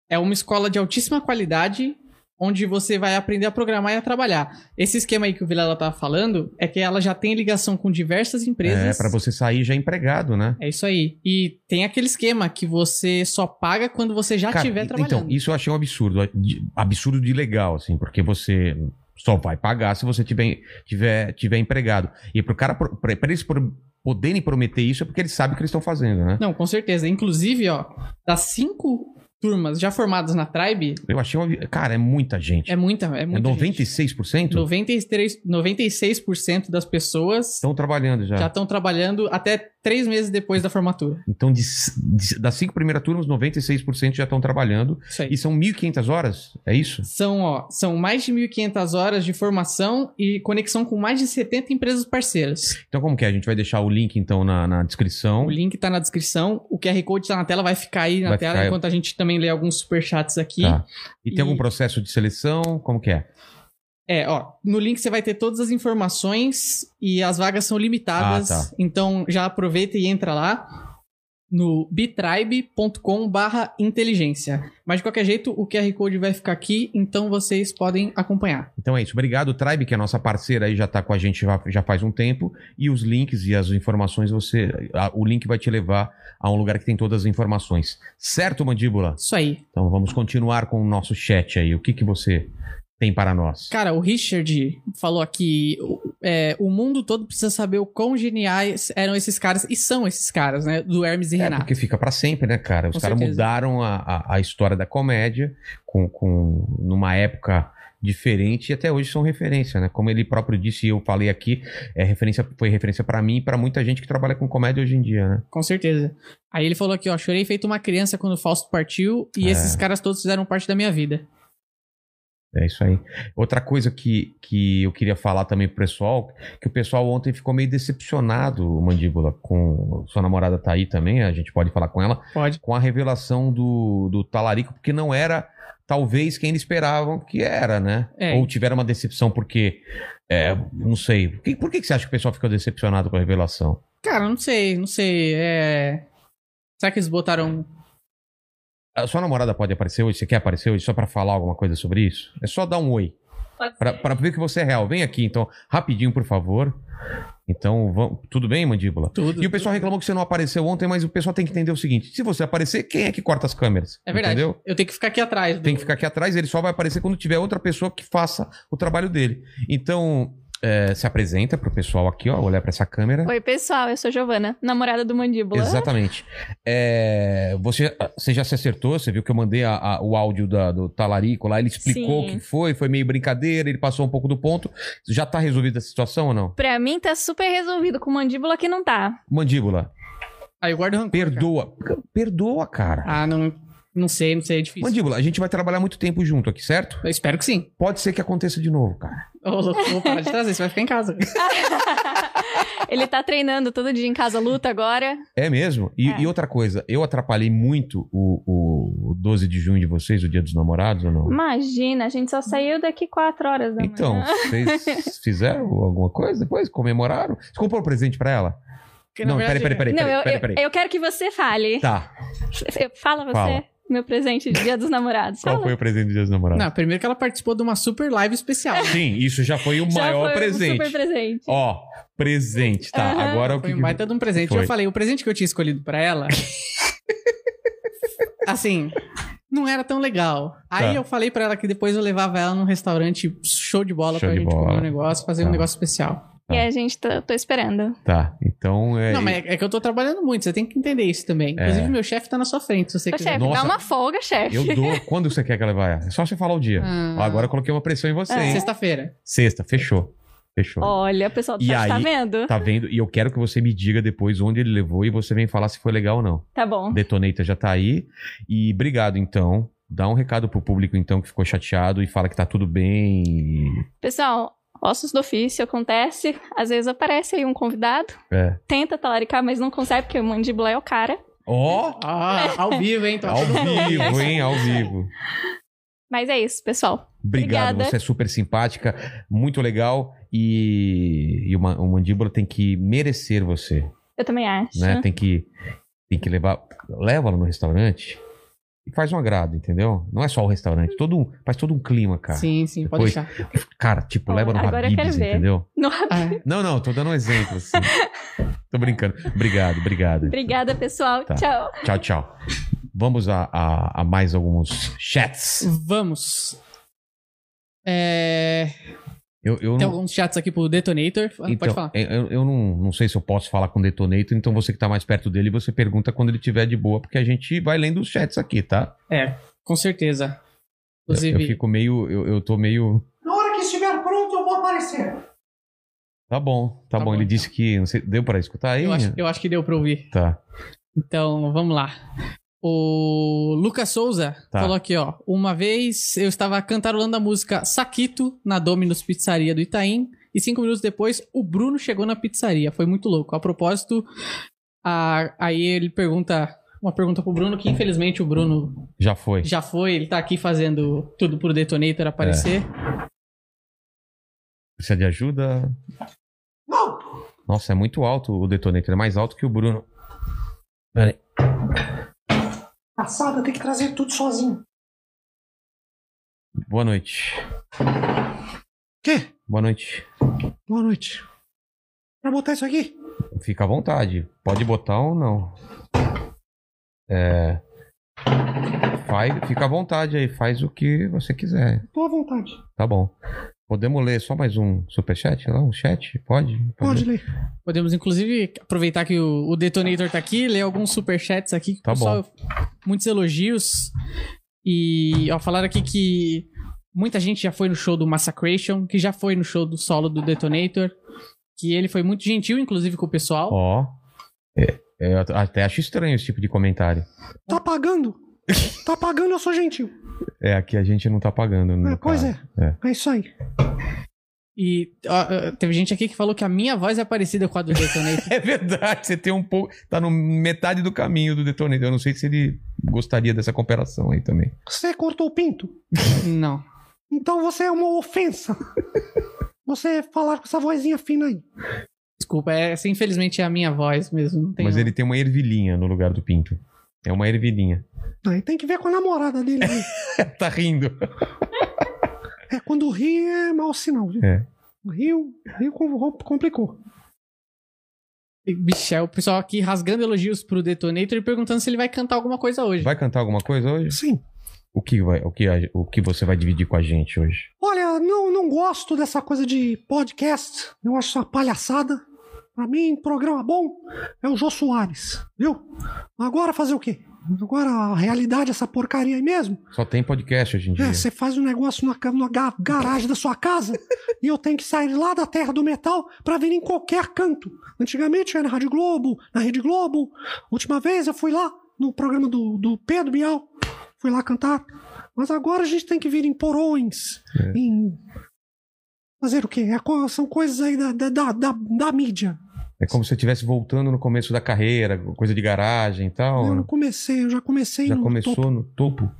é uma escola de altíssima qualidade onde você vai aprender a programar e a trabalhar. Esse esquema aí que o Vilela tava falando é que ela já tem ligação com diversas empresas.
É, pra você sair já empregado, né?
É isso aí. E tem aquele esquema que você só paga quando você já
Cara,
estiver
e-
trabalhando.
Então, isso eu achei um absurdo, de- absurdo de legal, assim, porque você só vai pagar se você tiver, tiver, tiver empregado. E pro cara, pro- pra, pra eles pro- poderem prometer isso, é porque eles sabem o que eles estão fazendo, né?
Não, com certeza. Inclusive, ó, das cinco turmas já formadas na Tribe,
Eu achei uma... Cara, é muita gente.
é muita, é
É
muita gente.
96%?
93, 96% das pessoas
Estão trabalhando
já estão trabalhando até três meses depois da formatura.
Então, de, de- das cinco primeiras turmas, 96% já estão trabalhando.
Isso aí.
E são 1.500 horas? É isso?
São, ó, são mais de 1.500 horas de formação e conexão com mais de 70 empresas parceiras.
Então, como que é? A gente vai deixar o link, então, na, na descrição.
O link tá na descrição, o QR Code tá na tela, vai ficar aí na
Vai
tela
ficar aí.
enquanto a gente também lê alguns superchats aqui.
Tá. E tem
E-
algum processo de seleção? Como que é?
É, ó, no link você vai ter todas as informações e as vagas são limitadas,
Ah, tá.
então já aproveita e entra lá. no bitribe.com inteligência. Mas de qualquer jeito, o QR Code vai ficar aqui, então vocês podem acompanhar.
Então é isso. Obrigado, Tribe, que é a nossa parceira aí, já está com a gente já- já faz um tempo. E os links e as informações, você. a- o link vai te levar a um lugar que tem todas as informações. Certo, Mandíbula?
Isso aí.
Então vamos continuar com o nosso chat aí. O que, que você tem para nós?
Cara, o Richard falou aqui: o- é, o mundo todo precisa saber o quão geniais eram esses caras, e são esses caras, né? Do Hermes e
É,
Renato.
porque fica pra sempre, né, cara? Os
Com
caras
certeza.
mudaram a, a, a história da comédia com, com numa época diferente e até hoje são referência, né? Como ele próprio disse e eu falei aqui, é referência foi referência pra mim e pra muita gente que trabalha com comédia hoje em dia, né?
Com certeza. Aí ele falou aqui, ó, chorei feito uma criança quando o Fausto partiu e
É.
esses caras todos fizeram parte da minha vida.
É isso aí. Outra coisa que, que eu queria falar também pro pessoal, que o pessoal ontem ficou meio decepcionado, Mandíbula, com sua namorada tá aí também, a gente pode falar com ela,
Pode.
com a revelação do, do Talarico, porque não era talvez quem eles esperavam que era, né?
É.
Ou tiveram uma decepção porque. é, não sei. Por que, por que que você acha que o pessoal ficou decepcionado com a revelação?
Cara, não sei, não sei. É. Será que eles botaram.
A sua namorada pode aparecer hoje? Você quer aparecer hoje só pra falar alguma coisa sobre isso? É só dar um oi.
Pode
Pra,
ser.
pra ver que você é real. Vem aqui, então, rapidinho, por favor. Então, vamos... tudo bem, mandíbula?
Tudo.
E o pessoal reclamou que você não apareceu ontem, mas o pessoal tem que entender o seguinte: se você aparecer, quem é que corta as câmeras?
É verdade.
Entendeu?
Eu tenho que ficar aqui atrás. do-
Tem que ficar aqui atrás, ele só vai aparecer quando tiver outra pessoa que faça o trabalho dele. Então, é, se apresenta pro pessoal aqui, ó, olhar pra essa câmera.
Oi, pessoal, eu sou a Giovana, namorada do Mandíbula.
Exatamente. É, você, você já se acertou, você viu que eu mandei a- a- o áudio da- do Talarico lá, ele explicou o que
Sim.
foi, foi meio brincadeira, ele passou um pouco do ponto. Já tá resolvida a situação ou não?
Pra mim tá super resolvido, com Mandíbula que não tá.
Mandíbula,
Aí Ah, eu guardo rancor. cara.
perdoa. Perdoa, cara.
Ah, não. Não sei, não sei, é difícil.
Mandíbula, a gente vai trabalhar muito tempo junto aqui, certo?
Eu espero que sim.
Pode ser que aconteça de novo, cara.
Ô, louco, vou parar de trazer, você vai ficar em casa.
Ele tá treinando todo dia em casa, luta agora.
É mesmo? E,
É.
e outra coisa, eu atrapalhei muito o, o- o 12 de junho de vocês, o dia dos namorados ou não?
Imagina, a gente só saiu daqui quatro horas da
Então,
manhã.
vocês fizeram alguma coisa depois? Comemoraram? Você comprou um presente pra ela?
Porque, na
não, peraí,
verdade,
peraí, peraí,
não,
peraí,
eu,
peraí,
eu-
peraí.
eu quero que você fale.
Tá,
Eu- Fala você,
Fala.
meu presente de Dia dos Namorados.
qual
Fala.
foi o presente do dia dos namorados?
Não, primeiro que ela participou de uma super live especial.
Sim, isso já foi o
Já
maior
foi um
presente.
super presente.
Ó, presente, tá.
Aham.
Agora o que...
Foi um baita de um presente.
Foi.
Eu falei, o presente que eu tinha escolhido pra ela. assim, não era tão legal. Aí
Tá.
eu falei pra ela que depois eu levava ela num restaurante show de bola
Show
pra
de
gente comer
bola.
um negócio, fazer
Tá.
um negócio especial.
E a gente tá, tô esperando.
Tá, então é...
Não, mas é que eu tô trabalhando muito, você tem que entender isso também. Inclusive, meu chefe tá na sua frente, se você
Ô,
quiser.
chefe,
Nossa.
dá uma folga, chefe.
Eu dou... Quando você quer que ela vá? É só você falar o dia.
Ah.
Ó, Agora eu coloquei uma pressão em você,
É.
hein?
Sexta-feira.
Sexta, fechou. Fechou.
Olha, pessoal, do
E
chat, tá
aí-
vendo?
Tá vendo? E eu quero que você me diga depois onde ele levou e você vem falar se foi legal ou não.
Tá bom.
Detonator já tá aí. E obrigado, então. Dá um recado pro público, então, que ficou chateado e fala que tá tudo bem. e-
Pessoal, ossos do ofício acontece. Às vezes aparece aí um convidado,
É.
tenta talaricar, mas não consegue, porque o mandíbula é o cara.
Ó!
Ah, ao vivo, hein? Tô
ao
é
vivo, hein? Ao vivo.
Mas é isso, pessoal.
Obrigado,
Obrigada.
você é super simpática, muito legal. E, e o, Ma- o Mandíbula tem que merecer você,
Eu também acho.
né? Tem que, tem que levar. Leva ela no restaurante e faz um agrado, entendeu? Não é só o restaurante, todo um, faz todo um clima, cara.
Sim, sim, pode
Depois-
deixar.
Cara, tipo, leva no
Agora eu quero
Habib's,
ver.
entendeu?
No-
Ah,
Não, não, tô dando um exemplo, assim. tô brincando. Obrigado, obrigado.
Obrigada, pessoal.
Tá.
Tchau.
Tchau, tchau. Vamos a, a- a mais alguns chats.
vamos. É...
Eu, eu
Tem
não,
alguns chats aqui pro Detonator. Ah,
então,
pode falar.
eu, eu não, não sei se eu posso falar com o Detonator, então você que tá mais perto dele, você pergunta quando ele tiver de boa, porque a gente vai lendo os chats aqui, tá?
Com certeza.
Eu, eu
Inclusive,
fico meio. Eu, eu tô meio.
Na hora que estiver pronto, eu vou aparecer.
Tá bom, tá, bom.
Tá bom,
Ele
então.
disse que. Não sei, deu pra escutar aí?
eu acho, eu acho que deu pra ouvir.
Tá.
Então, vamos lá. O Lucas Souza
Tá.
falou aqui, ó. Uma vez eu estava cantarolando a música Saquito na Dominus Pizzaria do Itaim. E cinco minutos depois, o Bruno chegou na pizzaria. Foi muito louco. A propósito, a- aí ele pergunta... Uma pergunta pro Bruno, que infelizmente o Bruno
Já foi.
já foi. Ele tá aqui fazendo tudo pro Detonator aparecer.
Precisa de ajuda? Não! Nossa, é muito alto o detonator. É mais alto que o Bruno. Pera aí.
Passado, eu tenho que trazer tudo sozinho.
Boa noite.
Quê?
Boa noite.
Boa noite. Pra botar isso aqui?
Fica à vontade. Pode botar ou não. É. Faz, fica à vontade aí, faz o que você quiser.
Tô à vontade.
Tá bom. Podemos ler só mais um superchat lá? Um chat? Pode?
Pode ler.
Podemos, inclusive, aproveitar que o, o Detonator tá aqui, ler alguns superchats aqui. que o
Tá
Muitos elogios. E, ó, falaram aqui que muita gente já foi no show do Massacration, que já foi no show do solo do Detonator, que ele foi muito gentil, inclusive, com o pessoal.
Ó. É, eu at- até acho estranho esse tipo de comentário.
Tá pagando? Tá pagando, eu sou gentil.
É, aqui a gente não tá pagando. no
É, pois
caso.
é. É isso aí.
E ó, ó, teve gente aqui que falou que a minha voz é parecida com a do Detonator.
É verdade, você tem um pouco. Tá no metade do caminho do Detonator. Eu não sei se ele gostaria dessa comparação aí também.
Você cortou o pinto?
Não.
Então você é uma ofensa. Você falar com essa vozinha fina aí.
Desculpa, essa infelizmente é a minha voz mesmo. Não tem um-
Mas ele tem uma ervilhinha no lugar do pinto. É uma ervilhinha.
Aí tem que ver com a namorada dele. né?
tá rindo.
É, quando ri é mau sinal, viu?
É.
Rio, rio com- complicou.
Bicho, é o pessoal aqui rasgando elogios pro Detonator e perguntando se ele vai cantar alguma coisa hoje.
Vai cantar alguma coisa hoje?
Sim.
O que, vai, o, que a- o que você vai dividir com a gente hoje?
Olha, não, não gosto dessa coisa de podcast. Eu acho isso uma palhaçada. Pra mim, programa bom é o Jô Soares, viu? Agora fazer o quê? Agora a realidade é essa porcaria aí mesmo.
Só tem podcast hoje em dia.
É, você faz um negócio na, ca- na ga- garagem da sua casa e eu tenho que sair lá da terra do metal pra vir em qualquer canto. Antigamente era na Rádio Globo, na Rede Globo. Última vez eu fui lá no programa do, do Pedro Bial, fui lá cantar. Mas agora a gente tem que vir em porões,
É.
em... Fazer o quê? É co- são coisas aí da, da, da, da- da mídia.
É como se você estivesse voltando no começo da carreira, coisa de garagem e tal.
eu
né?
não comecei, eu já comecei
Já
no
começou
topo.
no topo.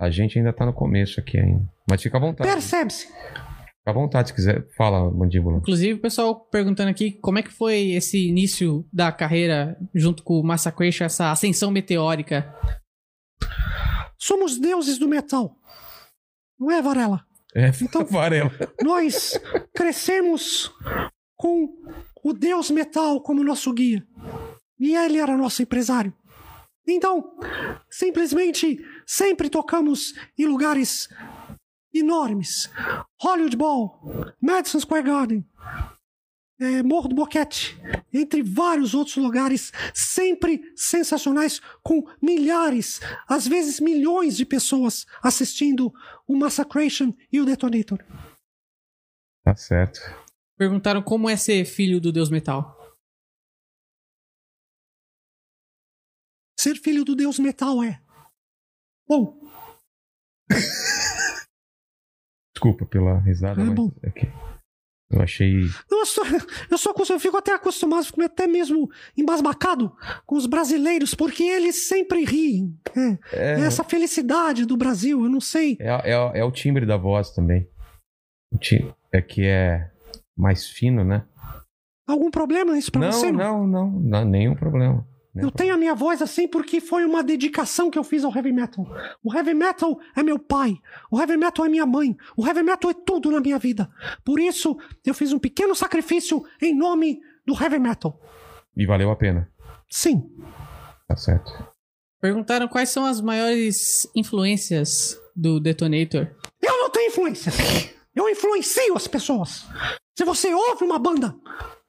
A gente ainda tá no começo aqui ainda. Mas fica à vontade.
Percebe-se.
Fica à vontade se quiser. Fala, mandíbula.
Inclusive, o pessoal perguntando aqui como é que foi esse início da carreira junto com o Massacration, essa ascensão meteórica.
Somos deuses do metal. Não é, Varela?
É,
Então-
Varela.
Nós crescemos com o Deus Metal como nosso guia. E ele era nosso empresário. Então, simplesmente sempre tocamos em lugares enormes. Hollywood Bowl, Madison Square Garden, eh, Morro do Boquete, entre vários outros lugares, sempre sensacionais, com milhares, às vezes milhões de pessoas assistindo o Massacration e o Detonator.
Tá certo.
Perguntaram como é ser filho do Deus Metal.
Ser filho do deus metal é. Bom,
Desculpa pela risada,
É
mas
bom.
é que eu achei.
eu, sou, eu, sou, acos- eu fico até acostumado, fico até mesmo embasbacado com os brasileiros, porque eles sempre riem. É,
É,
é Essa felicidade do Brasil, eu não sei.
é, é- é o timbre da voz também. O ti- É que é mais fino, né?
Algum problema isso pra
Não,
você?
não, não, não, Nenhum problema. Nenhum
Eu tenho a minha voz assim porque foi uma dedicação que eu fiz ao heavy metal. O heavy metal é meu pai. O heavy metal é minha mãe. O heavy metal é tudo na minha vida. Por isso, eu fiz um pequeno sacrifício em nome do heavy metal.
E valeu a pena.
Sim.
Tá certo.
Perguntaram quais são as maiores influências do Detonator.
Eu não tenho influência. Eu influencio as pessoas. Se você ouve uma banda.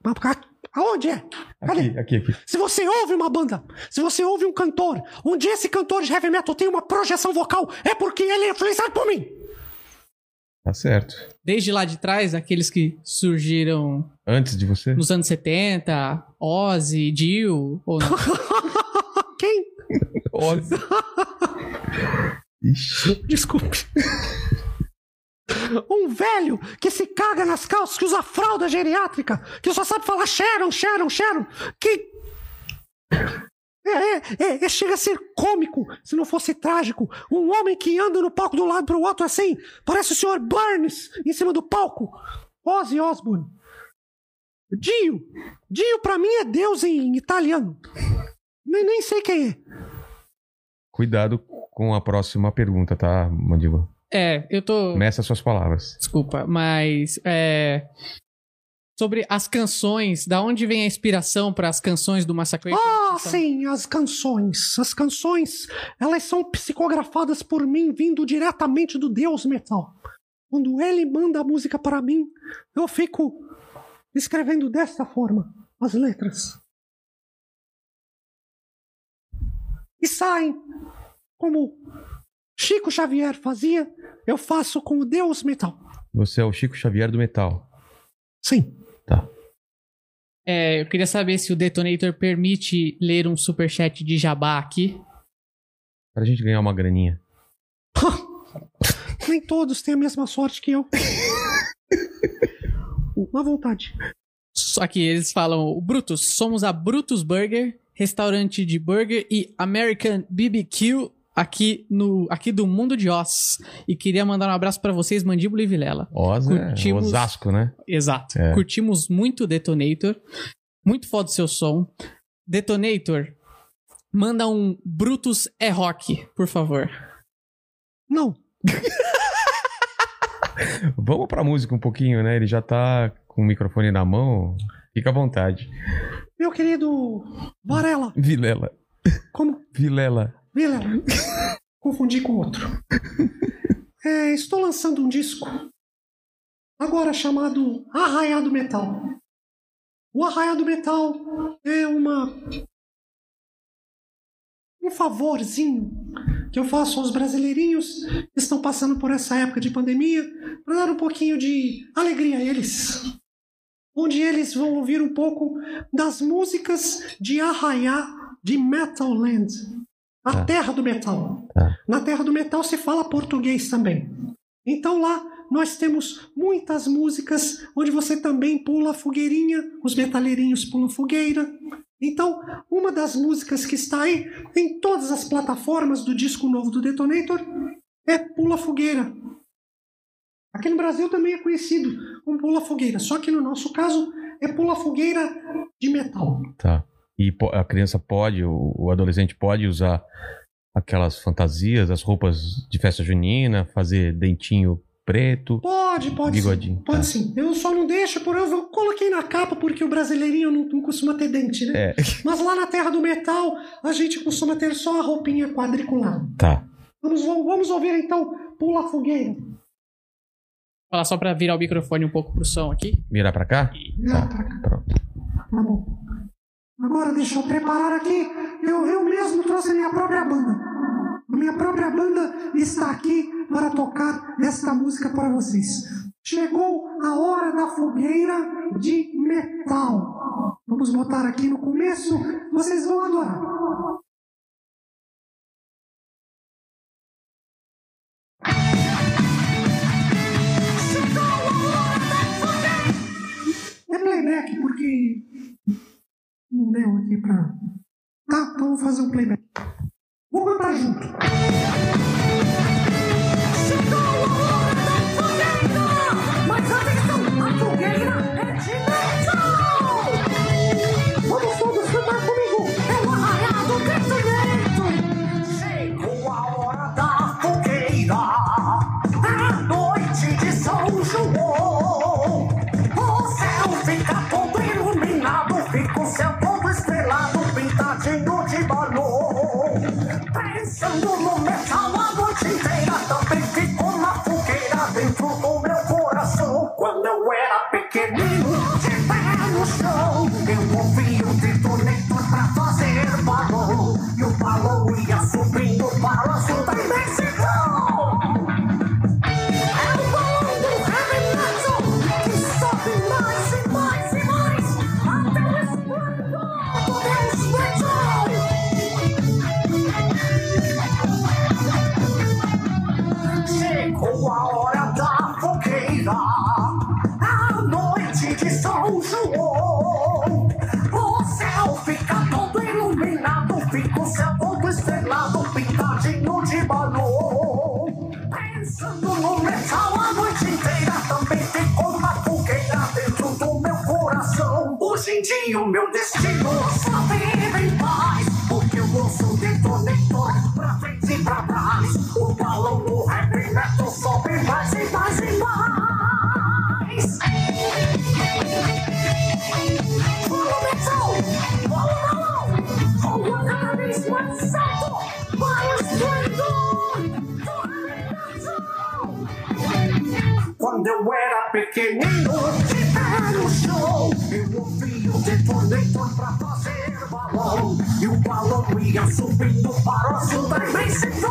mas ca- Aonde é? Cadê?
Aqui, aqui, aqui.
Se você ouve uma banda, se você ouve um cantor, onde esse cantor de heavy metal tem uma projeção vocal, é porque ele é influenciado por mim.
Tá certo.
Desde lá de trás, aqueles que surgiram
Antes de você?
nos anos 70, Ozzy, Dio, ou não.
Quem?
Óbvio. Ixi.
Desculpe. Um velho que se caga nas calças, que usa fralda geriátrica, que só sabe falar Sharon, Sharon, Sharon, que. É, é, é, é, chega a ser cômico, se não fosse trágico. Um homem que anda no palco do lado pro outro assim, parece o Sr. Burns em cima do palco. Ozzy Osbourne. Dio. Dio pra mim é Deus em italiano. Nem, nem sei quem é.
Cuidado com a próxima pergunta, tá, Mandiva?
É, eu tô.
Meça suas palavras.
Desculpa, mas. É... Sobre as canções, da onde vem a inspiração para as canções do Massacre?
Ah, sim, as canções. As canções, elas são psicografadas por mim, vindo diretamente do Deus Metal. Quando ele manda a música para mim, eu fico escrevendo desta forma as letras. E saem como Chico Xavier fazia, eu faço com o Deus Metal.
Você é o Chico Xavier do metal.
Sim.
É, eu queria saber se o Detonator permite ler um superchat de jabá aqui.
Pra gente ganhar uma graninha.
Nem todos têm a mesma sorte que eu. Uma vontade.
Só que eles falam: Brutus, somos a Brutus Burger, restaurante de burger e American BBQ aqui, no, aqui do Mundo de Oz. E queria mandar um abraço pra vocês, Mandíbula e Vilela.
Oz, né?
Curtimos-
Osasco, né?
Exato.
É.
Curtimos muito o Detonator. Muito foda o seu som. Detonator, manda um Brutus é rock, por favor.
Não,
Vamos pra música um pouquinho, né? Ele já tá com o microfone na mão. Fica à vontade.
meu querido Varela,
Vilela.
como
Vilela.
Vilela, confundi com outro. É, estou lançando um disco agora chamado Arraiá do Metal. O Arraiá do Metal é uma um favorzinho que eu faço aos brasileirinhos que estão passando por essa época de pandemia para dar um pouquinho de alegria a eles. Onde eles vão ouvir um pouco das músicas de Arraiá de Metal Land, a
Tá.
terra do metal.
Tá.
Na terra do metal se fala português também. Então lá nós temos muitas músicas onde você também pula a fogueirinha, os metaleirinhos pulam fogueira. Então, uma das músicas que está aí em todas as plataformas do disco novo do Detonator é Pula Fogueira. Aqui no Brasil também é conhecido como Pula Fogueira, só que no nosso caso é Pula Fogueira de metal.
Tá. E po- a criança pode, o o adolescente pode usar aquelas fantasias, as roupas de festa junina, fazer dentinho preto,
Pode, pode
bigodinho.
sim. Pode sim. assim, Eu só não deixo, por eu coloquei na capa porque o brasileirinho não, não costuma ter dente, né?
É,
Mas lá na Terra do Metal, a gente costuma ter só a roupinha quadriculada.
tá.
Vamos, vamos ouvir então Pula Fogueira.
Falar só pra virar o microfone um pouco pro som aqui.
Virar pra cá?
Não, pra cá.
Pronto.
Tá bom. Agora deixa eu preparar aqui. Eu, eu mesmo trouxe a minha própria banda. A minha própria banda está aqui para tocar esta música para vocês. Chegou a hora da fogueira de metal. Vamos botar aqui no começo. Vocês vão adorar. É playback, porque. Não deu aqui pra. Tá, então vou fazer um playback. Vou cantar junto. Mas atenção, a fogueira é de metal! Vamos todos cantar comigo! É o arraial do pensamento! Chegou a hora da fogueira! A noite de São João! O céu fica todo iluminado, fica o céu todo estrelado, pintadinho de balão. Pensando no metal a noite inteira, também ficou na fogueira dentro do meu coração. Quando eu era pequenino, de pé no chão, eu ouvi o detonator pra fazer balão. E o balão ia subindo para o azul da imensidão. É o balão do heavy metal que sobe mais e mais e mais até o esplendor do Deus metal. Chegou a hora da fogueira, a noite de São João. O céu fica todo iluminado, fica o céu todo estrelado, pintadinho de balão. Pensando no metal a noite inteira, também ficou uma fogueira dentro do meu coração. Hoje em dia o meu destino só vive em paz, porque eu ouço o detonator pra ver. é
quando eu era pequenino. De pé no chão, eu ouvi o detonator pra fazer balão. E o balão ia subindo para o azul da imensidão.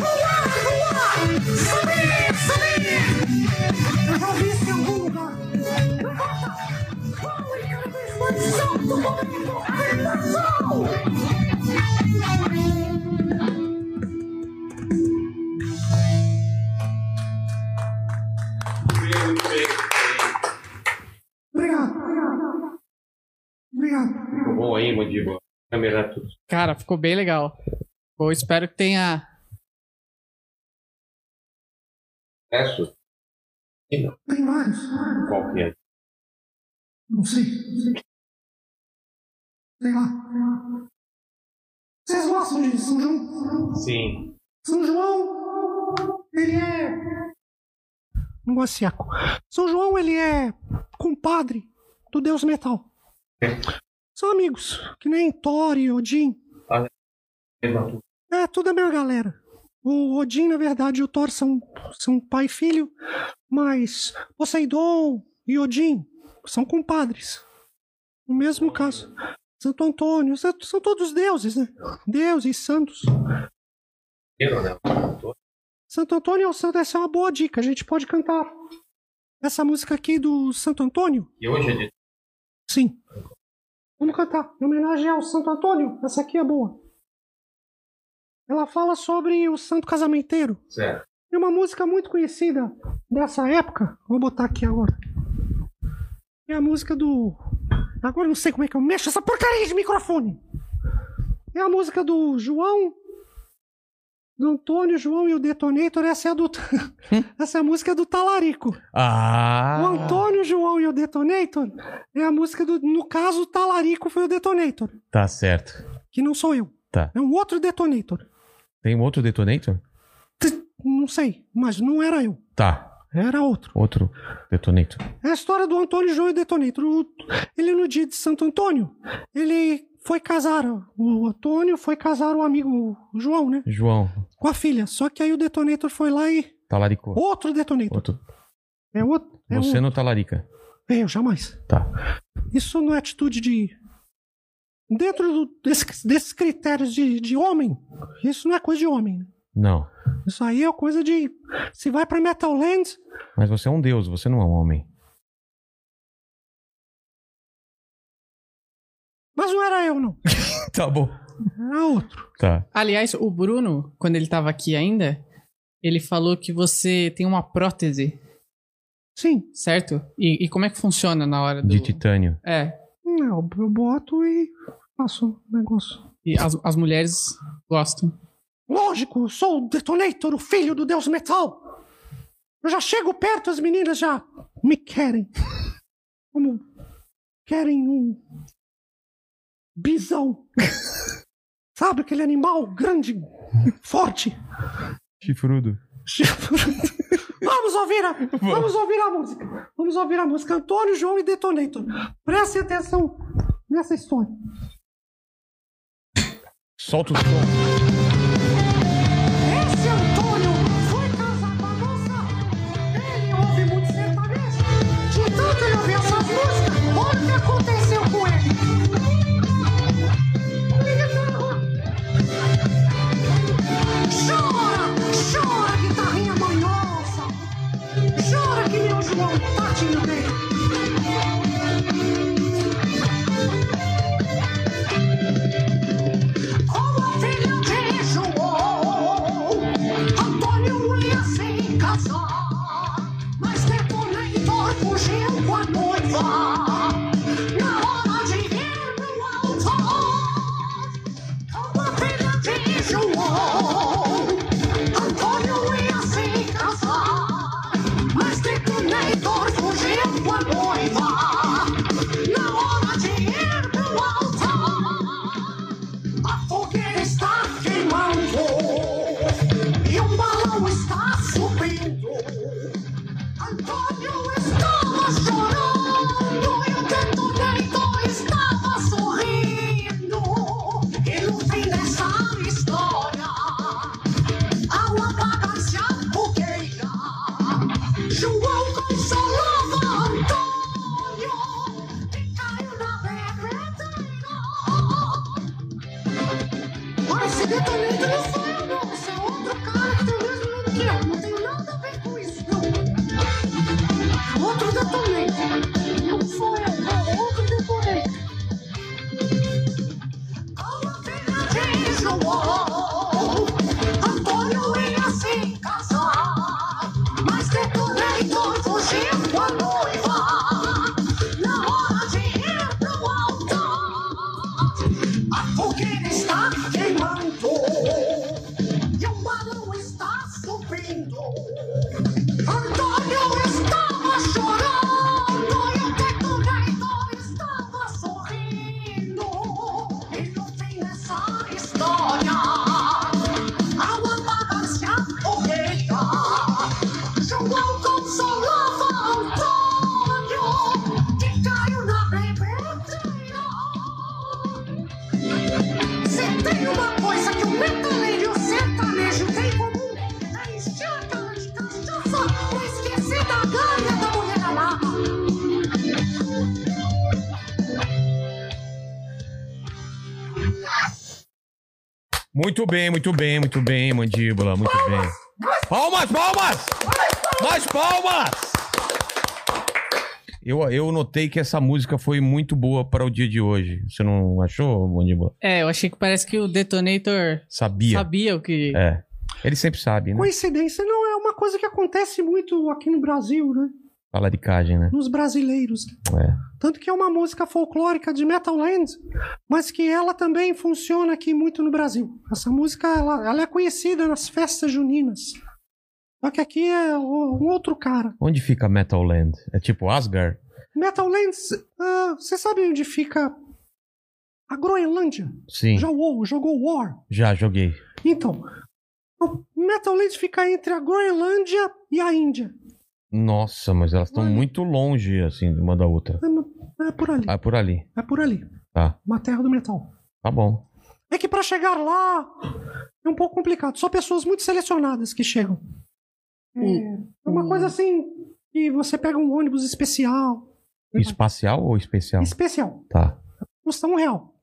Voar, voar, subir, subir. Eu já vi seu lugar. Levanta, voa e cada vez mais solto, momento, vibração. Obrigado. Obrigado.
Bom aí, Mandiba. Câmera tudo.
Cara, ficou bem legal. Eu espero que tenha.
Sucesso?
Tem vários.
Qual que é?
Não sei. Sei lá. Vocês gostam de São João?
Sim.
São João, ele é. Não gosto de siaco. São João, ele é compadre do deus metal. São amigos, que nem Thor e Odin. É, tudo a minha galera. O Odin, na verdade, e o Thor são, são pai e filho, mas Poseidon e Odin são compadres. No mesmo caso. Santo Antônio, são são todos deuses, né? Deuses, santos.
Eu, né?
Santo Antônio é o santo, essa é uma boa dica, a gente pode cantar. Essa música aqui do Santo Antônio?
E hoje é de
Sim. Vamos cantar, em homenagem ao Santo Antônio, essa aqui é boa. Ela fala sobre o santo casamenteiro.
certo.
E É uma música muito conhecida dessa época, vou botar aqui agora. É a música do. Agora eu não sei como é que eu mexo essa porcaria de microfone! É a música do João. Do Antônio, João e o Detonator. Essa é a do. essa é a música do Talarico. O
Ah!
Antônio, João e o Detonator é a música do. No caso, o Talarico foi o Detonator.
Tá certo.
Que não sou eu.
Tá.
É um outro Detonator.
Tem um outro detonator?
Não sei, mas não era eu.
Tá.
Era outro.
Outro detonator.
É a história do Antônio João e Detonator. O- Ele, no dia de Santo Antônio, ele foi casar. O Antônio foi casar o amigo o João, né?
João,
Com a filha. Só que aí o Detonator foi lá e.
talaricou.
Outro Detonator.
Outro.
É outro. É
Você
um...
não talarica.
É, eu jamais.
Tá.
Isso não é atitude de. Dentro do- desse- desses critérios de, de homem, isso não é coisa de homem.
Não.
Isso aí é coisa de. Se vai pra Metal Land,
Mas você é um deus, você não é um homem.
mas não era eu, não.
Tá bom.
Era outro.
Tá.
Aliás, o Bruno, quando ele tava aqui ainda, ele falou que você tem uma prótese,
Sim.
certo? E, e como é que funciona na hora do.
De titânio.
É.
Não, eu boto e faço o negócio.
E as, as mulheres gostam.
Lógico, eu sou o Detonator, o filho do Deus Metal. Eu já chego perto, as meninas já me querem. Como querem um bisão. Sabe aquele animal grande, forte?
Chifrudo.
Vamos ouvir a, vamos ouvir a música. Vamos ouvir a música Antônio, João e Detonator. Preste atenção nessa história.
Solta o som.
Esse Antônio foi casar com a moça. Ele ouve muito sertanejo. De tanto ele ouvir essas músicas, olha o que aconteceu com ele. Chora, chora, guitarrinha manhosa. Chora que meu João tá patinho dele. Como a filha dele.
um então Detonando no fogo. Você é outro cara que tem o mesmo nome que eu. Não tem nada a ver com isso, não. Outro detonante. Não sou eu, não. Outro detonante. Alma Fernandes, João. Antônio ia se casar. Mas detonator fugiu com a noiva. Na hora de ir pro altar. A fogueira está queimando e o balão está subindo. Antônio estava chorando e o detonator estava sorrindo. E no fim dessa história, ao apagar-se a fogueira, João consolava Antônio que caiu na bebedeira. Se tem uma coisa que o metaleiro e o sertanejo têm em comum, é encher a cana de cachaça pra esquecer da gana da mulher amada.
Muito bem, muito bem, muito bem, mandíbula, muito bem. Palmas, palmas! Mais palmas! Eu, eu notei que essa música foi muito boa para o dia de hoje. Você não achou, mandíbula?
É, eu achei que parece que o Detonator
Sabia.
sabia o que.
É. Ele sempre sabe, né?
Coincidência não é uma coisa que acontece muito aqui no Brasil, né?
Falaricagem, né?
Nos brasileiros.
É.
Tanto que é uma música folclórica de Metalland, mas que ela também funciona aqui muito no Brasil. Essa música ela, ela é conhecida nas festas juninas. Só que aqui é o- um outro cara.
Onde fica Metal Land? É tipo Asgard?
Metalland, ah, você sabe onde fica a Groenlândia?
Sim,
Já ou- jogou War?
já joguei.
Então, o Metalland fica entre a Groenlândia e a Índia.
Nossa, mas elas estão
Olha.
muito longe, assim, uma da outra.
É, é por ali.
Ah, por ali.
É por ali.
Tá.
Uma terra do metal.
Tá bom.
É que pra chegar lá é um pouco complicado. Só pessoas muito selecionadas que chegam. É uma coisa assim que você pega um ônibus especial.
Espacial ou especial?
Especial.
Tá.
Custa um real.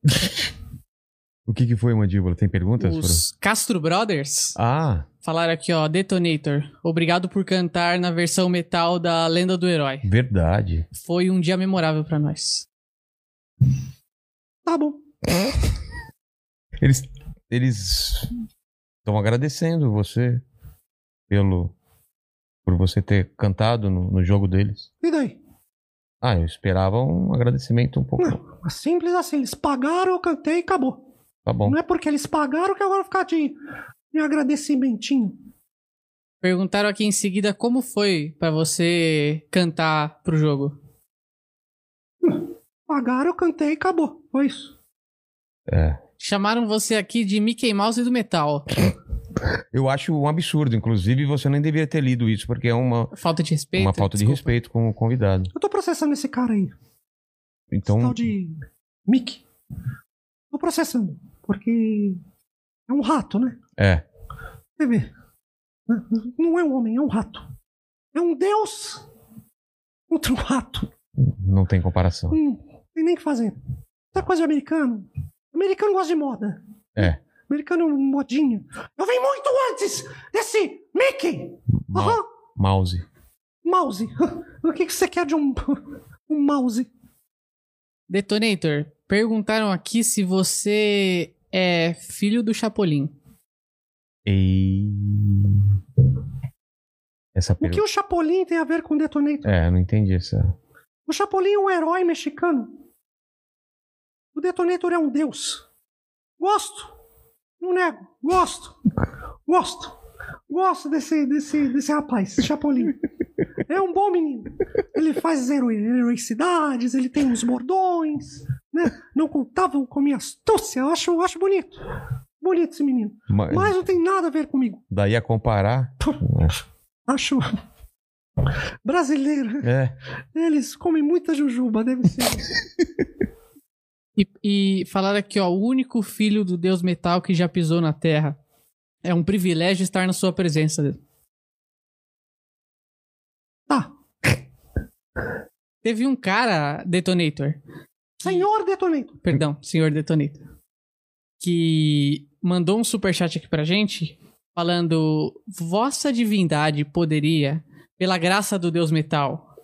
O que, que foi, mandíbula? Tem perguntas? Bruno?
Os Castro Brothers
Ah,
falaram aqui, ó, Detonator, obrigado por cantar na versão metal da Lenda do Herói.
verdade.
Foi um dia memorável pra nós.
Tá bom.
Eles eles estão agradecendo você pelo por você ter cantado no, no jogo deles.
E daí?
Ah, eu esperava um agradecimento um pouco.
Simples assim. Eles pagaram, eu cantei e acabou.
Tá bom.
Não é porque eles pagaram que agora ficar de, de agradecimentinho.
Perguntaram aqui em seguida como foi pra você cantar pro jogo.
Pagaram, eu cantei e acabou. Foi isso.
É.
Chamaram você aqui de Mickey Mouse e do Metal.
Eu acho um absurdo, inclusive você nem deveria ter lido isso porque é uma
Falta de respeito.
uma falta de
desculpa.
respeito com o convidado.
Eu tô processando esse cara aí. Esse
Então,
tal de Mickey. Tô processando. Porque é um rato, né?
é.
Você vê. Não é um homem, é um rato. É um deus contra um rato.
Não tem comparação.
Hum, não tem nem o que fazer. Essa coisa de americano. Americano gosta de moda.
É.
Americano é um modinho. Eu vim muito antes desse Mickey!
Ma-
Aham,
mouse.
mouse. O que, que você quer de um, um mouse?
Detonator, perguntaram aqui se você é filho do Chapolin.
E essa
O que
pergunta.
o Chapolin tem a ver com Detonator?
É, eu não entendi essa.
O Chapolin é um herói mexicano. O Detonator é um deus. Gosto. Não nego. Gosto. Gosto. Gosto desse, desse, desse rapaz, esse Chapolin. É um bom menino. Ele faz as hero- heroicidades, ele tem os bordões, né? Não contavam com minha astúcia. Eu acho, eu acho bonito. Bonito esse menino.
Mas,
Mas não tem nada a ver comigo.
daí a comparar,
Acho. Brasileiro.
é.
Eles comem muita jujuba, deve ser.
E, e falaram aqui, ó, o único filho do Deus Metal que já pisou na Terra. É um privilégio estar na sua presença.
Tá.
Teve um cara, Detonator,
Senhor Detonator.
perdão, senhor Detonator, que mandou um superchat aqui pra gente, falando: Vossa divindade poderia, pela graça do Deus Metal,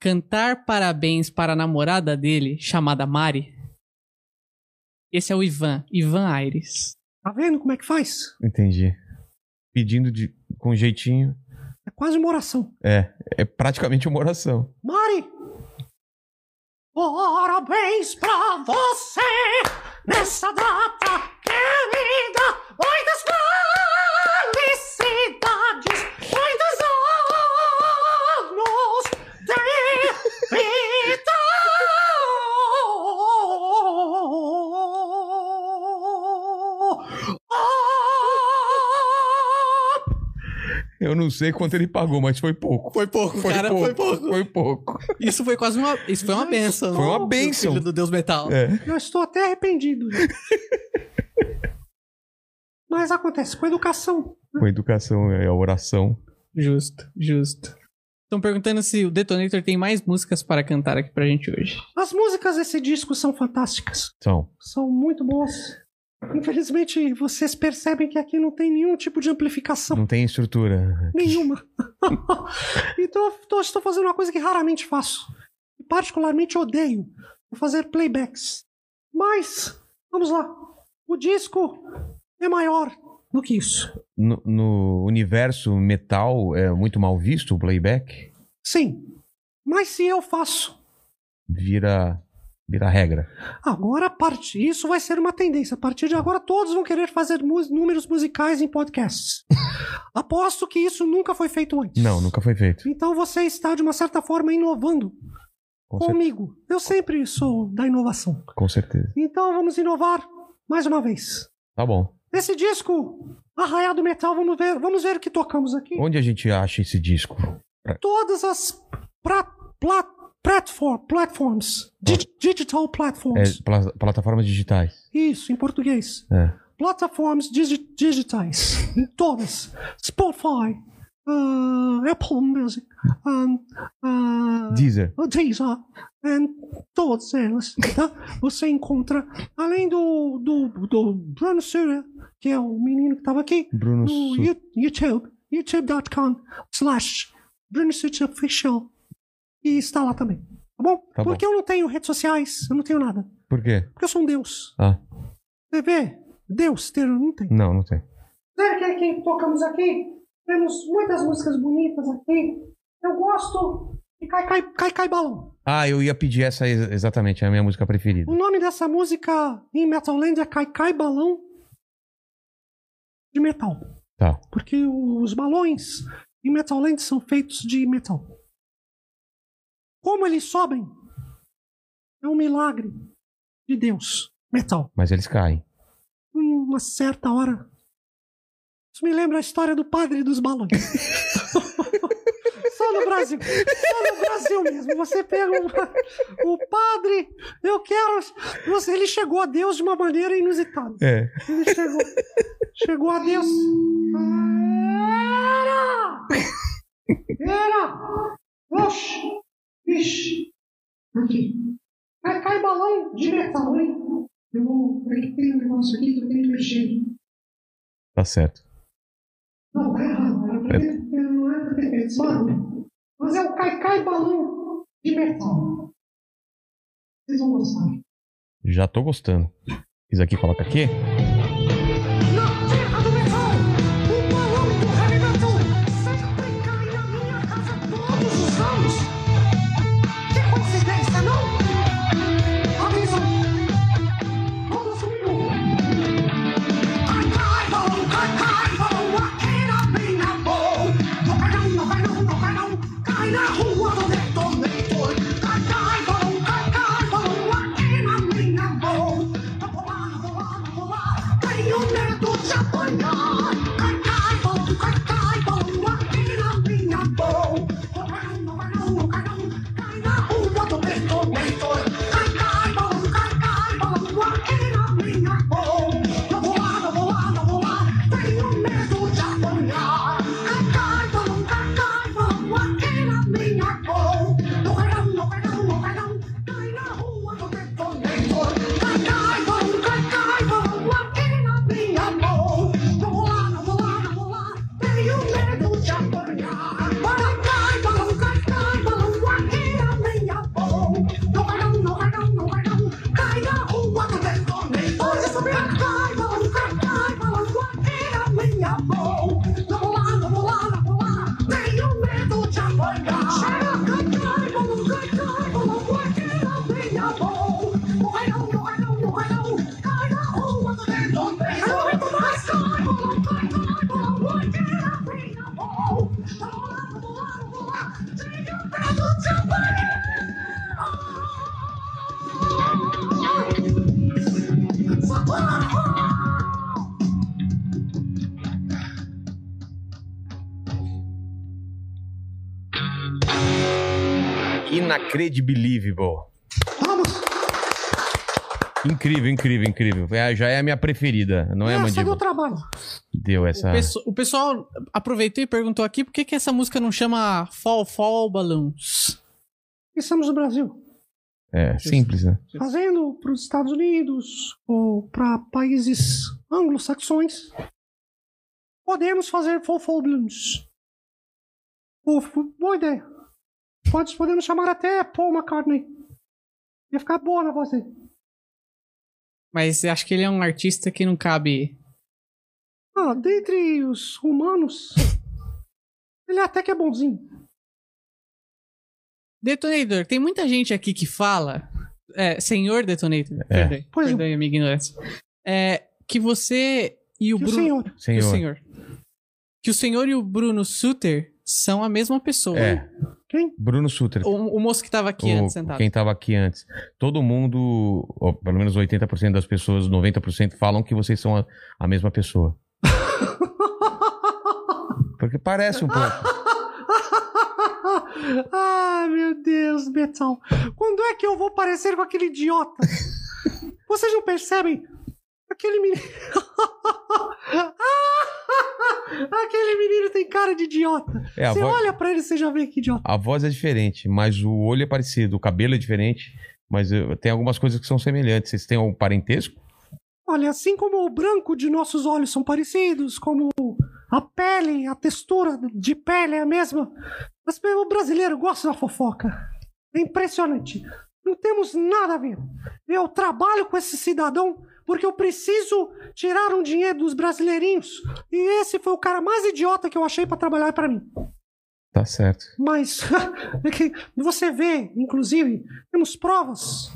cantar parabéns para a namorada dele, chamada Mari? Esse é o Ivan, Ivan Aires.
Tá vendo como é que faz?
Entendi. Pedindo de, com jeitinho.
É quase uma oração.
É, é praticamente uma oração.
Mari! Parabéns pra você nessa data querida! Muitas felicidades! Muitos anos de vida! Ah,
Eu não sei quanto ele pagou, mas foi pouco.
Foi pouco,
Foi
cara,
pouco,
foi pouco.
Foi pouco.
Isso foi quase uma. Isso foi uma benção.
Foi uma benção.
Filho do Deus Metal.
É.
Eu estou até arrependido. né? Mas acontece com a educação.
Com educação, é a oração.
Justo, justo. Estão perguntando se o Detonator tem mais músicas para cantar aqui pra gente hoje.
As músicas desse disco são fantásticas.
Então,
São muito boas. Infelizmente, vocês percebem que aqui não tem nenhum tipo de amplificação.
não tem estrutura.
Nenhuma. então, eu tô- estou fazendo uma coisa que raramente faço. E particularmente odeio. Vou fazer playbacks. Mas, vamos lá. O disco é maior do que isso.
No, no universo metal, é muito mal visto o playback.
Sim. Mas se eu faço
Vira, vira regra.
Agora, a partir, isso vai ser uma tendência. A partir de agora, todos vão querer fazer mu- números musicais em podcasts. Aposto que isso nunca foi feito antes.
Não, nunca foi feito.
Então você está, de uma certa forma, inovando
Com, cer-
comigo. Eu sempre sou da inovação.
com certeza.
Então vamos inovar mais uma vez.
Tá bom.
Esse disco, Arraiado Metal, vamos ver, vamos ver o que tocamos aqui.
Onde a gente acha esse disco?
Todas as pra, pla- platform, platforms, dig- digital
É,
platforms.
pla- plataformas digitais.
Isso, em português.
É.
plataformas digi- digitais, em todas, Spotify, ah, Apple Music, and, ah,
Deezer.
Deezer, and todas elas, tá? Você encontra, além do, do, do Bruno Surya, que é o menino que estava aqui,
Bruno
no
Su-
Yu- YouTube, youtube.com slash Bruno Surya Official, e está lá também, tá bom?
Tá bom.
Porque eu não tenho redes sociais, eu não tenho nada,
Por quê?
porque eu sou um deus.
Ah,
TV, Deus, ter, um não tem.
não, não tem.
Sabe Né, que, é que tocamos aqui? Temos muitas músicas bonitas aqui. Eu gosto de Cai Cai, cai, cai Balão.
Ah, eu ia pedir essa ex- exatamente, é a minha música preferida.
O nome dessa música em Metalland é Cai Cai Balão de metal.
Tá.
Porque os balões em Metalland são feitos de metal. Como eles sobem é um milagre de Deus. Metal.
Mas eles caem.
em uma certa hora. Isso me lembra a história do padre dos balões. Só no Brasil. Só no Brasil mesmo. Você pega um- o padre. Eu quero. Você, ele chegou a Deus de uma maneira inusitada.
É.
Ele chegou. Chegou a Deus. Era! Era! Oxi! Ixi! Aqui. Cai, cai balão de metal, hein? Eu vou. Aqui tem um negócio aqui que eu tenho que mexer.
Tá certo.
Não, tá errado. Era pra
É.
ter. Não era pra ter feito esse barulho. Mas é o cai, cai balão de metal. Vocês vão gostar.
Já tô gostando. Isso aqui coloca aqui?
Na terra do metal, o balão do heavy metal sempre cai na minha casa todos os anos. Que coincidência, não? Avisa. Todos comigo. Cai, cai, balão, cai, cai, balão, aqui na minha mão. Não cai não, não cai não, não cai não. Cai na rua do detonator. Cai, cai, balão, cai, cai, balão, aqui na minha mão. Eu vou lá, eu vou lá, eu vou lá. acabou. Morrerão, morrerão, morrerão. Cai na rua do dentro. Eu não aguento mais. Cai, bolão, cai, cai, bolão. Bandeira, minha mão. Vamos lá, vamos lá, vamos lá. Diga pra do seu pai. Socorro!
Inacredibilível.
Vamos!
Incrível, incrível, incrível. É, já é a minha preferida, não é,
Essa deu
Mandíbula?
trabalho.
Deu essa.
O, pesso- o pessoal aproveitou e perguntou aqui por que, que essa música não chama Fall Fall Balloons.
Estamos no Brasil.
É, simples, né?
Fazendo para os Estados Unidos ou para países anglo-saxões. Podemos fazer fofoblins. Boa ideia. Pode- podemos chamar até Paul McCartney. Ia ficar boa na voz dele.
Mas acho que ele é um artista que não cabe.
Ah, dentre os romanos, ele até que é bonzinho.
Detonator, tem muita gente aqui que fala. É, senhor Detonator,
É.
perdoe.
Pois é.
perdoe a minha ignorância. É, que você e o
Que o
Bruno.
senhor.
que o
Senhor.
senhor. Que o senhor e o Bruno Suter são a mesma pessoa.
É.
Quem?
Bruno Sutter.
O, o moço que tava aqui
O-
antes sentado.
Quem tá- estava aqui antes. Todo mundo, ou pelo menos 80% das pessoas, 90%, falam que vocês são a, a mesma pessoa. Porque parece um pouco.
ah, meu Deus, Betão. Quando é que eu vou parecer com aquele idiota? Vocês não percebem? Aquele menino. Ah, aquele menino tem cara de idiota.
É, a,
você
voz,
olha pra ele, você já vê que idiota.
a voz é diferente, mas o olho é parecido, o cabelo é diferente. Mas eh, tem algumas coisas que são semelhantes. Vocês têm um parentesco?
Olha, assim como o branco de nossos olhos são parecidos, como a pele, a textura de pele é a mesma, mas mesmo o brasileiro gosta da fofoca. É impressionante. Não temos nada a ver. Eu trabalho com esse cidadão porque eu preciso tirar um dinheiro dos brasileirinhos. E esse foi o cara mais idiota que eu achei pra trabalhar pra mim.
Tá certo.
Mas é que você vê, inclusive, temos provas.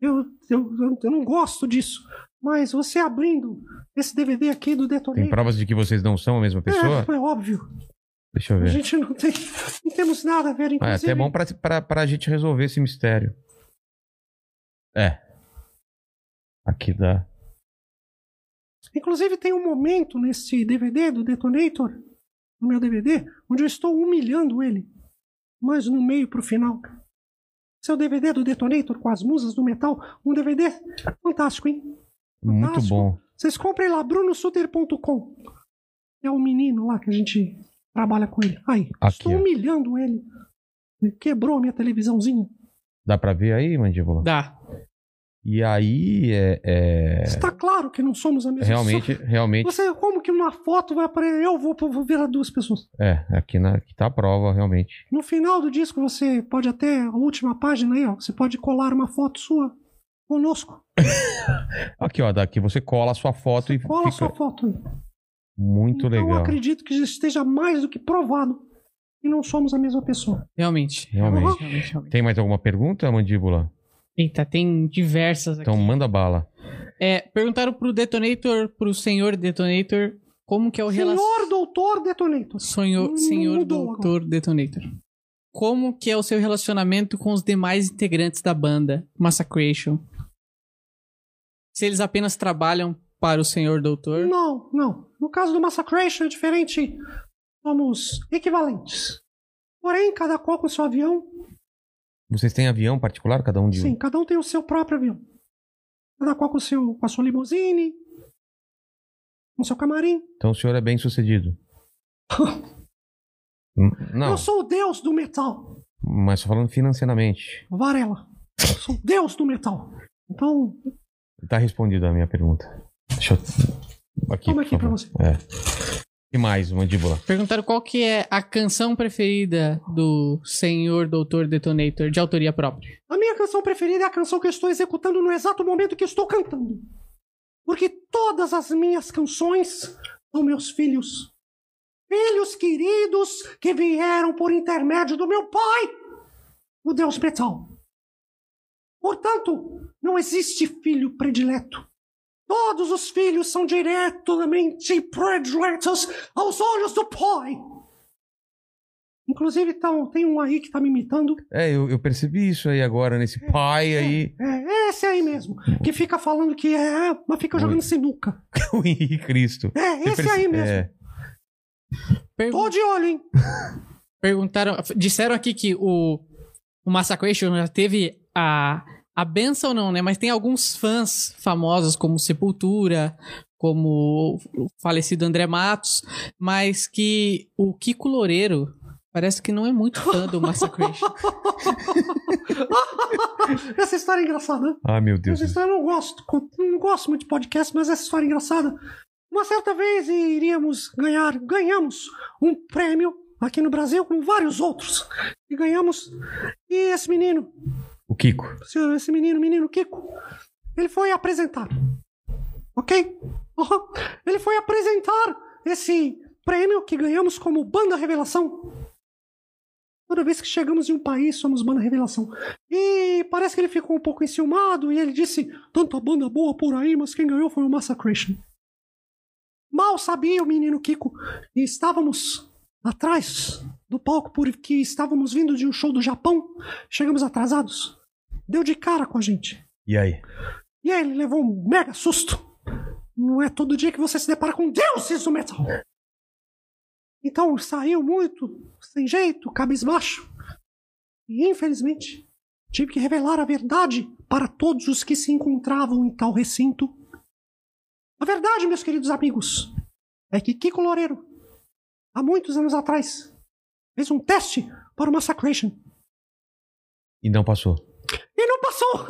Eu, eu, eu- eu não gosto disso. Mas você abrindo esse DVD aqui do
Tem
Detonator.
provas de que vocês não são a mesma pessoa?
É, é óbvio.
Deixa eu
A
ver.
gente não tem. Não temos nada a ver,
Ah, é
inclusive.
até bom pra, pra, pra gente resolver esse mistério. É. Aqui dá.
Inclusive, tem um momento nesse DVD do Detonator, no meu DVD, onde eu estou humilhando ele. Mas no meio pro final. Seu DVD do Detonator com as musas do metal. Um DVD fantástico, hein?
Muito
Fantástico.
bom.
Vocês comprem lá, brunosuter.com. É o menino lá que a gente trabalha com ele. Aí,
Aqui,
estou
ó.
humilhando ele. Ele quebrou a minha televisãozinha.
Dá pra ver aí, mandíbula?
Dá.
E aí é. é,
Está claro que não somos a mesma
Realmente,
pessoa.
realmente.
Você, como que numa foto vai aparecer? Eu vou, vou ver as duas pessoas.
É, aqui, na, aqui tá a prova, realmente.
No final do disco, você pode até, a última página aí, ó, você pode colar uma foto sua conosco.
Aqui, ó, daqui você cola a sua foto e
Cola a
fica.
sua foto aí.
Muito
então, eu
legal.
acredito que esteja mais do que provado que não somos a mesma pessoa.
Realmente.
Realmente.
Realmente, realmente.
Tem mais alguma pergunta, mandíbula?
Eita, tem diversas aqui.
Então manda bala.
É, perguntaram pro Detonator, pro senhor Detonator, como que é o
Senhor
relacionamento.
Doutor Detonator.
Senhor,
Não
senhor
mudou
doutor Detonator. Como que é o seu relacionamento com os demais integrantes da banda Massacration? Se eles apenas trabalham para o senhor doutor?
Não, não. No caso do Massacration é diferente. Somos equivalentes. Porém, cada qual com seu avião.
Vocês têm avião particular, cada um de
Sim,
um?
cada um tem o seu próprio avião. Cada qual com, seu, com a sua limusine. Com seu camarim.
Então o senhor é bem sucedido. Hum, Não,
Eu sou o deus do metal,
mas só falando financeiramente.
Varela. Eu sou o deus do metal. Então,
Tá respondida a minha pergunta. Deixa eu. Aqui,
Toma aqui
por
pra
favor. É. E mais, mandíbula?
Perguntaram qual que é a canção preferida do senhor doutor Detonator de autoria própria.
a minha canção preferida é a canção que eu estou executando no exato momento que eu estou cantando. Porque todas as minhas canções são meus filhos. Filhos queridos que vieram por intermédio do meu pai, o Deus Metal. Portanto, não existe filho predileto. Todos os filhos são diretamente prediletos aos olhos do pai. Inclusive, tá um- tem um aí que tá me imitando.
É, eu, eu percebi isso aí agora, nesse pai aí.
É esse aí mesmo.
Uhum.
Que fica falando que é, mas fica jogando sinuca.
O Henrique Cristo.
É
Você
esse
perce-
aí mesmo.
É.
Per-
Tô de olho, hein?
Perguntaram, disseram aqui que o, o Massacration já teve a, a benção, não, né? Mas tem alguns fãs famosos, como Sepultura, como o falecido André Matos, mas que o Kiko Loureiro parece que não é muito fã do Massacration.
Essa história é engraçada.
Ah, meu Deus.
Essa
do céu.
história eu não gosto. Não gosto muito de podcast, mas essa história é engraçada. Uma certa vez iríamos ganhar, ganhamos um prêmio aqui no Brasil, com vários outros. E ganhamos. E esse menino,
O Kiko.
Senhor, esse menino, menino Kiko, ele foi apresentar. Ok? Aham. Ele foi apresentar esse prêmio que ganhamos como Banda Revelação. Toda vez que chegamos em um país, somos Banda Revelação. E parece que ele ficou um pouco enciumado e ele disse: tanta banda boa por aí, mas quem ganhou foi o Massacration. Mal sabia o menino Kiko e estávamos atrás do palco porque estávamos vindo de um show do Japão. Chegamos atrasados deu de cara com a gente.
E aí?
E aí ele levou um mega susto. Não é todo dia que você se depara com deuses do metal. Então saiu muito, sem jeito, cabisbaixo. E infelizmente, tive que revelar a verdade para todos os que se encontravam em tal recinto. A verdade, meus queridos amigos, é que Kiko Loureiro, há muitos anos atrás, fez um teste para o Massacration
E não passou.
e não passou!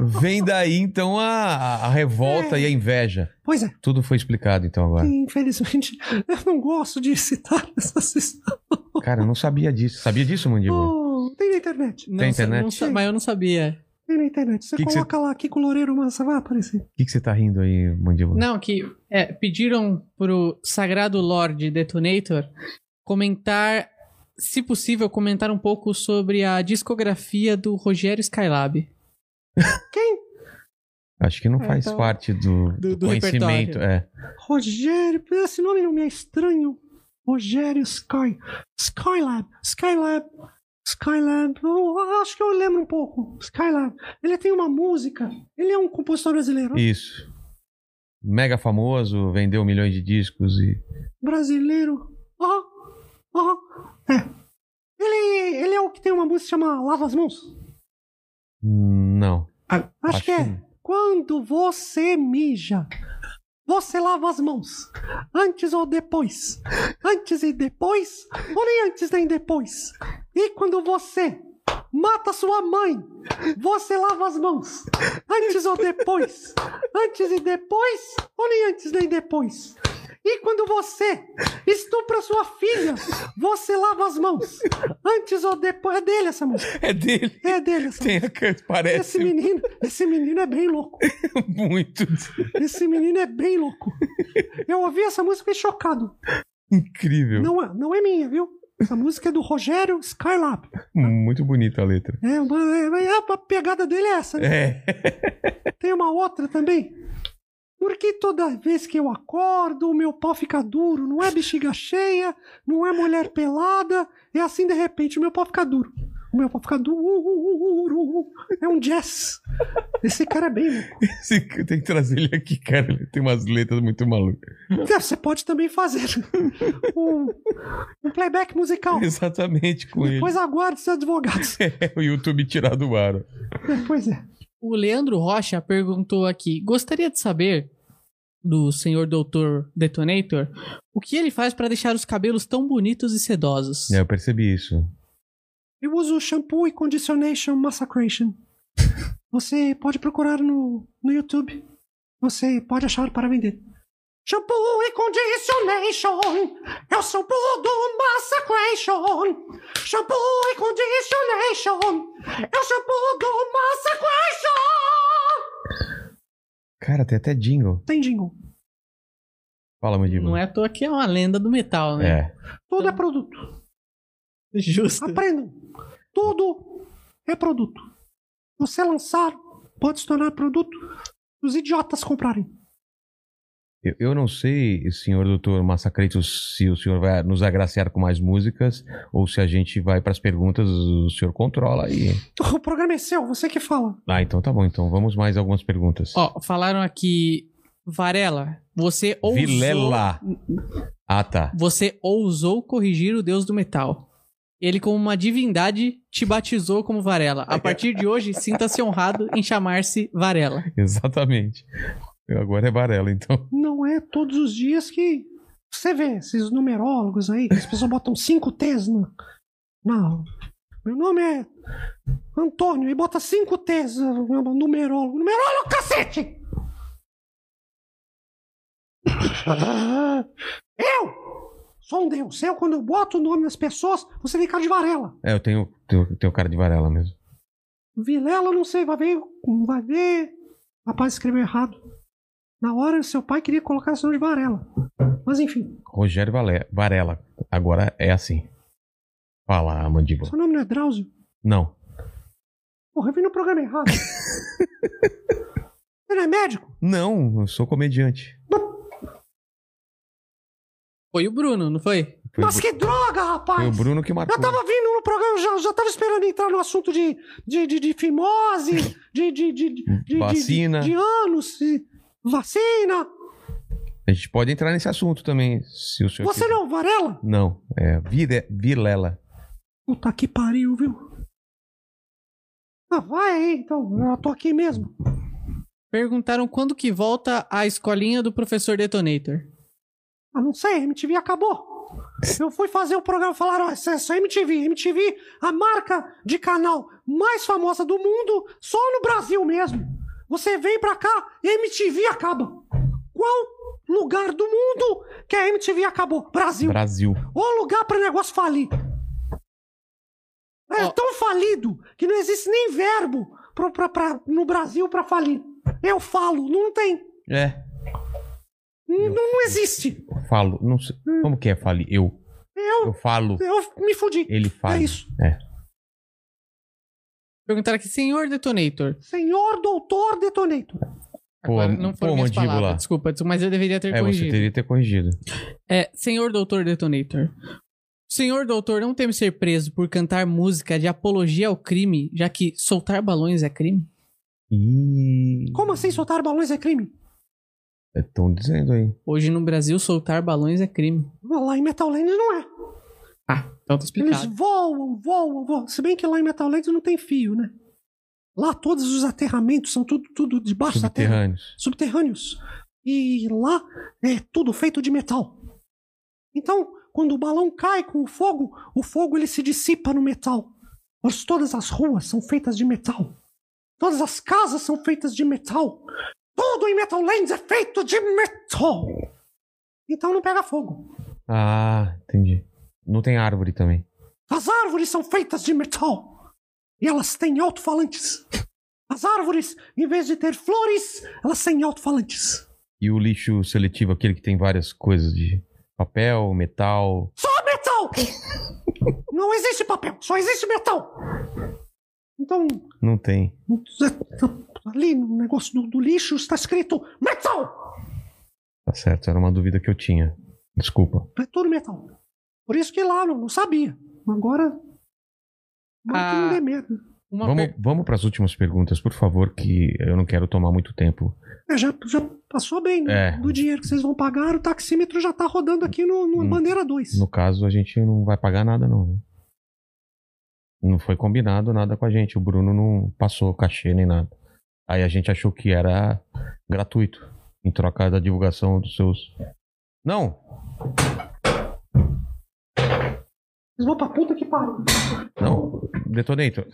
Vem daí, então, a, a- a revolta e a inveja.
pois é.
Tudo foi explicado, então, agora.
Infelizmente, eu não gosto de citar essas histórias.
Cara, eu não sabia disso. Sabia disso, Mandíbula?
Oh, tem na internet.
Não
Tem
sa-
internet?
não sa- mas eu não sabia.
Tem na internet. Você
Que que
coloca lá aqui com o Loureiro Massa, vai aparecer.
O que, que você tá rindo aí, Mandíbula?
Não, que é, pediram pro Sagrado Lorde Detonator comentar, se possível, comentar um pouco sobre a discografia do Rogério Skylab.
Acho que não
Ah,
É,
faz
então-
parte do,
Do-
do
do
conhecimento. É.
Rogério, esse nome não me é estranho. Rogério Sky. Skylab. Skylab. Skylab. Eu acho que eu lembro um pouco. Skylab. Ele tem uma música. Ele é um compositor brasileiro.
Isso. Mega famoso, vendeu milhões de discos e.
Brasileiro. Aham. Aham. É. Ele, ele é o que tem uma música que chama Lava as Mãos.
Hum, Não.
Acho, que é.
que-
Quando você mija, você lava as mãos. Antes ou depois. Antes e depois, ou nem antes nem depois. E quando você mata sua mãe, você lava as mãos. Antes ou depois. Antes e depois, ou nem antes nem depois. E quando você estupra sua filha, você lava as mãos. Antes ou depois. É dele essa música.
É dele.
É dele essa
Tem a cara,
esse
parece
menino, esse menino é bem louco.
muito
Esse menino é bem louco. Eu ouvi essa música e fiquei chocado.
incrível.
Não é, não é minha, viu? Essa música é do Rogério Skylab.
Muito bonita a letra.
É, uma- é- é- a pegada dele é essa. né?
É.
Tem uma outra também. Porque toda vez que eu acordo, o meu pau fica duro. Não é bexiga cheia, não é mulher pelada. É assim, de repente, o meu pau fica duro. O meu pau fica uh, duro. É um jazz. Esse cara é bem louco.
Esse cara- Tem que trazer ele aqui, cara. Ele tem umas letras muito malucas.
É, Você pode também fazer um, um playback musical.
Exatamente com ele.
Depois aguarde seus advogados.
É o YouTube tirar do ar. ó.
É, Pois é.
O Leandro Rocha perguntou aqui: gostaria de saber do senhor doutor Detonator o que ele faz pra deixar os cabelos tão bonitos e sedosos?
É, eu percebi isso.
Eu uso shampoo e conditionation massacration. Você pode procurar no, no YouTube. Você pode achar para vender. Shampoo e conditionation é o shampoo do massacration. Shampoo e conditionation é o shampoo do massacration.
Cara, tem até jingle.
Tem jingle.
Fala,
Não
Mandíbula.
é à toa que é uma lenda do metal, né?
É.
Tudo é produto.
Justo.
Aprendam. Tudo é produto. você lançar pode se tornar produto dos idiotas comprarem.
Eu, eu não sei, senhor doutor Massacreto, se o senhor vai nos agraciar com mais músicas ou se a gente vai para as perguntas, o senhor controla aí.
O programa é seu, você que fala.
Ah, então tá bom. Então vamos mais algumas perguntas.
Ó, falaram aqui, Varela, você ousou.
Vilela. Ah, tá.
Você ousou corrigir o deus do metal. Ele, como uma divindade, te batizou como Varela. A partir de hoje, sinta-se honrado em chamar-se Varela.
Exatamente. Eu agora é Varela, então.
Não é todos os dias que você vê esses numerólogos aí, que as pessoas botam cinco T's na. Não. Meu nome é Antônio e bota cinco T's. eh, Numerólogo. Numerólogo, cacete! Eu sou um deus. Eu, quando eu boto o nome das pessoas, você vem cara de varela.
É, eu tenho, tenho, tenho cara de Varela mesmo.
Vilela, não sei, vai ver. Vai ver. Rapaz, escreveu errado. Na hora, seu pai queria colocar esse nome de varela. Mas enfim,
Rogério Vale- Varela. Agora é assim. Fala, mandíbula.
seu nome não é Drauzio?
Não.
Porra, eu vim no programa errado. Você não é médico?
Não, eu sou comediante.
Foi o Bruno, não foi?
Foi, o
Nossa,
Bru-
que droga, rapaz!
foi o Bruno que marcou.
Eu tava vindo no programa, já, já tava esperando entrar no assunto de, de, de, de fimose, de, de, de, de, de- de-
Vacina.
de, anos, e vacina.
A gente pode entrar nesse assunto também, se o senhor.
Você
quiser.
não, Varela?
Não, é Vire... Vilela.
Puta que pariu, viu? Ah, vai aí, então. Eu tô aqui mesmo.
Perguntaram quando que volta a escolinha do professor Detonator.
Ah, não sei, MTV acabou. Eu fui fazer um programa e falaram, ó, isso é só MTV. MTV, a marca de canal mais famosa do mundo, só no Brasil mesmo. Você vem pra cá, MTV acaba. Qual lugar do mundo que a MTV acabou? Brasil.
Brasil.
Ou lugar pra negócio falir. É
Ó.
tão falido que não existe nem verbo pro- pra- pra- no Brasil pra falir. Eu falo, não tem.
É.
Não, não existe.
Falo. Não sei. Como que é fale? Eu.
Eu,
Eu falo.
eu me fudi.
Ele fala.
É isso.
É.
Perguntaram aqui, senhor Detonator.
Senhor Doutor Detonator.
Pô,
Agora não foram
pô,
minhas
mandíbula.
palavras, desculpa, desculpa, mas eu deveria ter
É, você
corrigido.
teria que ter corrigido.
É, senhor doutor Detonator. Senhor doutor, não teme ser preso por cantar música de apologia ao crime, já que soltar balões é crime?
Ih.
Como assim soltar balões é crime?
Estão dizendo aí.
Hoje no Brasil, soltar balões é crime.
Lá em Metal Land não é.
Ah, então tá
Eles
explicado.
voam, voam, voam. Se bem que lá em Metal Land não tem fio, né? Lá todos os aterramentos são tudo, tudo debaixo da terra.
Subterrâneos.
Subterrâneos. E lá é tudo feito de metal. Então, quando o balão cai com o fogo, o fogo ele se dissipa no metal. Mas todas as ruas são feitas de metal. Todas as casas são feitas de metal. Tudo em Metal Lands é feito de metal. Então não pega fogo.
Ah, entendi. Não tem árvore também.
As árvores são feitas de metal. E elas têm alto-falantes. As árvores, em vez de ter flores, elas têm alto-falantes.
E o lixo seletivo, aquele que tem várias coisas de papel, metal.
Só metal! Não existe papel, só existe metal! Então,
Não tem.
ali no negócio do, do lixo está escrito metal!
Tá certo, era uma dúvida que eu tinha. Desculpa.
É tudo metal. Por isso que lá eu não sabia. Agora.
Ah.
Mas tudo é merda.
Uma
Vamos,
per-
vamos para as últimas perguntas, por favor, que eu não quero tomar muito tempo.
É, já, já passou bem, né?
É.
Do dinheiro que vocês vão pagar, o taxímetro já tá rodando aqui no, no
Hum.
Bandeira 2.
No caso, a gente não vai pagar nada, não. viu? Não foi combinado nada com a gente. O Bruno não passou cachê nem nada. Aí a gente achou que era gratuito, em troca da divulgação dos seus. Não!
Vocês vão pra puta que pariu.
Não! Detonator!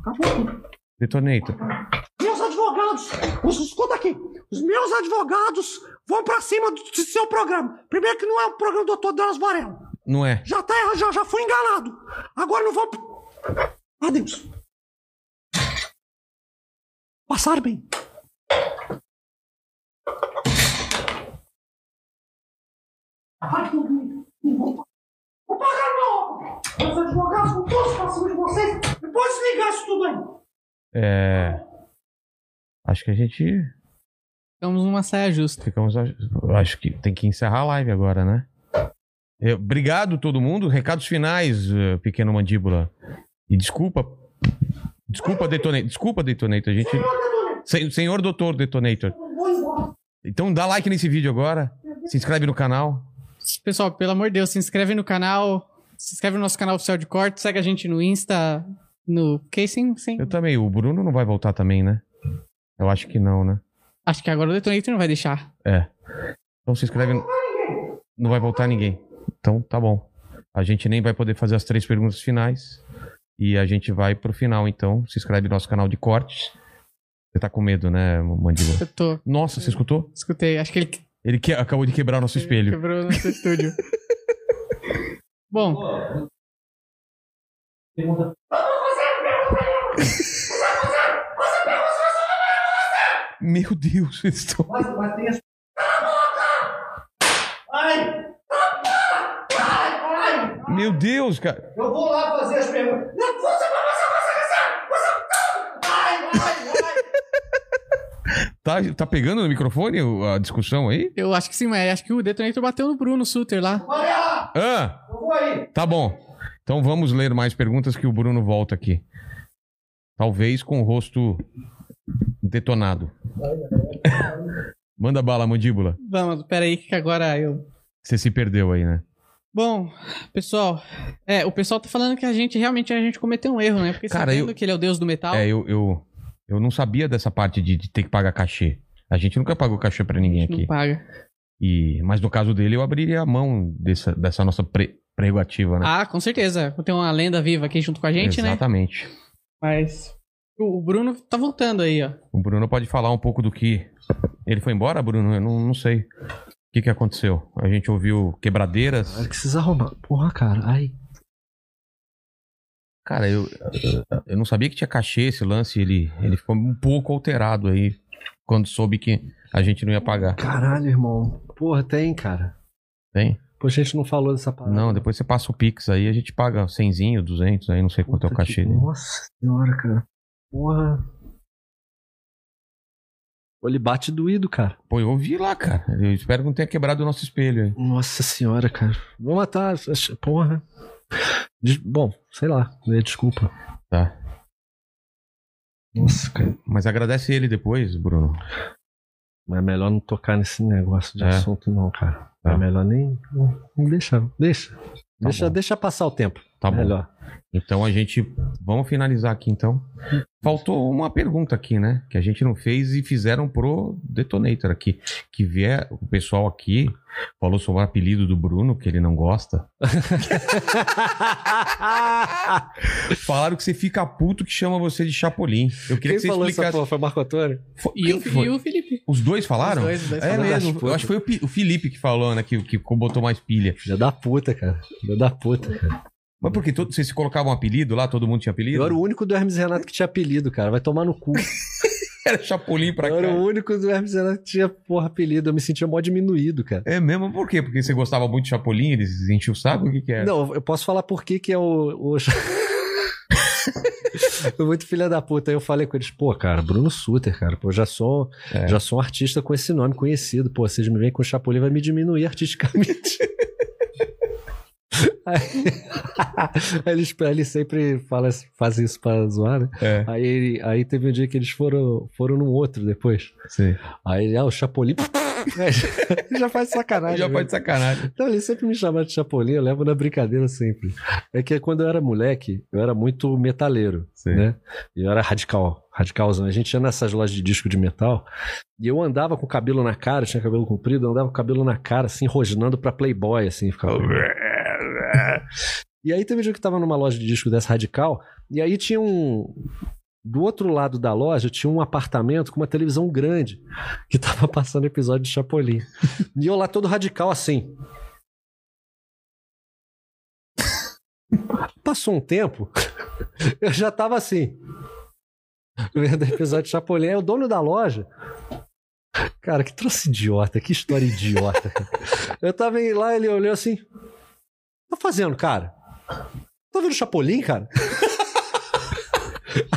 Acabou tudo.
Detonator!
Meus advogados, os, escuta aqui. Os meus advogados vão pra cima do, do seu programa. Primeiro que não é o programa do Dr. Delas Varela.
Não é?
Já tá errado, já, já fui enganado. Agora não vou. Adeus. Passar bem. Vou pagar não! Os advogados vão todos pra cima de vocês. Depois desligar isso tudo aí.
É, Acho que a gente
Ficamos numa saia justa.
ficamos. Acho que tem que encerrar a live agora, né? Eu- obrigado, todo mundo. Recados finais, eh, pequeno mandíbula. E desculpa. Desculpa, Detonator. Desculpa, Detonator. A gente... Sen- Senhor Doutor Detonator. Então dá like nesse vídeo agora. Se inscreve no canal.
Pessoal, pelo amor de Deus, se inscreve no canal. Se inscreve no nosso canal oficial de corte. Segue a gente no Insta. No. Que sim, sim.
Eu também. O Bruno não vai voltar também, né? Eu acho que não, né?
Acho que agora o Detonator não vai deixar.
Então se inscreve. no- Não vai voltar ninguém. Então tá bom. A gente nem vai poder fazer as três perguntas finais. E a gente vai pro final, então. Se inscreve no nosso canal de cortes. Você tá com medo, né, Mandíbula?
Eu tô.
Nossa, você escutou?
Escutei. Acho que ele
Ele que- acabou de quebrar o nosso espelho.
quebrou o nosso estúdio. Bom,
Meu Deus, eles estão. Meu Deus, cara.
Eu vou lá fazer as perguntas. Não, você vai, você vai, você vai, você vai. Vai, vai, vai.
Tá, tá pegando no microfone o- a discussão aí?
eu acho que sim, mas acho que o Detonator bateu no Bruno Suter lá.
Olha lá,
Ah!
eu vou aí.
Tá bom. Então vamos ler mais perguntas que o Bruno volta aqui. Talvez com o rosto detonado. Manda bala, mandíbula.
Vamos, peraí, que agora eu
Você se perdeu aí, né?
Bom, pessoal, é, o pessoal tá falando que a gente realmente a gente cometeu um erro, né? Porque
Cara,
sabendo
eu-
que ele é o deus do metal,
É, eu, eu, eu não sabia dessa parte de, de ter que pagar cachê. A gente nunca pagou cachê pra
a
ninguém
gente não
aqui.
paga.
E, mas no caso dele, eu abriria a mão dessa, dessa nossa pre- prerrogativa, né?
Ah, com certeza. Tem uma lenda viva aqui junto com a gente, né?
Exatamente.
Mas o o Bruno tá voltando aí, ó.
O Bruno pode falar um pouco do que. Ele foi embora, Bruno? Eu não, não sei. O que, que aconteceu? A gente ouviu quebradeiras.
que vocês arrumaram. Porra, cara. Ai.
Cara, eu, eu não sabia que tinha cachê esse lance. Ele, ele ficou um pouco alterado aí quando soube que a gente não ia pagar.
Caralho, irmão. Porra, tem, cara.
Tem?
Pô, a gente não falou dessa parada.
Não, depois você passa o Pix aí, a gente paga 100, 200, aí não sei quanto é o
Puta
cachê
que-
dele.
Nossa senhora, cara. Porra. Pô, ele bate doído, cara.
Pô, eu ouvi lá, cara. Eu espero que não tenha quebrado o nosso espelho aí.
Nossa senhora, cara. Vou matar. essa- Porra. Des- Bom, sei lá. né, Desculpa.
Tá.
Nossa, cara.
Mas agradece ele depois, Bruno. Tá
Mas é melhor não tocar nesse negócio de
É.
assunto, não, cara. É
Tá.
melhor nem. não Deixa, deixa. deixa,
bom.
deixa passar o tempo.
Tá bom.
melhor.
Então a gente. Vamos finalizar aqui então. Faltou uma pergunta aqui, né? Que a gente não fez e fizeram pro Detonator aqui. Que vier o pessoal aqui, falou sobre o apelido do Bruno, que ele não gosta. Falaram que você fica puto que chama você de Chapolin. Eu queria
Quem
que você
falou
explicasse.
essa porra? Foi Marco Antônio?
Fo-
E,
Quem
o,
que
Fi-
foi?
e o Felipe.
Os dois falaram?
Os dois, os dois
é
falaram.
mesmo. Eu acho que foi o, Pi- o Felipe que falou, né? Que, que botou mais pilha.
Filha da puta, cara. Filha da puta, cara.
Mas porque todo, vocês se colocavam um apelido lá, todo mundo tinha apelido?
Eu era o único do Hermes Renato que tinha apelido, cara. Vai tomar no cu.
Era Chapolin pra
eu era
cá.
o único do Hermes Renato que tinha, porra, apelido. Eu me sentia mó diminuído, cara.
É mesmo? Por quê? Porque você gostava muito de Chapolin, eles enchiam o saco? O que que era?
Não, eu posso falar por que que é o... o... Foi muito filha da puta. Aí eu falei com eles, pô, cara, Bruno Suter, cara, pô, eu já sou,
É.
já sou um artista com esse nome conhecido. Pô, vocês me veem com o Chapolin, vai me diminuir artisticamente. Aí, aí eles, eles sempre falam, fazem isso pra zoar, né?
É,
Aí, aí teve um dia que eles foram, foram num outro depois.
sei.
Aí, ah, o Chapolin. É, já faz sacanagem.
Já
né?
foi de sacanagem.
Não, eles sempre me chamaram de Chapolin, eu levo na brincadeira sempre. É que quando eu era moleque, eu era muito metaleiro,
Sei.
né? E eu era radical, radicalzão. A gente ia nessas lojas de disco de metal e eu andava com o cabelo na cara, eu tinha cabelo comprido, eu andava com o cabelo na cara, assim, rosnando pra Playboy, assim, ficava. E aí teve um dia que eu tava numa loja de disco dessa radical, e aí tinha um. Do outro lado da loja tinha um apartamento com uma televisão grande que tava passando episódio de Chapolin. E eu lá todo radical assim. Passou um tempo, eu já tava assim. Vendo o episódio de Chapolin. Aí o dono da loja. Cara, que troço idiota, que história idiota. cara. Eu tava aí lá, ele olhou assim. Tá fazendo, cara? Tá vendo Chapolin, cara?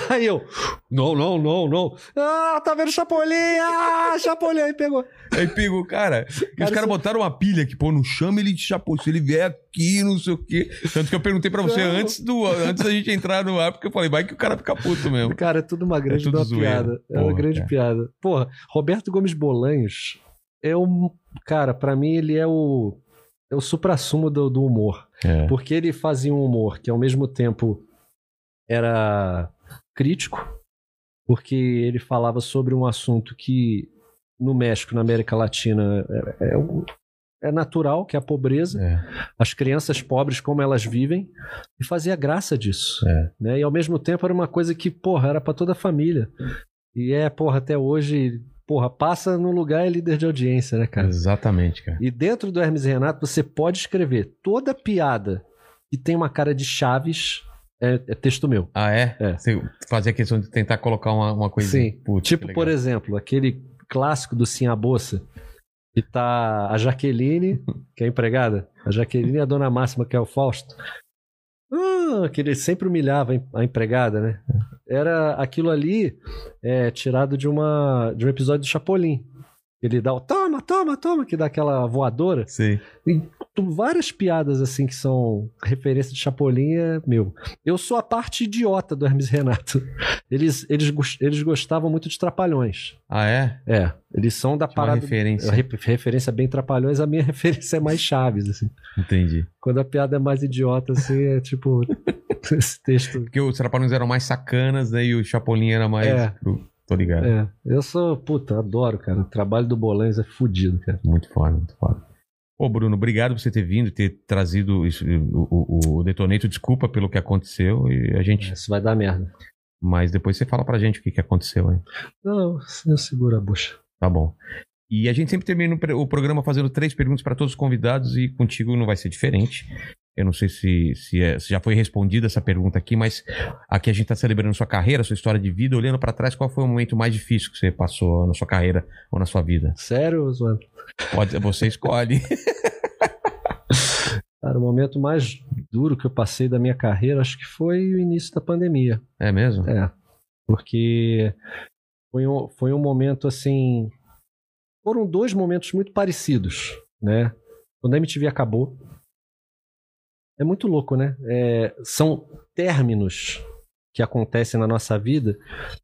Aí eu, não, não, não, não. Ah, tá vendo Chapolin? Ah, Chapolin. Aí pegou.
Aí pegou, cara. E os
Cara,
caras
isso-
botaram uma pilha que, pô, não chama ele de chapô. Se ele vier aqui, não sei o quê. Tanto que eu perguntei pra você
Não.
antes, do, antes da gente entrar no ar, porque eu falei, vai que o cara fica puto mesmo.
Cara, é tudo uma grande
tudo
de uma
zoeira.
piada. é uma
Porra,
grande
cara.
piada. Porra, Roberto Gomes Bolanhos é um. Cara, pra mim ele é o. É o supra-sumo do, do humor.
É.
Porque ele fazia um humor que ao mesmo tempo era crítico, porque ele falava sobre um assunto que no México, na América Latina, é, é, um- é natural, que é a pobreza. As crianças pobres, como elas vivem, e fazia graça disso
É.
né? E ao mesmo tempo era uma coisa que, porra, era pra toda a família. E é, porra, até hoje, porra, passa num lugar e é líder de audiência, né, cara?
Exatamente, cara.
E dentro do Hermes e Renato você pode escrever toda piada que tem uma cara de Chaves é, é texto meu.
Ah, é?
É.
Você fazia questão de tentar colocar uma, uma coisa. tá
Sim. tipo, por exemplo, aquele clássico do Sim a Bolsa, que tá a Jaqueline, que é empregada, a Jaqueline e a Dona Máxima, que é o Fausto. Ah, que ele sempre humilhava a em- a empregada, né? Era aquilo ali é, tirado de, uma, de um episódio do Chapolin. Ele dá o toma, toma, toma, que dá aquela voadora.
Sim.
Tu- Várias piadas assim que são referência de Chapolin é meu. Eu sou a parte idiota do Hermes e Renato. Eles, eles, gos- eles gostavam muito de Trapalhões.
Ah, é?
É, eles são da
Tinha uma
parada.
referência.
Re- referência bem Trapalhões, a minha referência é mais Chaves, assim.
Entendi.
Quando a piada é mais idiota, assim, é tipo. esse texto.
Porque os trapalhões eram mais sacanas, né? E o Chapolin era mais.
É.
cru. Tô ligado.
É, eu sou. Puta, adoro, cara. O trabalho do Bolanhos é fodido, cara.
Muito foda, muito foda. Ô, Bruno, obrigado por você ter vindo, ter trazido isso, o, o, o detonator. Desculpa pelo que aconteceu. E a gente.
É, Isso vai dar merda.
Mas depois você fala pra gente o que, que aconteceu, hein?
Não, eu seguro a bucha.
Tá bom. E a gente sempre termina o pre- o programa fazendo três perguntas para todos os convidados e contigo não vai ser diferente. Eu não sei se, se, é- se já foi respondida essa pergunta aqui, mas aqui a gente está celebrando sua carreira, sua história de vida. Olhando para trás, qual foi o momento mais difícil que você passou na sua carreira ou na sua vida?
Sério, Zoan?
Pode, você escolhe.
Cara, o momento mais duro que eu passei da minha carreira, acho que foi o início da pandemia.
É mesmo?
É. Porque foi um, foi um momento assim. Foram dois momentos muito parecidos, né? Quando a MTV acabou. É muito louco, né? É, são términos que acontecem na nossa vida.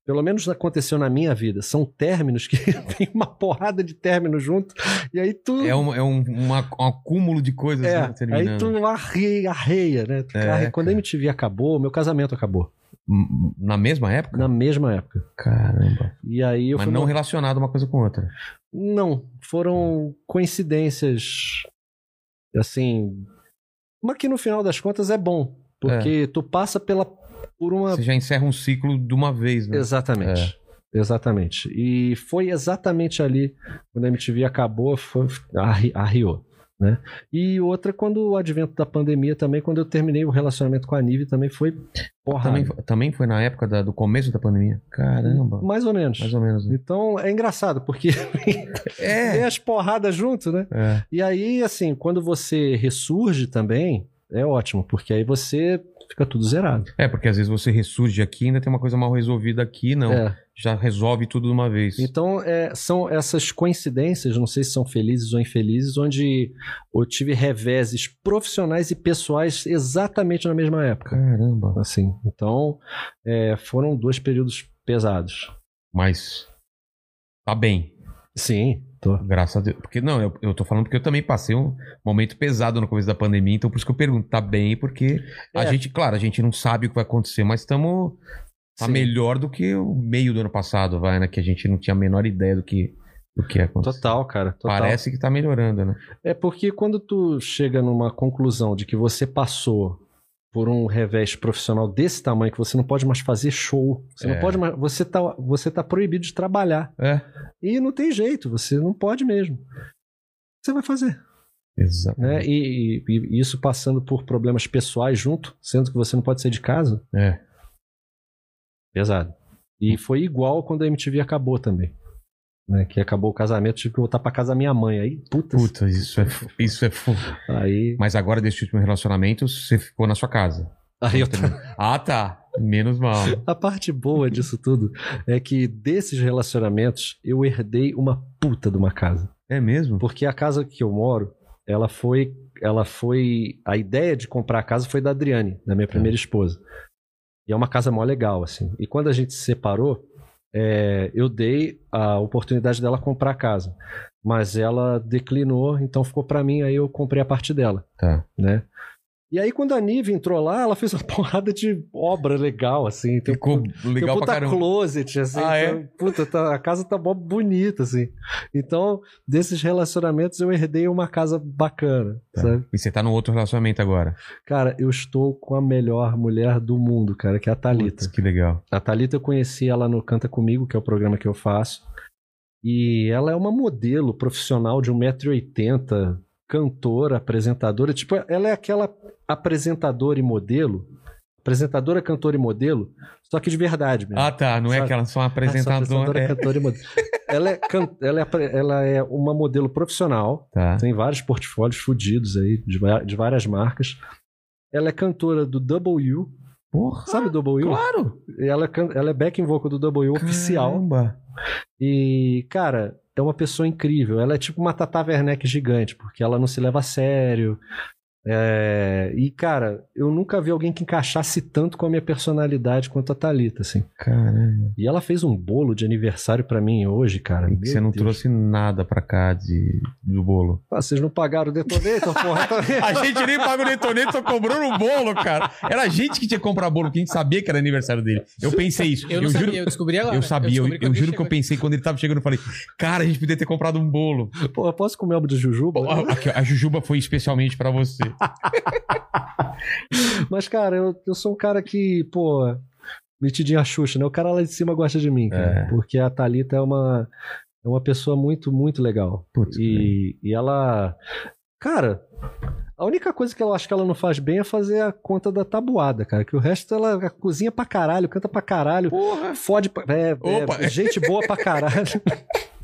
Pelo menos aconteceu na minha vida. São términos que tem uma porrada de términos junto. E aí tu.
É, um, é um, uma- um acúmulo de coisas
Uhum. É,
né, terminando.
aí tu arreia, arreia, né? Tu
É,
arreia. Quando a
cara.
MTV acabou, meu casamento acabou.
M- Na mesma época?
Na mesma época.
Caramba.
E aí eu
Mas
fui
não
mo-
relacionado uma coisa com outra.
Não, foram coincidências. Assim. Mas que no final das contas é bom. Porque tu passa pela. por uma.
Você já encerra um ciclo de uma vez, né? É.
Exatamente. Exatamente. E foi exatamente ali, quando a MTV acabou, foi, arri- arriou. Né? E outra, quando o advento da pandemia também, quando eu terminei o relacionamento com a Nive, também foi porra.
Também, fo- também foi na época da- do começo da pandemia? Caramba.
Mais ou menos.
Mais ou menos. né?
Então é engraçado, porque vem
É.
as porradas junto, né?
É.
E aí, assim, quando você ressurge também, é ótimo, porque aí você fica tudo zerado.
É, porque às vezes você ressurge aqui e ainda tem uma coisa mal resolvida aqui, não.
É.
Já resolve tudo de uma vez.
Então, é, são essas coincidências, não sei se são felizes ou infelizes, onde eu tive reveses profissionais e pessoais exatamente na mesma época.
Caramba.
Assim, então, é, foram dois períodos pesados.
Mas tá bem,
Sim, tô.
graças a Deus. Porque não, eu, eu tô falando porque eu também passei um momento pesado no começo da pandemia, então por isso que eu pergunto, tá bem, porque a
É.
gente, claro, a gente não sabe o que vai acontecer, mas estamos tá
Sim.
melhor do que o meio do ano passado, vai, né, que a gente não tinha a menor ideia do que do que ia acontecer.
Total, cara. Total.
Parece que tá melhorando, né?
É porque quando tu chega numa conclusão de que você passou por um revés profissional desse tamanho que você não pode mais fazer show, você
É.
não pode mais, você tá, você tá proibido de trabalhar
É.
e não tem jeito, você não pode mesmo. O que Você vai fazer,
Exato.
né? E, e- e isso passando por problemas pessoais junto, sendo que você não pode sair de casa,
É.
pesado. E foi igual quando a MTV acabou também. Né, que acabou o casamento, tive que voltar pra casa da minha mãe. Aí, puta,
Puta, isso é, fu- isso é fu-
aí,
Mas agora desse último relacionamento, você ficou na sua casa.
aí eu
Ah, tá. Menos mal.
A parte boa disso tudo é que desses relacionamentos eu herdei uma puta de uma casa.
É mesmo?
Porque a casa que eu moro, ela foi. Ela foi. A ideia de comprar a casa foi da Adriane, da minha primeira esposa. E é uma casa mó legal, assim. E quando a gente se separou, é, eu dei a oportunidade dela comprar a casa. Mas ela declinou, então ficou pra mim, aí eu comprei a parte dela,
Tá.
né? E aí, quando a Nive entrou lá, ela fez uma porrada de obra legal, assim. Tem
Ficou
tem
legal
puta
pra caramba.
closet, assim.
Ah, é?
então, Puta, tá- a casa tá mó bonita, assim. Então, desses relacionamentos, eu herdei uma casa bacana,
Tá.
sabe?
E você tá num outro relacionamento agora.
Cara, eu estou com a melhor mulher do mundo, cara, que é a Thalita.
Putz, que legal.
A Thalita eu conheci ela no Canta Comigo, que é o programa que eu faço. E ela é uma modelo profissional de 1,80m, cantora, apresentadora. Tipo, ela é aquela apresentadora e modelo. Apresentadora, cantora e modelo, só que de verdade mesmo.
Ah, tá. Não é
Sabe?
que ela só uma
Essa
apresentadora. é.
cantora e modelo. ela, é can- ela, é, apre- ela é uma modelo profissional,
Tá.
tem vários portfólios fudidos aí, de, va- de várias marcas. Ela é cantora do W,
Porra.
sabe o W?
Claro.
Ela, é can- ela é backing vocal do W oficial.
Caramba.
E, cara, é uma pessoa incrível. Ela é tipo uma Tata Werneck gigante, porque ela não se leva a sério. É, E, cara, eu nunca vi alguém que encaixasse tanto com a minha personalidade quanto a Thalita, assim.
Caramba.
E ela fez um bolo de aniversário pra mim hoje, cara. Meu
Você não
Deus.
trouxe nada pra cá de, do bolo.
Ah, vocês não pagaram o detonator, porra. tá
A gente nem pagou o detonete, só cobrou no um bolo, cara. Era a gente que tinha que comprar bolo, porque a gente sabia que era aniversário dele. Eu pensei isso.
Eu não sabia, eu descobri agora.
Eu sabia, eu,
descobri
eu
alguém
juro que eu
chegou
pensei quando ele tava chegando, eu falei, cara, a gente podia ter comprado um bolo.
Pô, eu posso comer algo de jujuba?
Pô, a- aqui, ó, A, Jujuba foi especialmente pra você.
Mas, cara, eu, eu sou um cara que, pô, metidinho a Xuxa, né? O cara lá de cima gosta de mim, cara.
É.
Porque a Thalita é uma, é uma pessoa muito, muito legal.
Putz, né?
E, e ela. Cara, a única coisa que eu acho que ela não faz bem é fazer a conta da tabuada, cara. Que o resto ela cozinha pra caralho, canta pra caralho,
Porra.
fode pra. É, é,
Opa.
gente boa pra caralho.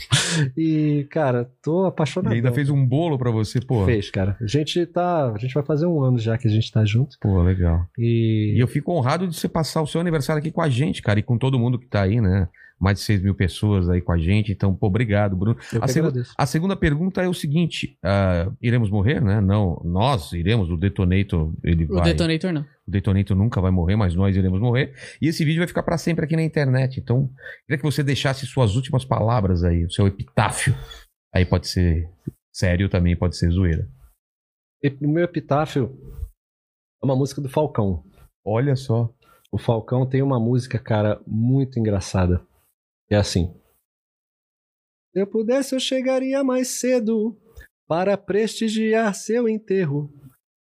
e, cara, tô
E
apaixonado.
ainda fez um bolo pra você, pô.
Fez, cara. A gente tá. A gente vai fazer um ano já que a gente tá junto.
Pô, legal.
E.
E eu fico honrado de você passar o seu aniversário aqui com a gente, cara, e com todo mundo que tá aí, né? Mais de 6 mil pessoas aí com a gente. Então, pô, obrigado, Bruno.
Eu
a
que
segunda-
agradeço.
A segunda pergunta é o seguinte: ah, iremos morrer, né? Não, nós iremos. O Detonator, ele
O
vai.
detonator não.
O Detonator nunca vai morrer, mas nós iremos morrer. E esse vídeo vai ficar pra sempre aqui na internet. Então, queria que você deixasse suas últimas palavras aí, o seu epitáfio. Aí pode ser sério também, pode ser zoeira.
E O meu epitáfio é uma música do Falcão.
Olha só.
O Falcão tem uma música, cara, muito engraçada. É assim. Se eu pudesse, eu chegaria mais cedo para prestigiar seu enterro.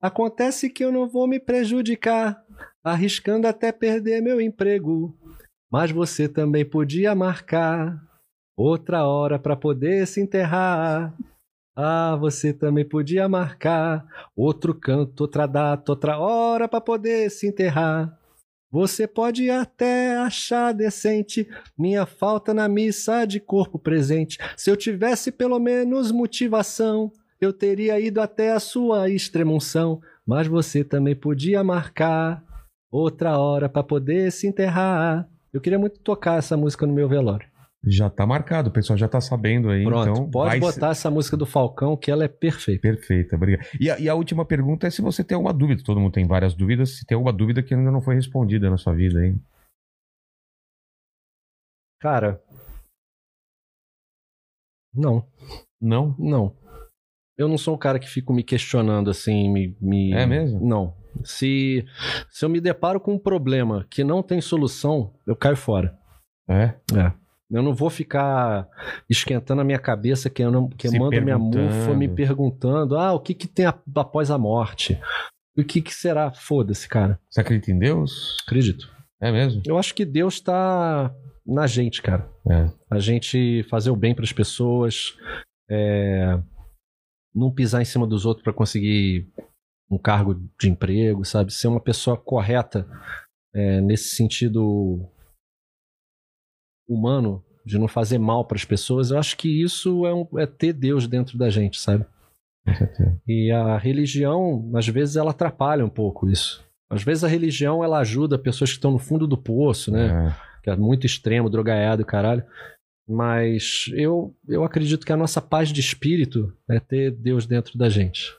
Acontece que eu não vou me prejudicar, arriscando até perder meu emprego. Mas você também podia marcar outra hora para poder se enterrar. Ah, você também podia marcar outro canto, outra data, outra hora para poder se enterrar. Você pode até achar decente minha falta na missa de corpo presente. Se eu tivesse pelo menos motivação, eu teria ido até a sua extremunção. Mas você também podia marcar outra hora pra poder se enterrar. Eu queria muito tocar essa música no meu velório.
Já tá marcado, o pessoal já tá sabendo aí.
Pronto,
então
pode
vai ser-
botar essa música do Falcão que ela é perfeita.
Perfeito, obrigado. E a, e a última pergunta é se você tem alguma dúvida. Todo mundo tem várias dúvidas. Se tem alguma dúvida que ainda não foi respondida na sua vida, hein?
Cara. Não.
Não?
Não. Eu não sou um cara que fico me questionando assim, me. me-
É mesmo?
Não. Se, se eu me deparo com um problema que não tem solução, eu caio fora.
É?
Eu não vou ficar esquentando a minha cabeça, queimando, queimando a minha
perguntando.
mufa, me perguntando: ah, o que, que tem a- após a morte? O que, que será? Foda-se, cara.
Você acredita em Deus?
Acredito.
É mesmo?
Eu acho que Deus tá na gente, cara.
É.
A gente fazer o bem pras pessoas, é, não pisar em cima dos outros pra conseguir um cargo de emprego, sabe? Ser uma pessoa correta é, nesse sentido humano, de não fazer mal pras pessoas. Eu acho que isso é, um- é ter Deus dentro da gente, sabe?
Com certeza.
E a religião, às vezes, ela atrapalha um pouco isso. Às vezes a religião ela ajuda pessoas que estão no fundo do poço, né? que é muito extremo, drogaiado e caralho. Mas eu, eu acredito que a nossa paz de espírito é ter Deus dentro da gente.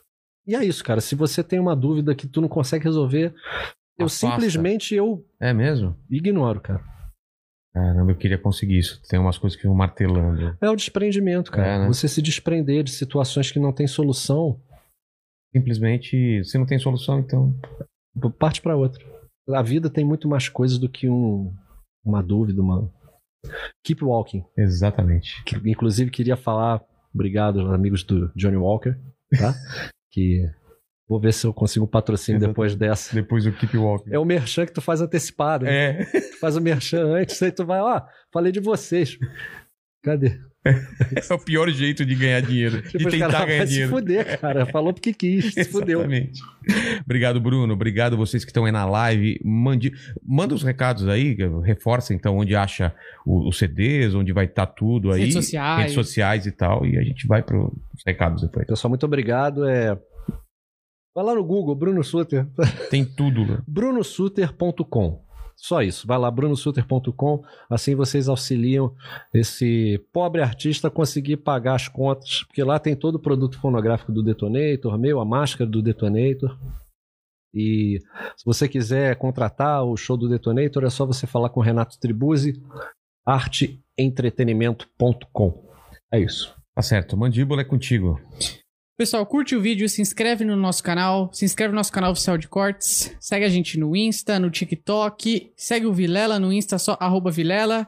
E é isso, cara. Se você tem uma dúvida que tu não consegue resolver, eu
Afasta.
simplesmente eu
É. É mesmo?
ignoro, cara.
Caramba, eu queria conseguir isso. Tem umas coisas que vão martelando.
É o desprendimento, cara.
É, né?
Você se desprender de situações que não tem solução,
Simplesmente, se não tem solução, então.
parte pra outra. A vida tem muito mais coisas do que um, uma dúvida, mano. Keep walking.
Exatamente.
que, inclusive queria falar obrigado aos amigos do Johnny Walker, tá? que vou ver se eu consigo um patrocínio
Exato.
depois dessa.
Depois o Keep Walking.
É o merchan que tu faz antecipado, né?
É.
tu faz o merchan antes, aí tu vai, ó, falei de vocês. Cadê?
É o pior jeito de ganhar dinheiro. de
Depois o
tentar
cara
ganhar
vai
dinheiro.
se fuder, cara. Falou porque quis, se fudeu.
Exatamente. Obrigado, Bruno. Obrigado vocês que estão aí na live. Mande, manda os recados aí, reforça então onde acha o- os CDs, onde vai estar tudo aí.
Redes sociais.
Redes sociais e tal. E a gente vai para os recados depois.
Pessoal, muito obrigado. É... Vai lá no Google, Bruno Suter.
Tem tudo. né?
brunosuter.com. Só isso, vai lá brunosuter.com, assim vocês auxiliam esse pobre artista a conseguir pagar as contas, porque lá tem todo o produto fonográfico do Detonator, meu, a máscara do Detonator. E se você quiser contratar o show do Detonator, é só você falar com o Renato Tribuzzi, arteentretenimento.com. É isso.
Tá certo. Mandíbula é contigo.
Pessoal, curte o vídeo, se inscreve no nosso canal, se inscreve no nosso canal oficial de cortes, segue a gente no Insta, no TikTok, segue o Vilela no Insta, só arroba Vilela,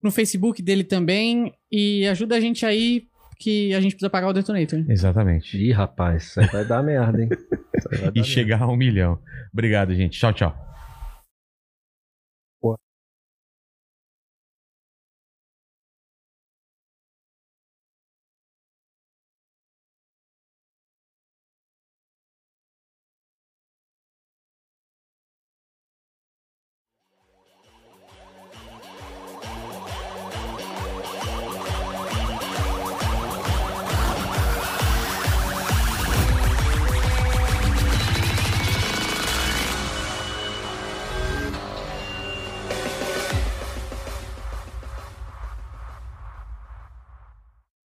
no Facebook dele também, e ajuda a gente aí que a gente precisa pagar o detonator.
Exatamente.
Ih, rapaz, isso aí vai dar merda, hein? Isso aí vai dar
E
merda.
chegar a um milhão. Obrigado, gente. Tchau, tchau.